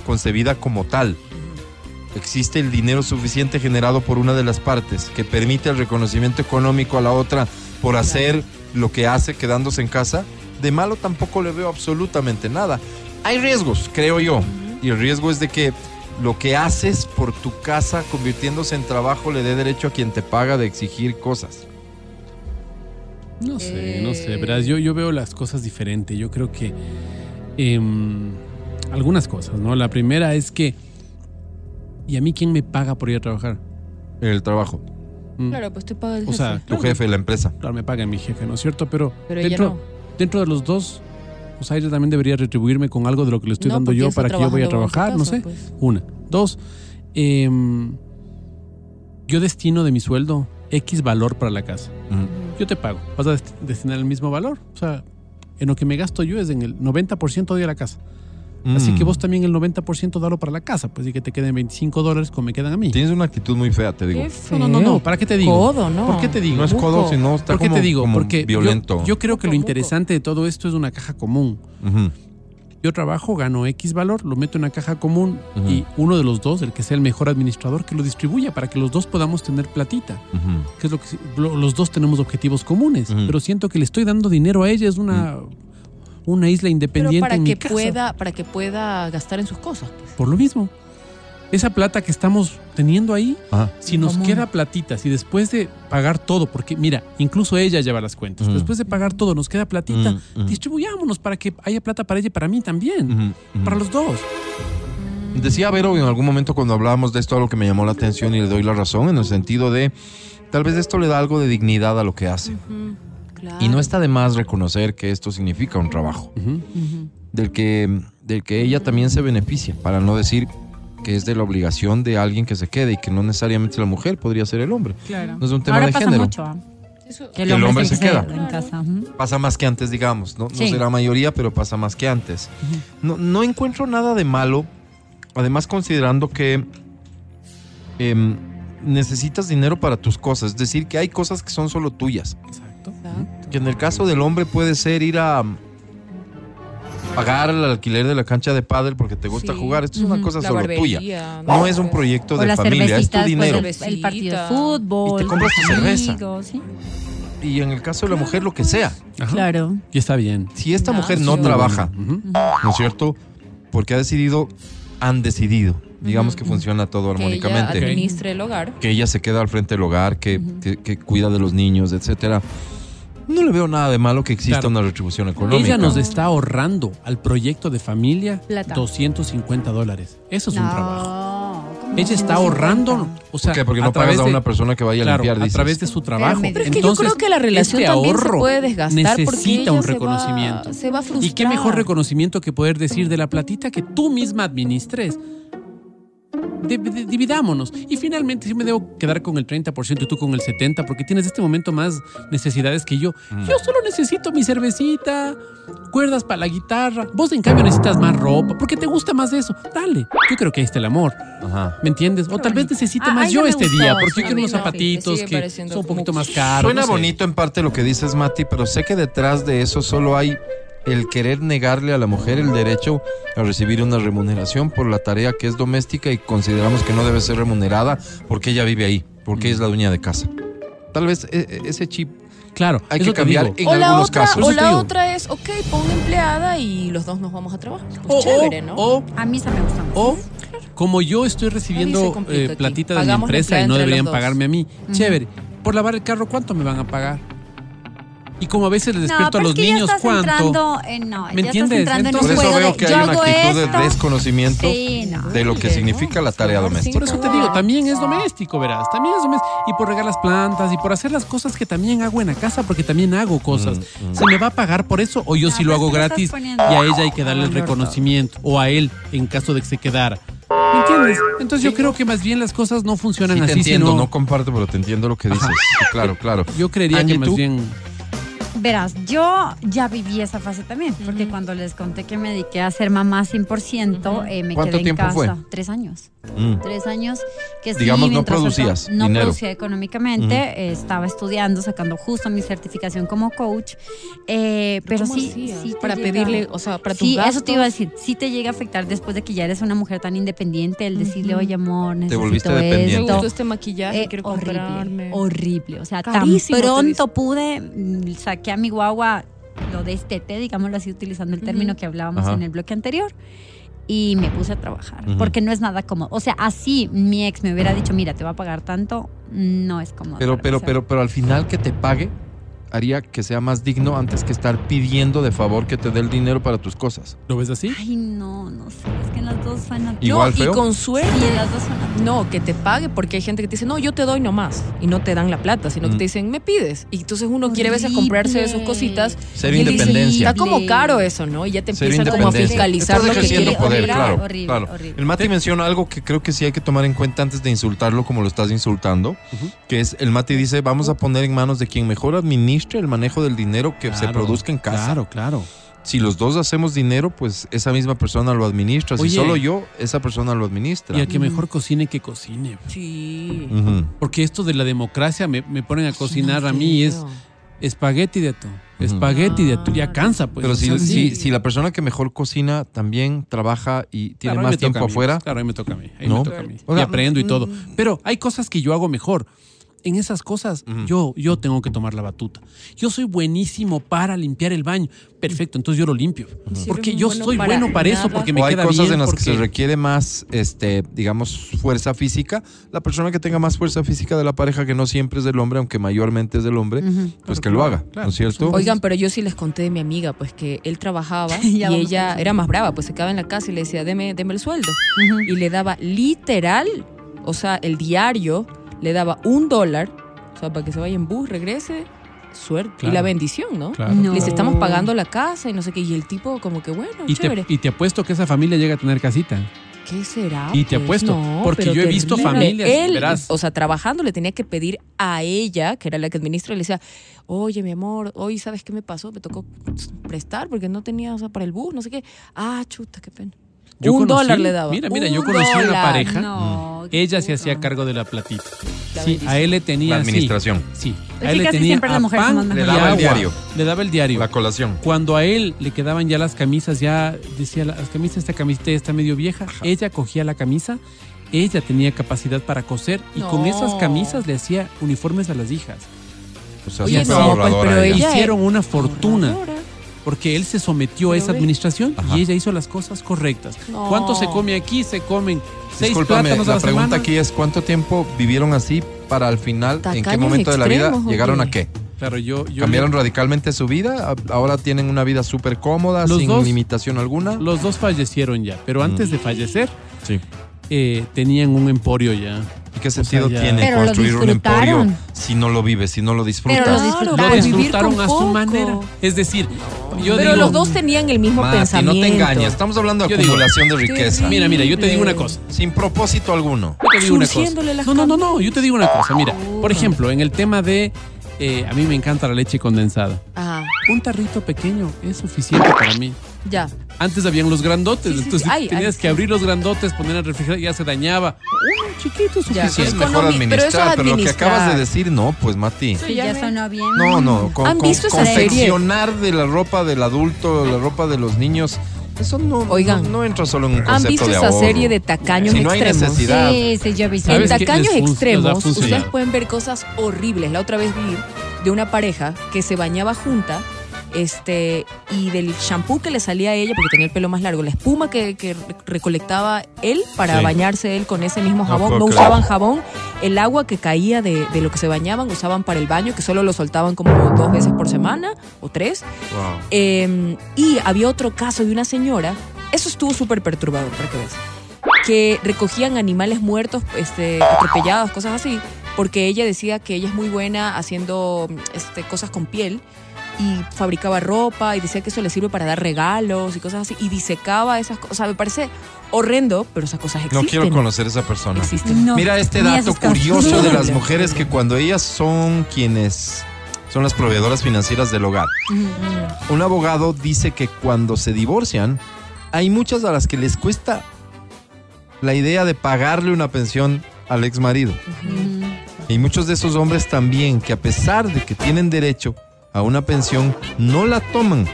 concebida como tal, existe el dinero suficiente generado por una de las partes que permite el reconocimiento económico a la otra por hacer lo que hace quedándose en casa, de malo tampoco le veo absolutamente nada. Hay riesgos, creo yo. Y el riesgo es de que lo que haces por tu casa convirtiéndose en trabajo le dé derecho a quien te paga de exigir cosas.
No sé, no sé,
Eh.
verás, yo, yo veo las cosas diferente. Yo creo que em, algunas cosas, ¿no? La primera es que, ¿y a mí quién me paga por ir a trabajar?
El trabajo,
Mm,
Claro, pues te paga el
O sea,
tu jefe, la empresa.
claro, me paga mi jefe, ¿no es cierto? Pero,
Pero ella
dentro,
no.
dentro de los dos, o sea, ella también debería retribuirme con algo de lo que le estoy
No,
dando
porque
yo
está
para que yo vaya a trabajar,
trabajando
no sé.
en tu casa, pues.
Una. Dos, em, yo destino de mi sueldo X valor para la casa. Yo te pago. Vas a dest- destinar el mismo valor. O sea, en lo que me gasto yo es en el 90% de la casa. Así
Mm.
que vos también el 90% dalo para la casa. Pues y que te queden 25 dólares como me quedan a mí.
Tienes una actitud muy fea, te digo.
Qué
No, no, no, no.
feo.
eh, ¿Para qué te digo?
Codo, no.
¿Por qué te digo?
No es codo,
Buco.
sino está
¿Por qué
como,
te digo?
como
Porque yo-
violento.
Yo, creo que lo
Buco, buco.
interesante de todo esto es una caja común.
Ujú.
Yo trabajo, gano X valor, lo meto en una caja común
Ujú.
y uno de los dos, el que sea el mejor administrador, que lo distribuya para que los dos podamos tener platita.
Ujú.
que es lo que lo- los dos tenemos objetivos comunes,
Ujú.
pero siento que le estoy dando dinero a ella, es una una isla
Pero
independiente
para
en mi
que
casa.
pueda, para que pueda gastar en sus cosas. pues.
Por lo mismo. Esa plata que estamos teniendo ahí,
Ajá.
si nos
Común.
queda platita, si después de pagar todo, porque mira, incluso ella lleva las cuentas,
Ujú.
después de pagar todo nos queda platita,
Ujú, ujú.
distribuyámonos para que haya plata para ella y para mí también,
Ujú, ujú.
para los dos.
Decía Vero en algún momento cuando hablábamos de esto algo que me llamó la atención y le doy la razón en el sentido de tal vez esto le da algo de dignidad a lo que hace.
Claro.
Y no está de más reconocer que esto significa un trabajo
Ujú.
del que, del que ella también se beneficia, para no decir que es de la obligación de alguien que se quede y que no necesariamente la mujer podría ser el hombre.
Claro.
No es un tema
Ahora
de
pasa
género.
mucho. ¿ah?
Eso-
Que
el hombre
es el
se
que
queda.
queda En casa. ujú.
Pasa más que antes, digamos. No, No
Sí.
será mayoría, pero pasa más que antes. no, no encuentro nada de malo. Además, considerando que em, necesitas dinero para tus cosas. Es decir, que hay cosas que son solo tuyas.
Exacto.
Exacto.
Que en el caso del hombre puede ser ir a um, pagar el alquiler de la cancha de pádel porque te gusta
Sí.
jugar. Esto es una
Ujú.
cosa
La
solo
barbería,
tuya.
no
No es un
sé.
proyecto
O
de
la
familia, es tu
pues,
cervecita después
dinero.
del el partido de
Cervecita.
fútbol.
Y te compras tu
con tus
cerveza.
amigos, ¿sí?
Y en el caso de la mujer, lo que sea.
Ajá.
Claro.
Y está bien.
Si esta
No,
mujer
sí,
no
no,
trabaja,
Ujú.
¿no es cierto? Porque ha decidido, han decidido. Digamos que funciona todo
Que ella
armónicamente.
administre el hogar.
que ella se queda al frente del hogar, que, que- que cuida de los niños, etcétera. No le veo nada de malo que exista
Claro.
una retribución económica.
Ella nos está ahorrando al proyecto de familia
Plata.
250 dólares. Eso es un trabajo.
No,
Ella está ahorrando. O sea,
¿Por qué? Porque no
través
pagas a
de-
una persona que vaya a
claro,
limpiar,
a
dices.
través de su trabajo.
Pero
Pero es que yo creo que la relación
este
también se
ahorro
puede desgastar porque
necesita
ella
un
se va-
reconocimiento.
Se va, a frustrar.
Y qué mejor reconocimiento que poder decir de la platita que tú misma administres. De- de- dividámonos. Y finalmente, si me debo quedar con el 30% y tú con el 70%, porque tienes este momento más necesidades que yo.
Mm.
Yo solo necesito mi cervecita, cuerdas para la guitarra. Vos, en cambio, necesitas más ropa, porque te gusta más eso. Dale. Yo creo que ahí está el amor.
Ajá.
¿Me entiendes? O tal vez
bonito.
necesite
Ah,
más
ahí
yo
no me
este
gustó,
día,
sí,
porque
a
quiero unos
mí no, sí, me
zapatitos
sigue
que
pareciendo
son un poquito
como-
más caros.
Suena
no sé.
bonito en parte lo que dices, Mati, pero sé que detrás de eso solo hay el querer negarle a la mujer el derecho a recibir una remuneración por la tarea que es doméstica y consideramos que no debe ser remunerada porque ella vive ahí, porque es la dueña de casa. Tal vez e- e- ese chip
Claro,
hay que
eso te
cambiar
digo.
en
o la
algunos
otra,
casos.
O
Por eso te
la
digo.
otra es, ok, pon una empleada y los dos nos vamos a trabajar. Pues
O,
chévere, ¿no?
o, o,
A mí se me gusta más.
o, como yo estoy
Ahí se
recibiendo
complica
eh,
aquí.
platita de mi
Pagamos la
empresa y no
empleada entre
deberían
los dos.
pagarme a mí, chévere. Por lavar el carro, ¿cuánto me van a pagar? Y como a veces les
No,
despierto
pero
a los
es que
niños,
ya estás
¿cuánto?
entrando en, no,
¿Me
ya
entiendes?
estás entrando
Por
en
Entonces-
un
eso
juego
veo
de
que hay
yo
una
hago
actitud de
esto.
desconocimiento
Sí, no.
de lo que significa la tarea
Claro,
doméstica.
Por eso te digo, también es doméstico, verás. También es doméstico. Y por regar las plantas y por hacer las cosas que también hago en la casa, porque también hago cosas.
Mm,
¿Se me va a pagar por eso o yo sí
No,
lo
Ah, pero
hago
es que lo
gratis
estás
y
poniendo
a ella hay que darle el
valor todo.
reconocimiento o a él en caso de que se quedara? ¿Me entiendes? Entonces yo creo que más bien las cosas no funcionan
Sí te
así,
entiendo,
sino
no comparto, pero te entiendo lo que dices. Sí, Claro, claro.
yo creería
Angie,
que más
¿tú?
bien
Verás, yo ya viví esa fase también, porque cuando les conté que me dediqué a ser mamá 100%, eh, me
¿Cuánto
quedé en
tiempo
casa.
fue?
Tres años.
Mm.
Tres años que sí,
Digamos, no
mientras tanto,
producías
no
dinero.
producía económicamente, eh, estaba estudiando, sacando justo mi certificación como coach, eh, pero,
¿Cómo
sí,
hacías
sí te
Para
llega-
pedirle, o sea, para tus
Sí, eso
gastos?
te iba a decir. Sí te llega a afectar después de que ya eres una mujer tan independiente, el decirle, oye, amor, necesito
volviste
esto.
Me
dependiente.
gustó este maquillaje,
Eh,
quiero
horrible,
comprarme.
horrible. O sea,
Carísimo te
tan
dice.
pronto pude, mm, saqué a mi guagua lo de estete, digámoslo así, utilizando el término que hablábamos
Ajá.
en el bloque anterior. Y me puse a trabajar,
Ujú.
porque no es nada cómodo. O sea, así mi ex me hubiera dicho, mira, te va a pagar tanto, no es cómodo.
Pero,
para
pero,
mí.
pero, pero al final que te pague haría que sea más digno antes que estar pidiendo de favor que te dé el dinero para tus cosas.
lo ves así.
Ay, no, no sé, es que en las dos suena...
Y- Igual
no,
feo.
y con suerte.
Sí, en las dos suena...
No, que te pague, porque hay gente que te dice, no, yo te doy nomás. Y no te dan la plata, sino que
Mm.
te dicen, me pides. Y entonces uno quiere a veces comprarse de sus
Horrible.
cositas.
Ser
y él dice,
independencia.
Está como caro eso, ¿no? Y ya te
Ser
empiezan como a
independencia.
fiscalizar
Estás
lo que
ejerciendo
quiere.
quieres
poder,
horrible,
claro,
horrible,
claro.
horrible.
El Mati menciona algo que creo que sí hay que tomar en cuenta antes de insultarlo como lo estás insultando, que es el Mati dice, vamos a poner en manos de quien mejor administre el manejo del dinero que se
Claro,
produzca en casa.
Claro, claro.
Si los dos hacemos dinero, pues esa misma persona lo administra.
Oye.
si solo yo, esa persona lo administra.
Y a que mejor cocine que cocine.
Sí.
Ujú.
Porque esto de la democracia me, me ponen a cocinar a mí y es espagueti de atún,
Ujú.
espagueti de atún,
Ah,
ya cansa pues.
Pero
o
si,
sea, sí.
si- si la persona que mejor cocina también trabaja y tiene
Claro, ahí
más
me toca
tiempo
a mí,
afuera,
Claro, ahí me toca a mí. Ahí
¿No?
me toca a mí.
O sea,
y aprendo y todo.
mm.
Pero hay cosas que yo hago mejor. En esas cosas yo, yo tengo que tomar la batuta. Yo soy buenísimo para limpiar el baño. Perfecto, entonces yo lo limpio. Porque
Sirve
yo
bueno
soy
para
bueno para eso,
nada.
porque me
o hay
queda
cosas
bien,
en las que
porque-
se requiere más, este, digamos, fuerza física. La persona que tenga más fuerza física de la pareja, que no siempre es del hombre, aunque mayormente es del hombre, pues que lo haga, ¿no
claro.
es cierto?
Oigan, pero yo sí les conté de mi amiga, pues que él trabajaba y
Ya vamos
ella
con eso.
era más brava, pues se quedaba en la casa y le decía, deme, deme el sueldo. Y le daba literal, o sea, el diario, le daba un dólar, o sea, para que se vaya en bus, regrese, suerte y
Claro.
la bendición, ¿no?
Claro,
No.
Les
claro.
estamos pagando la casa y no sé qué. Y el tipo, como que bueno,
Ah,
Y
chévere.
te, y te apuesto que esa familia llega a tener casita.
¿Qué será?
Y te
pues?
apuesto,
No,
porque
pero
yo he visto
terrible.
familias,
Él,
verás.
O sea, trabajando le tenía que pedir a ella, que era la que administra, le decía, oye, mi amor, hoy sabes qué me pasó, me tocó prestar porque no tenía, o sea, para el bus, no sé qué. Ah, chuta, qué pena.
Yo
un
conocí-
dólar le daba.
Mira, mira, yo
Un
conocí una
dólar.
pareja.
Mm.
No, Oh, qué
Ella se
puto.
hacía cargo de la platita.
La
sí,
bendición.
a él le tenía
la
sí.
administración,
Sí,
Es que casi siempre las
a
mujeres son más
Le
y
daba el
agua.
diario.
Le daba el diario.
la colación.
Cuando a él le quedaban ya las camisas, ya decía, las camisas, esta camiseta ya está medio vieja, ella cogía la camisa, ella tenía capacidad para coser y con
No.
esas camisas le hacía uniformes a las hijas.
O sea,
Oye,
súper
no, pues,
ahorradora
pero
ella.
ella-
Hicieron una fortuna
Ahorradora.
porque él se sometió a
Pero
esa
ve.
administración
Ajá.
y ella hizo las cosas correctas.
No.
¿Cuánto se come aquí? Se comen seis
Discúlpame,
plátanos a
la
la
pregunta
semana.
aquí es ¿cuánto tiempo vivieron así para al final, en qué
Tacaños
momento de la vida
extremos,
llegaron
oye.
a qué?
Claro, yo, yo-
¿Cambiaron radicalmente su vida? A- ¿Ahora tienen una vida súper cómoda,
Los
sin
dos.
limitación alguna?
Los dos fallecieron ya, pero antes de fallecer,
Mm. Sí.
eh, tenían un emporio ya.
¿Y qué sentido
ya-
tiene
Pero lo
construir un emporio
disfrutaron.
si no lo vives, si no lo disfrutas?
Pero lo
Claro,
disfrutaron.
Lo
pero vivir
disfrutaron
con
a su
poco.
manera. Es decir, yo
Pero
digo,
los dos tenían el mismo
Mati, no
pensamiento.
te engañes, estamos hablando de
Yo digo,
acumulación de riqueza.
Mira, mira, yo te digo una cosa.
Sin propósito alguno.
Yo te digo una cosa.
Surciéndole las
No, no, no, no, yo te digo una cosa. Mira, por ejemplo, en el tema de. eh, a mí me encanta la leche condensada.
Ajá,
Un tarrito pequeño es suficiente para mí.
ya.
Antes habían los grandotes,
Sí, sí,
entonces
sí. Ay,
tenías
ay,
que abrir los grandotes, poner al refrigerador, ya se dañaba. Uno chiquito es
Ya.
Sí, es
suficiente.
mejor
Economi- pero eso es
administrar, pero, lo que acabas de
administrar.
decir, no, pues Mati.
Eso
Sí,
ya
ya
me-
sonó bien.
No, no, con,
¿Han
con-
visto esa serie?
confeccionar de la ropa del adulto, la ropa de los niños, eso no,
Oigan,
no, no entra solo en un
¿Han
concepto
visto
de
esa
ahorro.
serie de tacaños
Si no hay
extremos?
necesidad.
Sí, sí, yo vi.
¿Sabes
En
qué? Les
tacaños
fun- les ha
extremos, ustedes
funcionado.
pueden ver cosas horribles. La otra vez vi de una pareja que se bañaba junta este, y del shampoo que le salía a ella, porque tenía el pelo más largo, la espuma que, que re- recolectaba él para
Sí.
bañarse él con ese mismo
No
jabón, no,
puedo creer.
usaban jabón, el agua que caía de, de lo que se bañaban usaban para el baño, que solo lo soltaban como dos veces por semana o tres.
Wow.
Eh, y había otro caso de una señora, eso estuvo súper perturbador, para que veas, que recogían animales muertos, este, atropellados, cosas así, porque ella decía que ella es muy buena haciendo este, cosas con piel y fabricaba ropa y decía que eso le sirve para dar regalos y cosas así, y disecaba esas cosas. O sea, me parece horrendo, pero esas cosas
No
existen.
quiero conocer a esa persona.
Existen.
Mira este
ni
dato
esos casos.
curioso de las
Horrible,
mujeres que
horrible.
cuando ellas son quienes son las proveedoras financieras del hogar,
Mm,
un abogado dice que cuando se divorcian, hay muchas a las que les cuesta la idea de pagarle una pensión al ex marido.
Mm.
Y muchos de esos hombres también que a pesar de que tienen derecho a una pensión, no la toman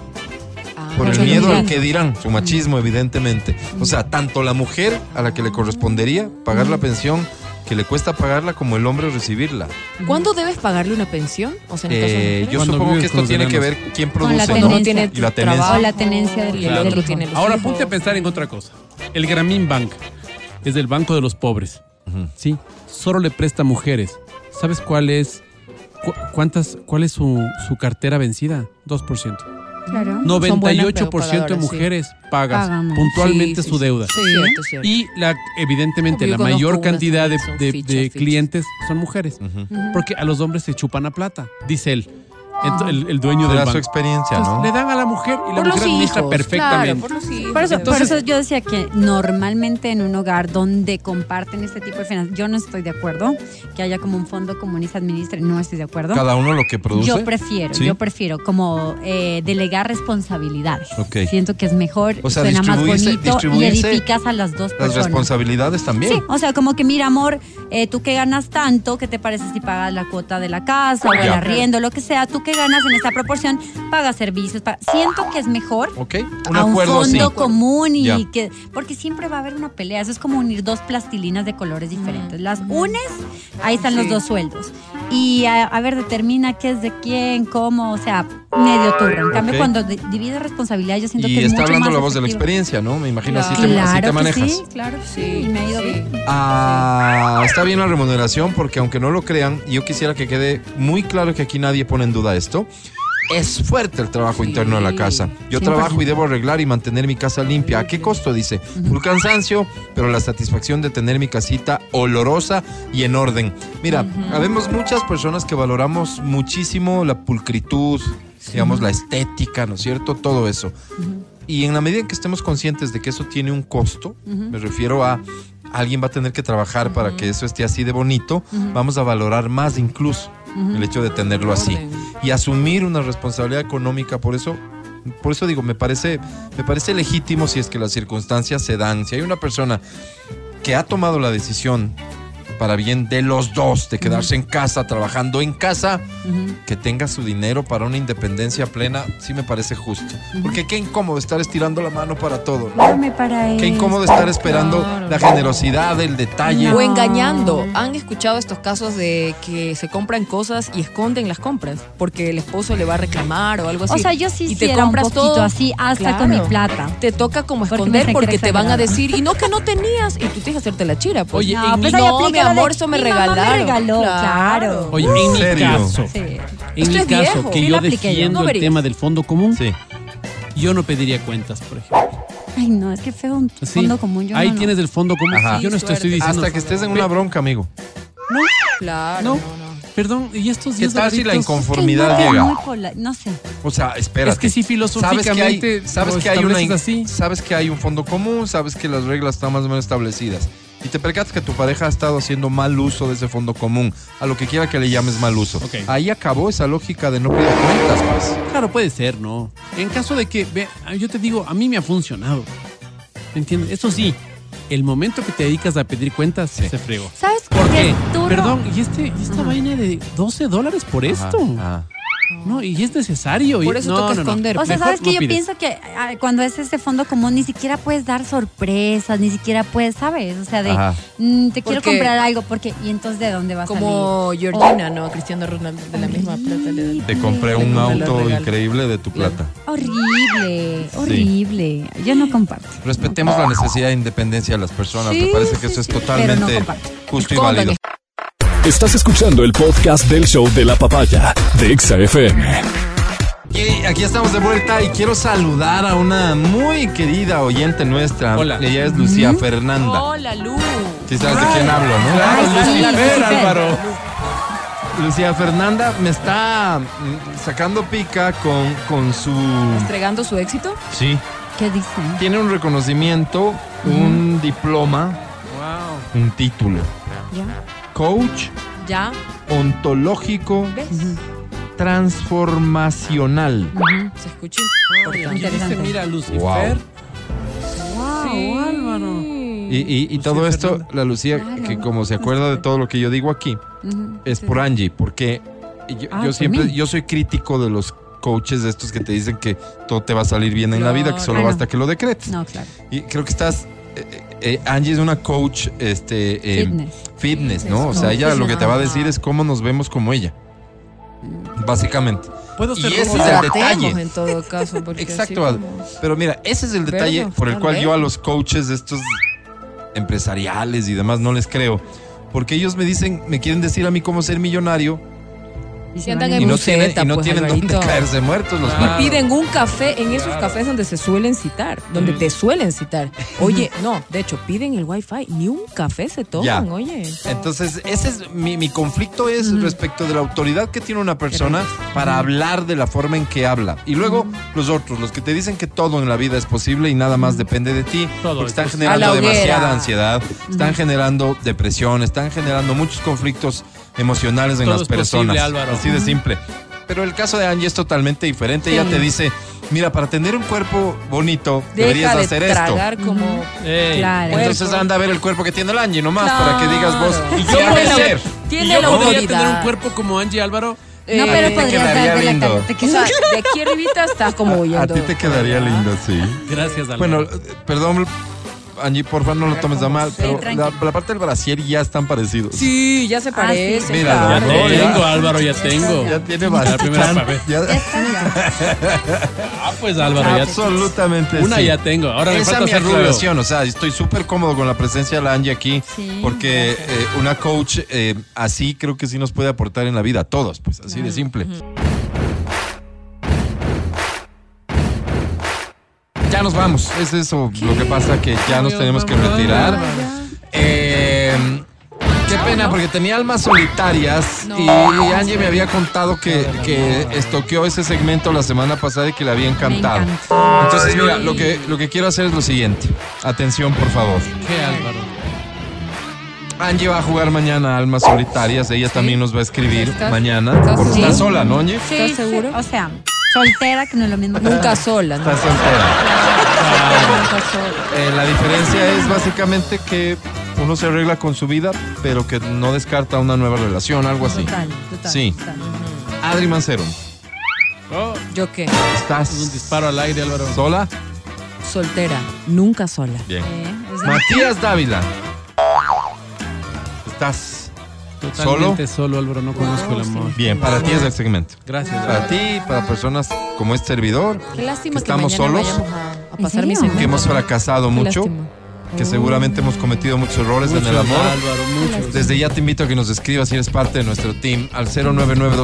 Ah,
por el
mucho
miedo al
dinero.
que dirán, su machismo evidentemente. O sea, tanto la mujer a la que le correspondería pagar la pensión, que le cuesta pagarla, como el hombre recibirla.
¿Cuándo debes pagarle una pensión? O sea, en el caso de
Eh,
mujeres.
yo
Cuando
supongo
vives
que esto
con los
tiene que ver
enanos.
quién
Con la
produce,
Uno
¿no?
tenencia.
tiene
Y la
tu
tenencia.
trabajo,
O la tenencia del-
y
Claro.
el otro tiene los
Ahora
hijos.
ponte a pensar en otra cosa. El Grameen Bank es el banco de los pobres.
Ujú.
Sí, solo le presta mujeres. ¿Sabes cuál es cu- cuántas cuál es su, su cartera vencida? 2%.
Claro.
Son buenas
98% de
pagadoras, sí.
mujeres pagas
Pagan.
puntualmente
Sí,
su
sí,
deuda.
sí, cierto, cierto.
Y la, evidentemente
Yo
la
conozco
mayor
unas
cantidad de,
también, son
de-
fichas,
de
fichas.
clientes son mujeres.
Ujú.
Porque a los hombres se chupan a plata, dice él, Ento- el, el dueño del
Será su
banco.
experiencia,
Pues,
Entonces,
¿no?
le dan a la mujer y la
por
mujer
los
administra
hijos.
perfectamente.
Claro, por los hijos.
Por eso,
Entonces,
por eso yo decía que normalmente en un hogar donde comparten este tipo de finanzas, yo no estoy de acuerdo que haya como un fondo común y se administre, no estoy de acuerdo.
Cada uno lo que produce.
Yo prefiero,
Sí.
yo prefiero como eh, delegar responsabilidades.
Ok.
Siento que es mejor,
O sea,
suena más
distribuirse-
bonito y
distribuirse
edificas a las dos
Las
personas.
responsabilidades también.
Sí, o sea, como que mira, amor, eh, tú que ganas tanto, ¿qué te parece si pagas la cuota de la casa o el
Ya.
arriendo, lo que sea? Tú que ganas en esta proporción, pagas servicios. pa- Siento que es mejor
Ok, un
a un
acuerdo
fondo
así.
común y
Ya.
que porque siempre va a haber una pelea eso es como unir dos plastilinas de colores diferentes las unes ahí están los
Mm. Sí.
dos sueldos y a, a ver determina qué es de quién cómo o sea medio turno en cambio
Ok.
cuando di- divides responsabilidad yo siento
Y
que es
está
mucho
hablando
más
la voz de la
efectivo.
experiencia, ¿no? Me imagino así, te, así
claro
te manejas.
que sí claro que sí, y me ha ido
sí.
bien
Ah, está bien la remuneración porque aunque no lo crean, yo quisiera que quede muy claro que aquí nadie pone en duda esto. Es fuerte el trabajo
Sí.
interno de la casa. Yo
100%.
trabajo y debo arreglar y mantener mi casa limpia. ¿A qué costo? Dice. Por cansancio, pero la satisfacción de tener mi casita olorosa y en orden. Mira, habemos muchas personas que valoramos muchísimo la pulcritud, digamos, la estética, ¿no es cierto? Todo eso. Y en la medida en que estemos conscientes de que eso tiene un costo, me refiero a alguien va a tener que trabajar para que eso esté así de bonito, vamos a valorar más incluso el hecho de tenerlo así
Orden.
y asumir una responsabilidad económica por eso por eso digo, me parece me parece legítimo si es que las circunstancias se dan, si hay una persona que ha tomado la decisión para bien de los dos, de quedarse en casa, trabajando en casa, que tenga su dinero para una independencia plena, sí me parece justo. Porque qué incómodo estar estirando la mano para todo. ¿no?
Duerme para
Qué
él.
incómodo estar esperando
Claro.
la generosidad, el detalle.
O engañando. Han escuchado estos casos de que se compran cosas y esconden las compras porque el esposo le va a reclamar o algo así.
o sea yo sí
y te
hiciera un
compras
poquito
todo.
así hasta
Claro.
con mi plata
Te toca como
Porque me
esconder
sé que
porque
eres
te van a
sagrada.
decir, y no que no tenías, y tú tienes que hacerte la chira. Pues.
Oye,
no,
en
pues
mi-
ahí
no,
aplica
mi
la de,
amor, eso me
"Mi mamá
regalaron".
regaló,
Claro.
claro.
Oye, en mi
serio?
caso,
Sí.
en
Esto
mi
es
caso
viejo.
que
Yo
yo
la apliqué, yo
defiendo
no
el
verías.
tema del fondo común,
Sí.
yo no pediría cuentas, por ejemplo.
Ay, no, es que feo un
Sí.
fondo común. Yo
Ahí
no, no.
tienes el fondo común.
Ajá.
Yo no
Suerte.
te estoy diciendo.
Hasta que estés en una bronca, amigo.
No,
Claro,
No.
no, no.
perdón, y estos
¿Qué
10
tal si la
dolaritos?
Es que
inconformidad
no,
llega?
muy pola- no sé.
O sea, espérate.
Es que si
sabes que hay,
filosóficamente pues,
sabes
lo
que hay una,
estableces así.
sabes que hay un fondo común, sabes que las reglas están más o menos establecidas. Y te percatas que tu pareja ha estado haciendo mal uso de ese fondo común, a lo que quiera que le llames mal uso.
Ok.
Ahí acabó esa lógica de no pedir cuentas, pues.
Claro, puede ser, ¿no? En caso de que, ve, yo te digo, a mí me ha funcionado. ¿Me entiendes? Eso sí, el momento que te dedicas a pedir cuentas se fregó.
¿Sabes
¿Por qué?
es duro?
Perdón, y, este, y esta
Ajá.
vaina de 12 dólares por esto.
Ajá,
No, y es necesario. y-
Por eso
no,
toca
no, no.
esconder.
O sea,
Mejor
sabes que
no
yo
pides.
pienso que ah, cuando es este fondo común ni siquiera puedes dar sorpresas, ni siquiera puedes, ¿sabes? O sea, de
ajá.
mm, te quiero
Porque-
comprar algo porque y entonces de dónde vas a
Como Georgina, ¿no? Cristiano Ronaldo, de la misma plata le da.
Te compré un
Me lo
auto
regalo.
increíble de tu plata.
salir. Horrible, horrible. Yo no comparto.
Respetemos la necesidad de independencia de las personas.
Sí,
Me parece que eso
sí,
es
sí. Pero no
totalmente
comparto.
justo y
Escondan,
válido.
Estás escuchando el podcast del show de la papaya de Exa FM.
Y aquí estamos de vuelta y quiero saludar a una muy querida oyente nuestra.
Hola.
Ella es Lucía Fernanda.
Hola, Lu.
Si sabes de quién hablo, ¿no?
Ay, sí, sí, sí.
Lucía Fernanda me está mm, sacando pica con, con su...
Entregando su éxito.
Sí.
¿Qué dicen?
Tiene un reconocimiento, un diploma,
Wow.
un título.
¿Ya?
Coach
Ya.
ontológico
¿Ves?
transformacional.
Ujú.
Se escucha.
Y dice,
Interesante.
mira, Lucifer.
Wow.
Sí.
Y, y- y
Lucía
todo esto,
Fernanda.
la Lucía,
Claro.
que como se acuerda de todo lo que yo digo aquí,
Ujú.
es por Angie, porque yo,
Ah,
yo
por
siempre,
mí.
yo soy crítico de los coaches de estos que te dicen que todo te va a salir bien en la vida, que solo
Claro. Ah,
basta que lo decretes.
No, claro.
Y creo que estás, eh, eh, Angie es una coach este, eh,
Fitness.
fitness,
Fitness
¿no? O sea,
coach.
ella lo que te va a decir es cómo nos vemos como ella,
Ah.
básicamente.
Puedo ser
Y ese es el
rudo?
Tratemos
detalle.
en todo caso. Porque
Exacto,
así
Ad.
como-
Pero mira, ese es el detalle
Vernos,
por el
tal
cual
vez.
yo a los coaches de estos empresariales y demás no les creo. Porque ellos me dicen, me quieren decir a mí cómo ser millonario
Y se
Sientan
van
en
y
a-
no
Buceta,
tienen, y no
pues,
tienen dónde
Alvarito.
caerse muertos los
Y
Y
malos.
piden un café en esos
Claro.
cafés donde se suelen citar,
Mm.
donde te suelen citar. Oye, no, de hecho, piden el wifi, ni un café se toman,
Ya.
oye.
Entonces, ese es mi, mi conflicto es respecto de la autoridad que tiene una persona para hablar de la forma en que habla. Y luego los otros, los que te dicen que todo en la vida es posible y nada más depende de ti,
Todo
porque
es
están
posible.
A
generando
la hoguera.
demasiada ansiedad, están generando depresión, están generando muchos conflictos emocionales en
Todo
las
es
personas.
posible, Álvaro.
Así de simple. Pero el caso de Angie es totalmente diferente. Ella te dice, mira, para tener un cuerpo bonito deberías
Deja de
hacer esto.
tragar como...
Ey.
Claro.
Entonces anda a ver el cuerpo que tiene el Angie nomás para que digas vos.
Claro.
¿Y
yo
qué ha de
puedo-
ser?
¿Y
Tiene
yo
la
podría
autoridad.
tener un cuerpo como Angie Álvaro?
No,
Eh,
pero
te
podrías
quedaría
dar de la
lindo.
tarde. Te
O sea,
quedas-
de aquí arribita estás como huyendo.
A ti te quedaría lindo, sí.
Gracias, Álvaro.
Bueno, eh, perdón, Angie, porfa, no lo tomes a mal, pero la, la parte del brasier ya están parecidos.
Sí, ya se parece.
sí.
Mira,
ya
claro.
no, ya.
tengo, Álvaro, ya tengo.
Ya tiene
La primera
bastante.
papel.
Ya
Ya,
está, ya.
Ah, pues Álvaro, ya
absolutamente.
Una
sí.
ya tengo. Ahora me
pues, Esa es
falta
mi
ser rubio.
aclaración, o sea, estoy súper cómodo con la presencia de la Angie aquí,
Sí,
porque eh, una coach eh, así creo que sí nos puede aportar en la vida a todos, pues así de simple. Ya nos vamos, es eso lo que pasa, que ya nos tenemos que retirar. Eh, qué pena, porque tenía almas solitarias y Angie me había contado que, que estoqueó ese segmento la semana pasada y que le había encantado.
encantó.
Entonces, mira, lo que, lo que quiero hacer es lo siguiente. Atención, por favor.
¿Qué, Álvaro?
Angie va a jugar mañana a almas solitarias. Ella también nos va a escribir
¿Estás-
mañana.
estás
porque
sola?
está sola, ¿no, Angie?
Sí,
¿Estás
sí,
seguro?
O sea, soltera, que no es lo mismo. que
Ah,
Nunca sola, ¿no?
Está soltera.
Nunca sola.
Eh, la diferencia es básicamente que uno se arregla con su vida, pero que no descarta una nueva relación, algo así.
Total, total.
Sí.
total.
Adri Mancero,
Oh,
¿Yo qué?
un
¿estás
disparo al aire, Álvaro.
sola?
Soltera, nunca sola.
Bien.
Eh, o sea,
Matías Dávila. ¿Estás
Totalmente solo, Álvaro. No conozco el amor.
bien? Para ti es el segmento.
Gracias,
Para
Álvaro.
ti, para personas como este servidor,
Qué lástima
¿Estamos
que mañana
solos?
vayamos a, a pasar mi
serio?
segmento.
que hemos fracasado
Qué
mucho.
lástima.
que seguramente hemos cometido muchos errores en el
Muchos,
amor.
Álvaro, muchos.
Desde ya te invito a que nos escribas si eres parte de nuestro team al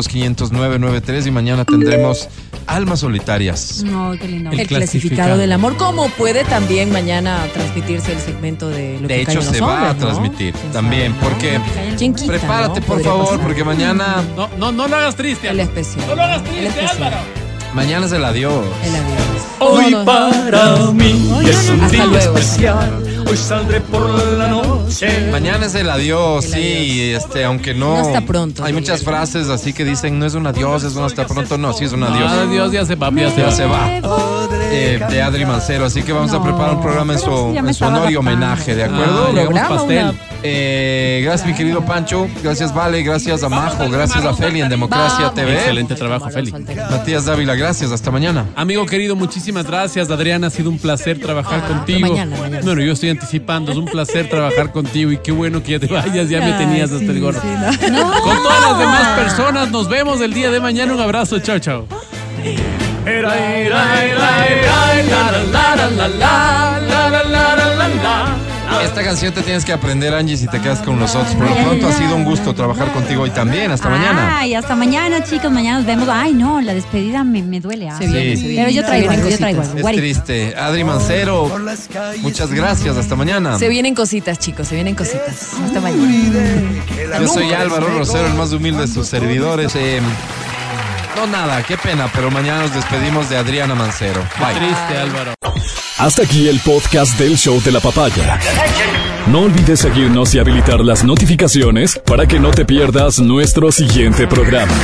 099-2500-993 y mañana tendremos Almas Solitarias.
No, qué lindo.
El,
El
clasificado
clasificado.
del amor, como puede también mañana transmitirse el segmento de lo
De
que
hecho,
callan los
se va a
hombres, ¿no?
transmitir
¿Quién
también,
sabe, no?
porque
¿Quién quita,
prepárate
no?
por
Podría
favor,
pasar.
porque mañana,
No, no, no lo hagas triste.
El
Álvaro.
especial.
No lo hagas
El
triste,
especial.
Álvaro.
mañana es el adiós.
El adiós.
Hoy
No, no,
para mí es un
Hasta
día
luego.
especial. Hoy saldré por la noche.
Mañana es el adiós, sí, este, aunque no.
No hasta pronto,
Hay
Miguel.
muchas frases así que dicen, no es un adiós, es un hasta pronto. No, sí es un
Adiós.
adiós.
Dios, ya se va, ya se
Ya
va.
se va. Eh, de Adri Mancero, así que vamos a
No,
preparar un programa en
pero
su,
sí, ya me
en su
estaba
honor y
adaptando.
homenaje, ¿de acuerdo?
Ah,
Luego-
hagamos
programa,
pastel.
Eh, gracias, mi querido Pancho. Gracias, Vale. Gracias a Majo. Gracias a Feli en Democracia
Vamos.
TV.
Excelente trabajo,
Camarón
Feli.
soltero.
Matías Dávila, gracias. Hasta mañana.
Amigo querido, muchísimas gracias, Adriana. Ha sido un placer trabajar
Ah,
contigo.
mañana, mañana.
Bueno, yo estoy anticipando, es un placer trabajar contigo y qué bueno que ya te vayas, ya me
Ay,
tenías hasta
sí,
el gorro.
sí, no.
Con todas las demás personas, nos vemos el día de mañana. Un abrazo, chao, chao.
Era, era, era, era, la, la, la, la, la, la, la, la, la, la, la.
Esta canción te tienes que aprender, Angie, si te quedas con nosotros. Por lo pronto ha sido un gusto trabajar contigo hoy también. Hasta mañana.
Ay, hasta mañana, chicos. Mañana nos vemos. Ay, no, la despedida me, me duele. ah.
Se viene,
Sí.
se viene.
Pero yo
Se
traigo
vienen
algo, yo traigo
cositas.
algo.
Es triste. Adri Mancero, muchas gracias. Hasta mañana.
Se vienen cositas, chicos, se vienen cositas. Hasta mañana.
Yo soy Álvaro Rosero, el más humilde de sus servidores. Eh, no nada, qué pena, pero mañana nos despedimos de Adriana Mancero. Bye.
Triste, Álvaro.
Hasta aquí el podcast del show de la papaya. No olvides seguirnos y habilitar las notificaciones para que no te pierdas nuestro siguiente programa.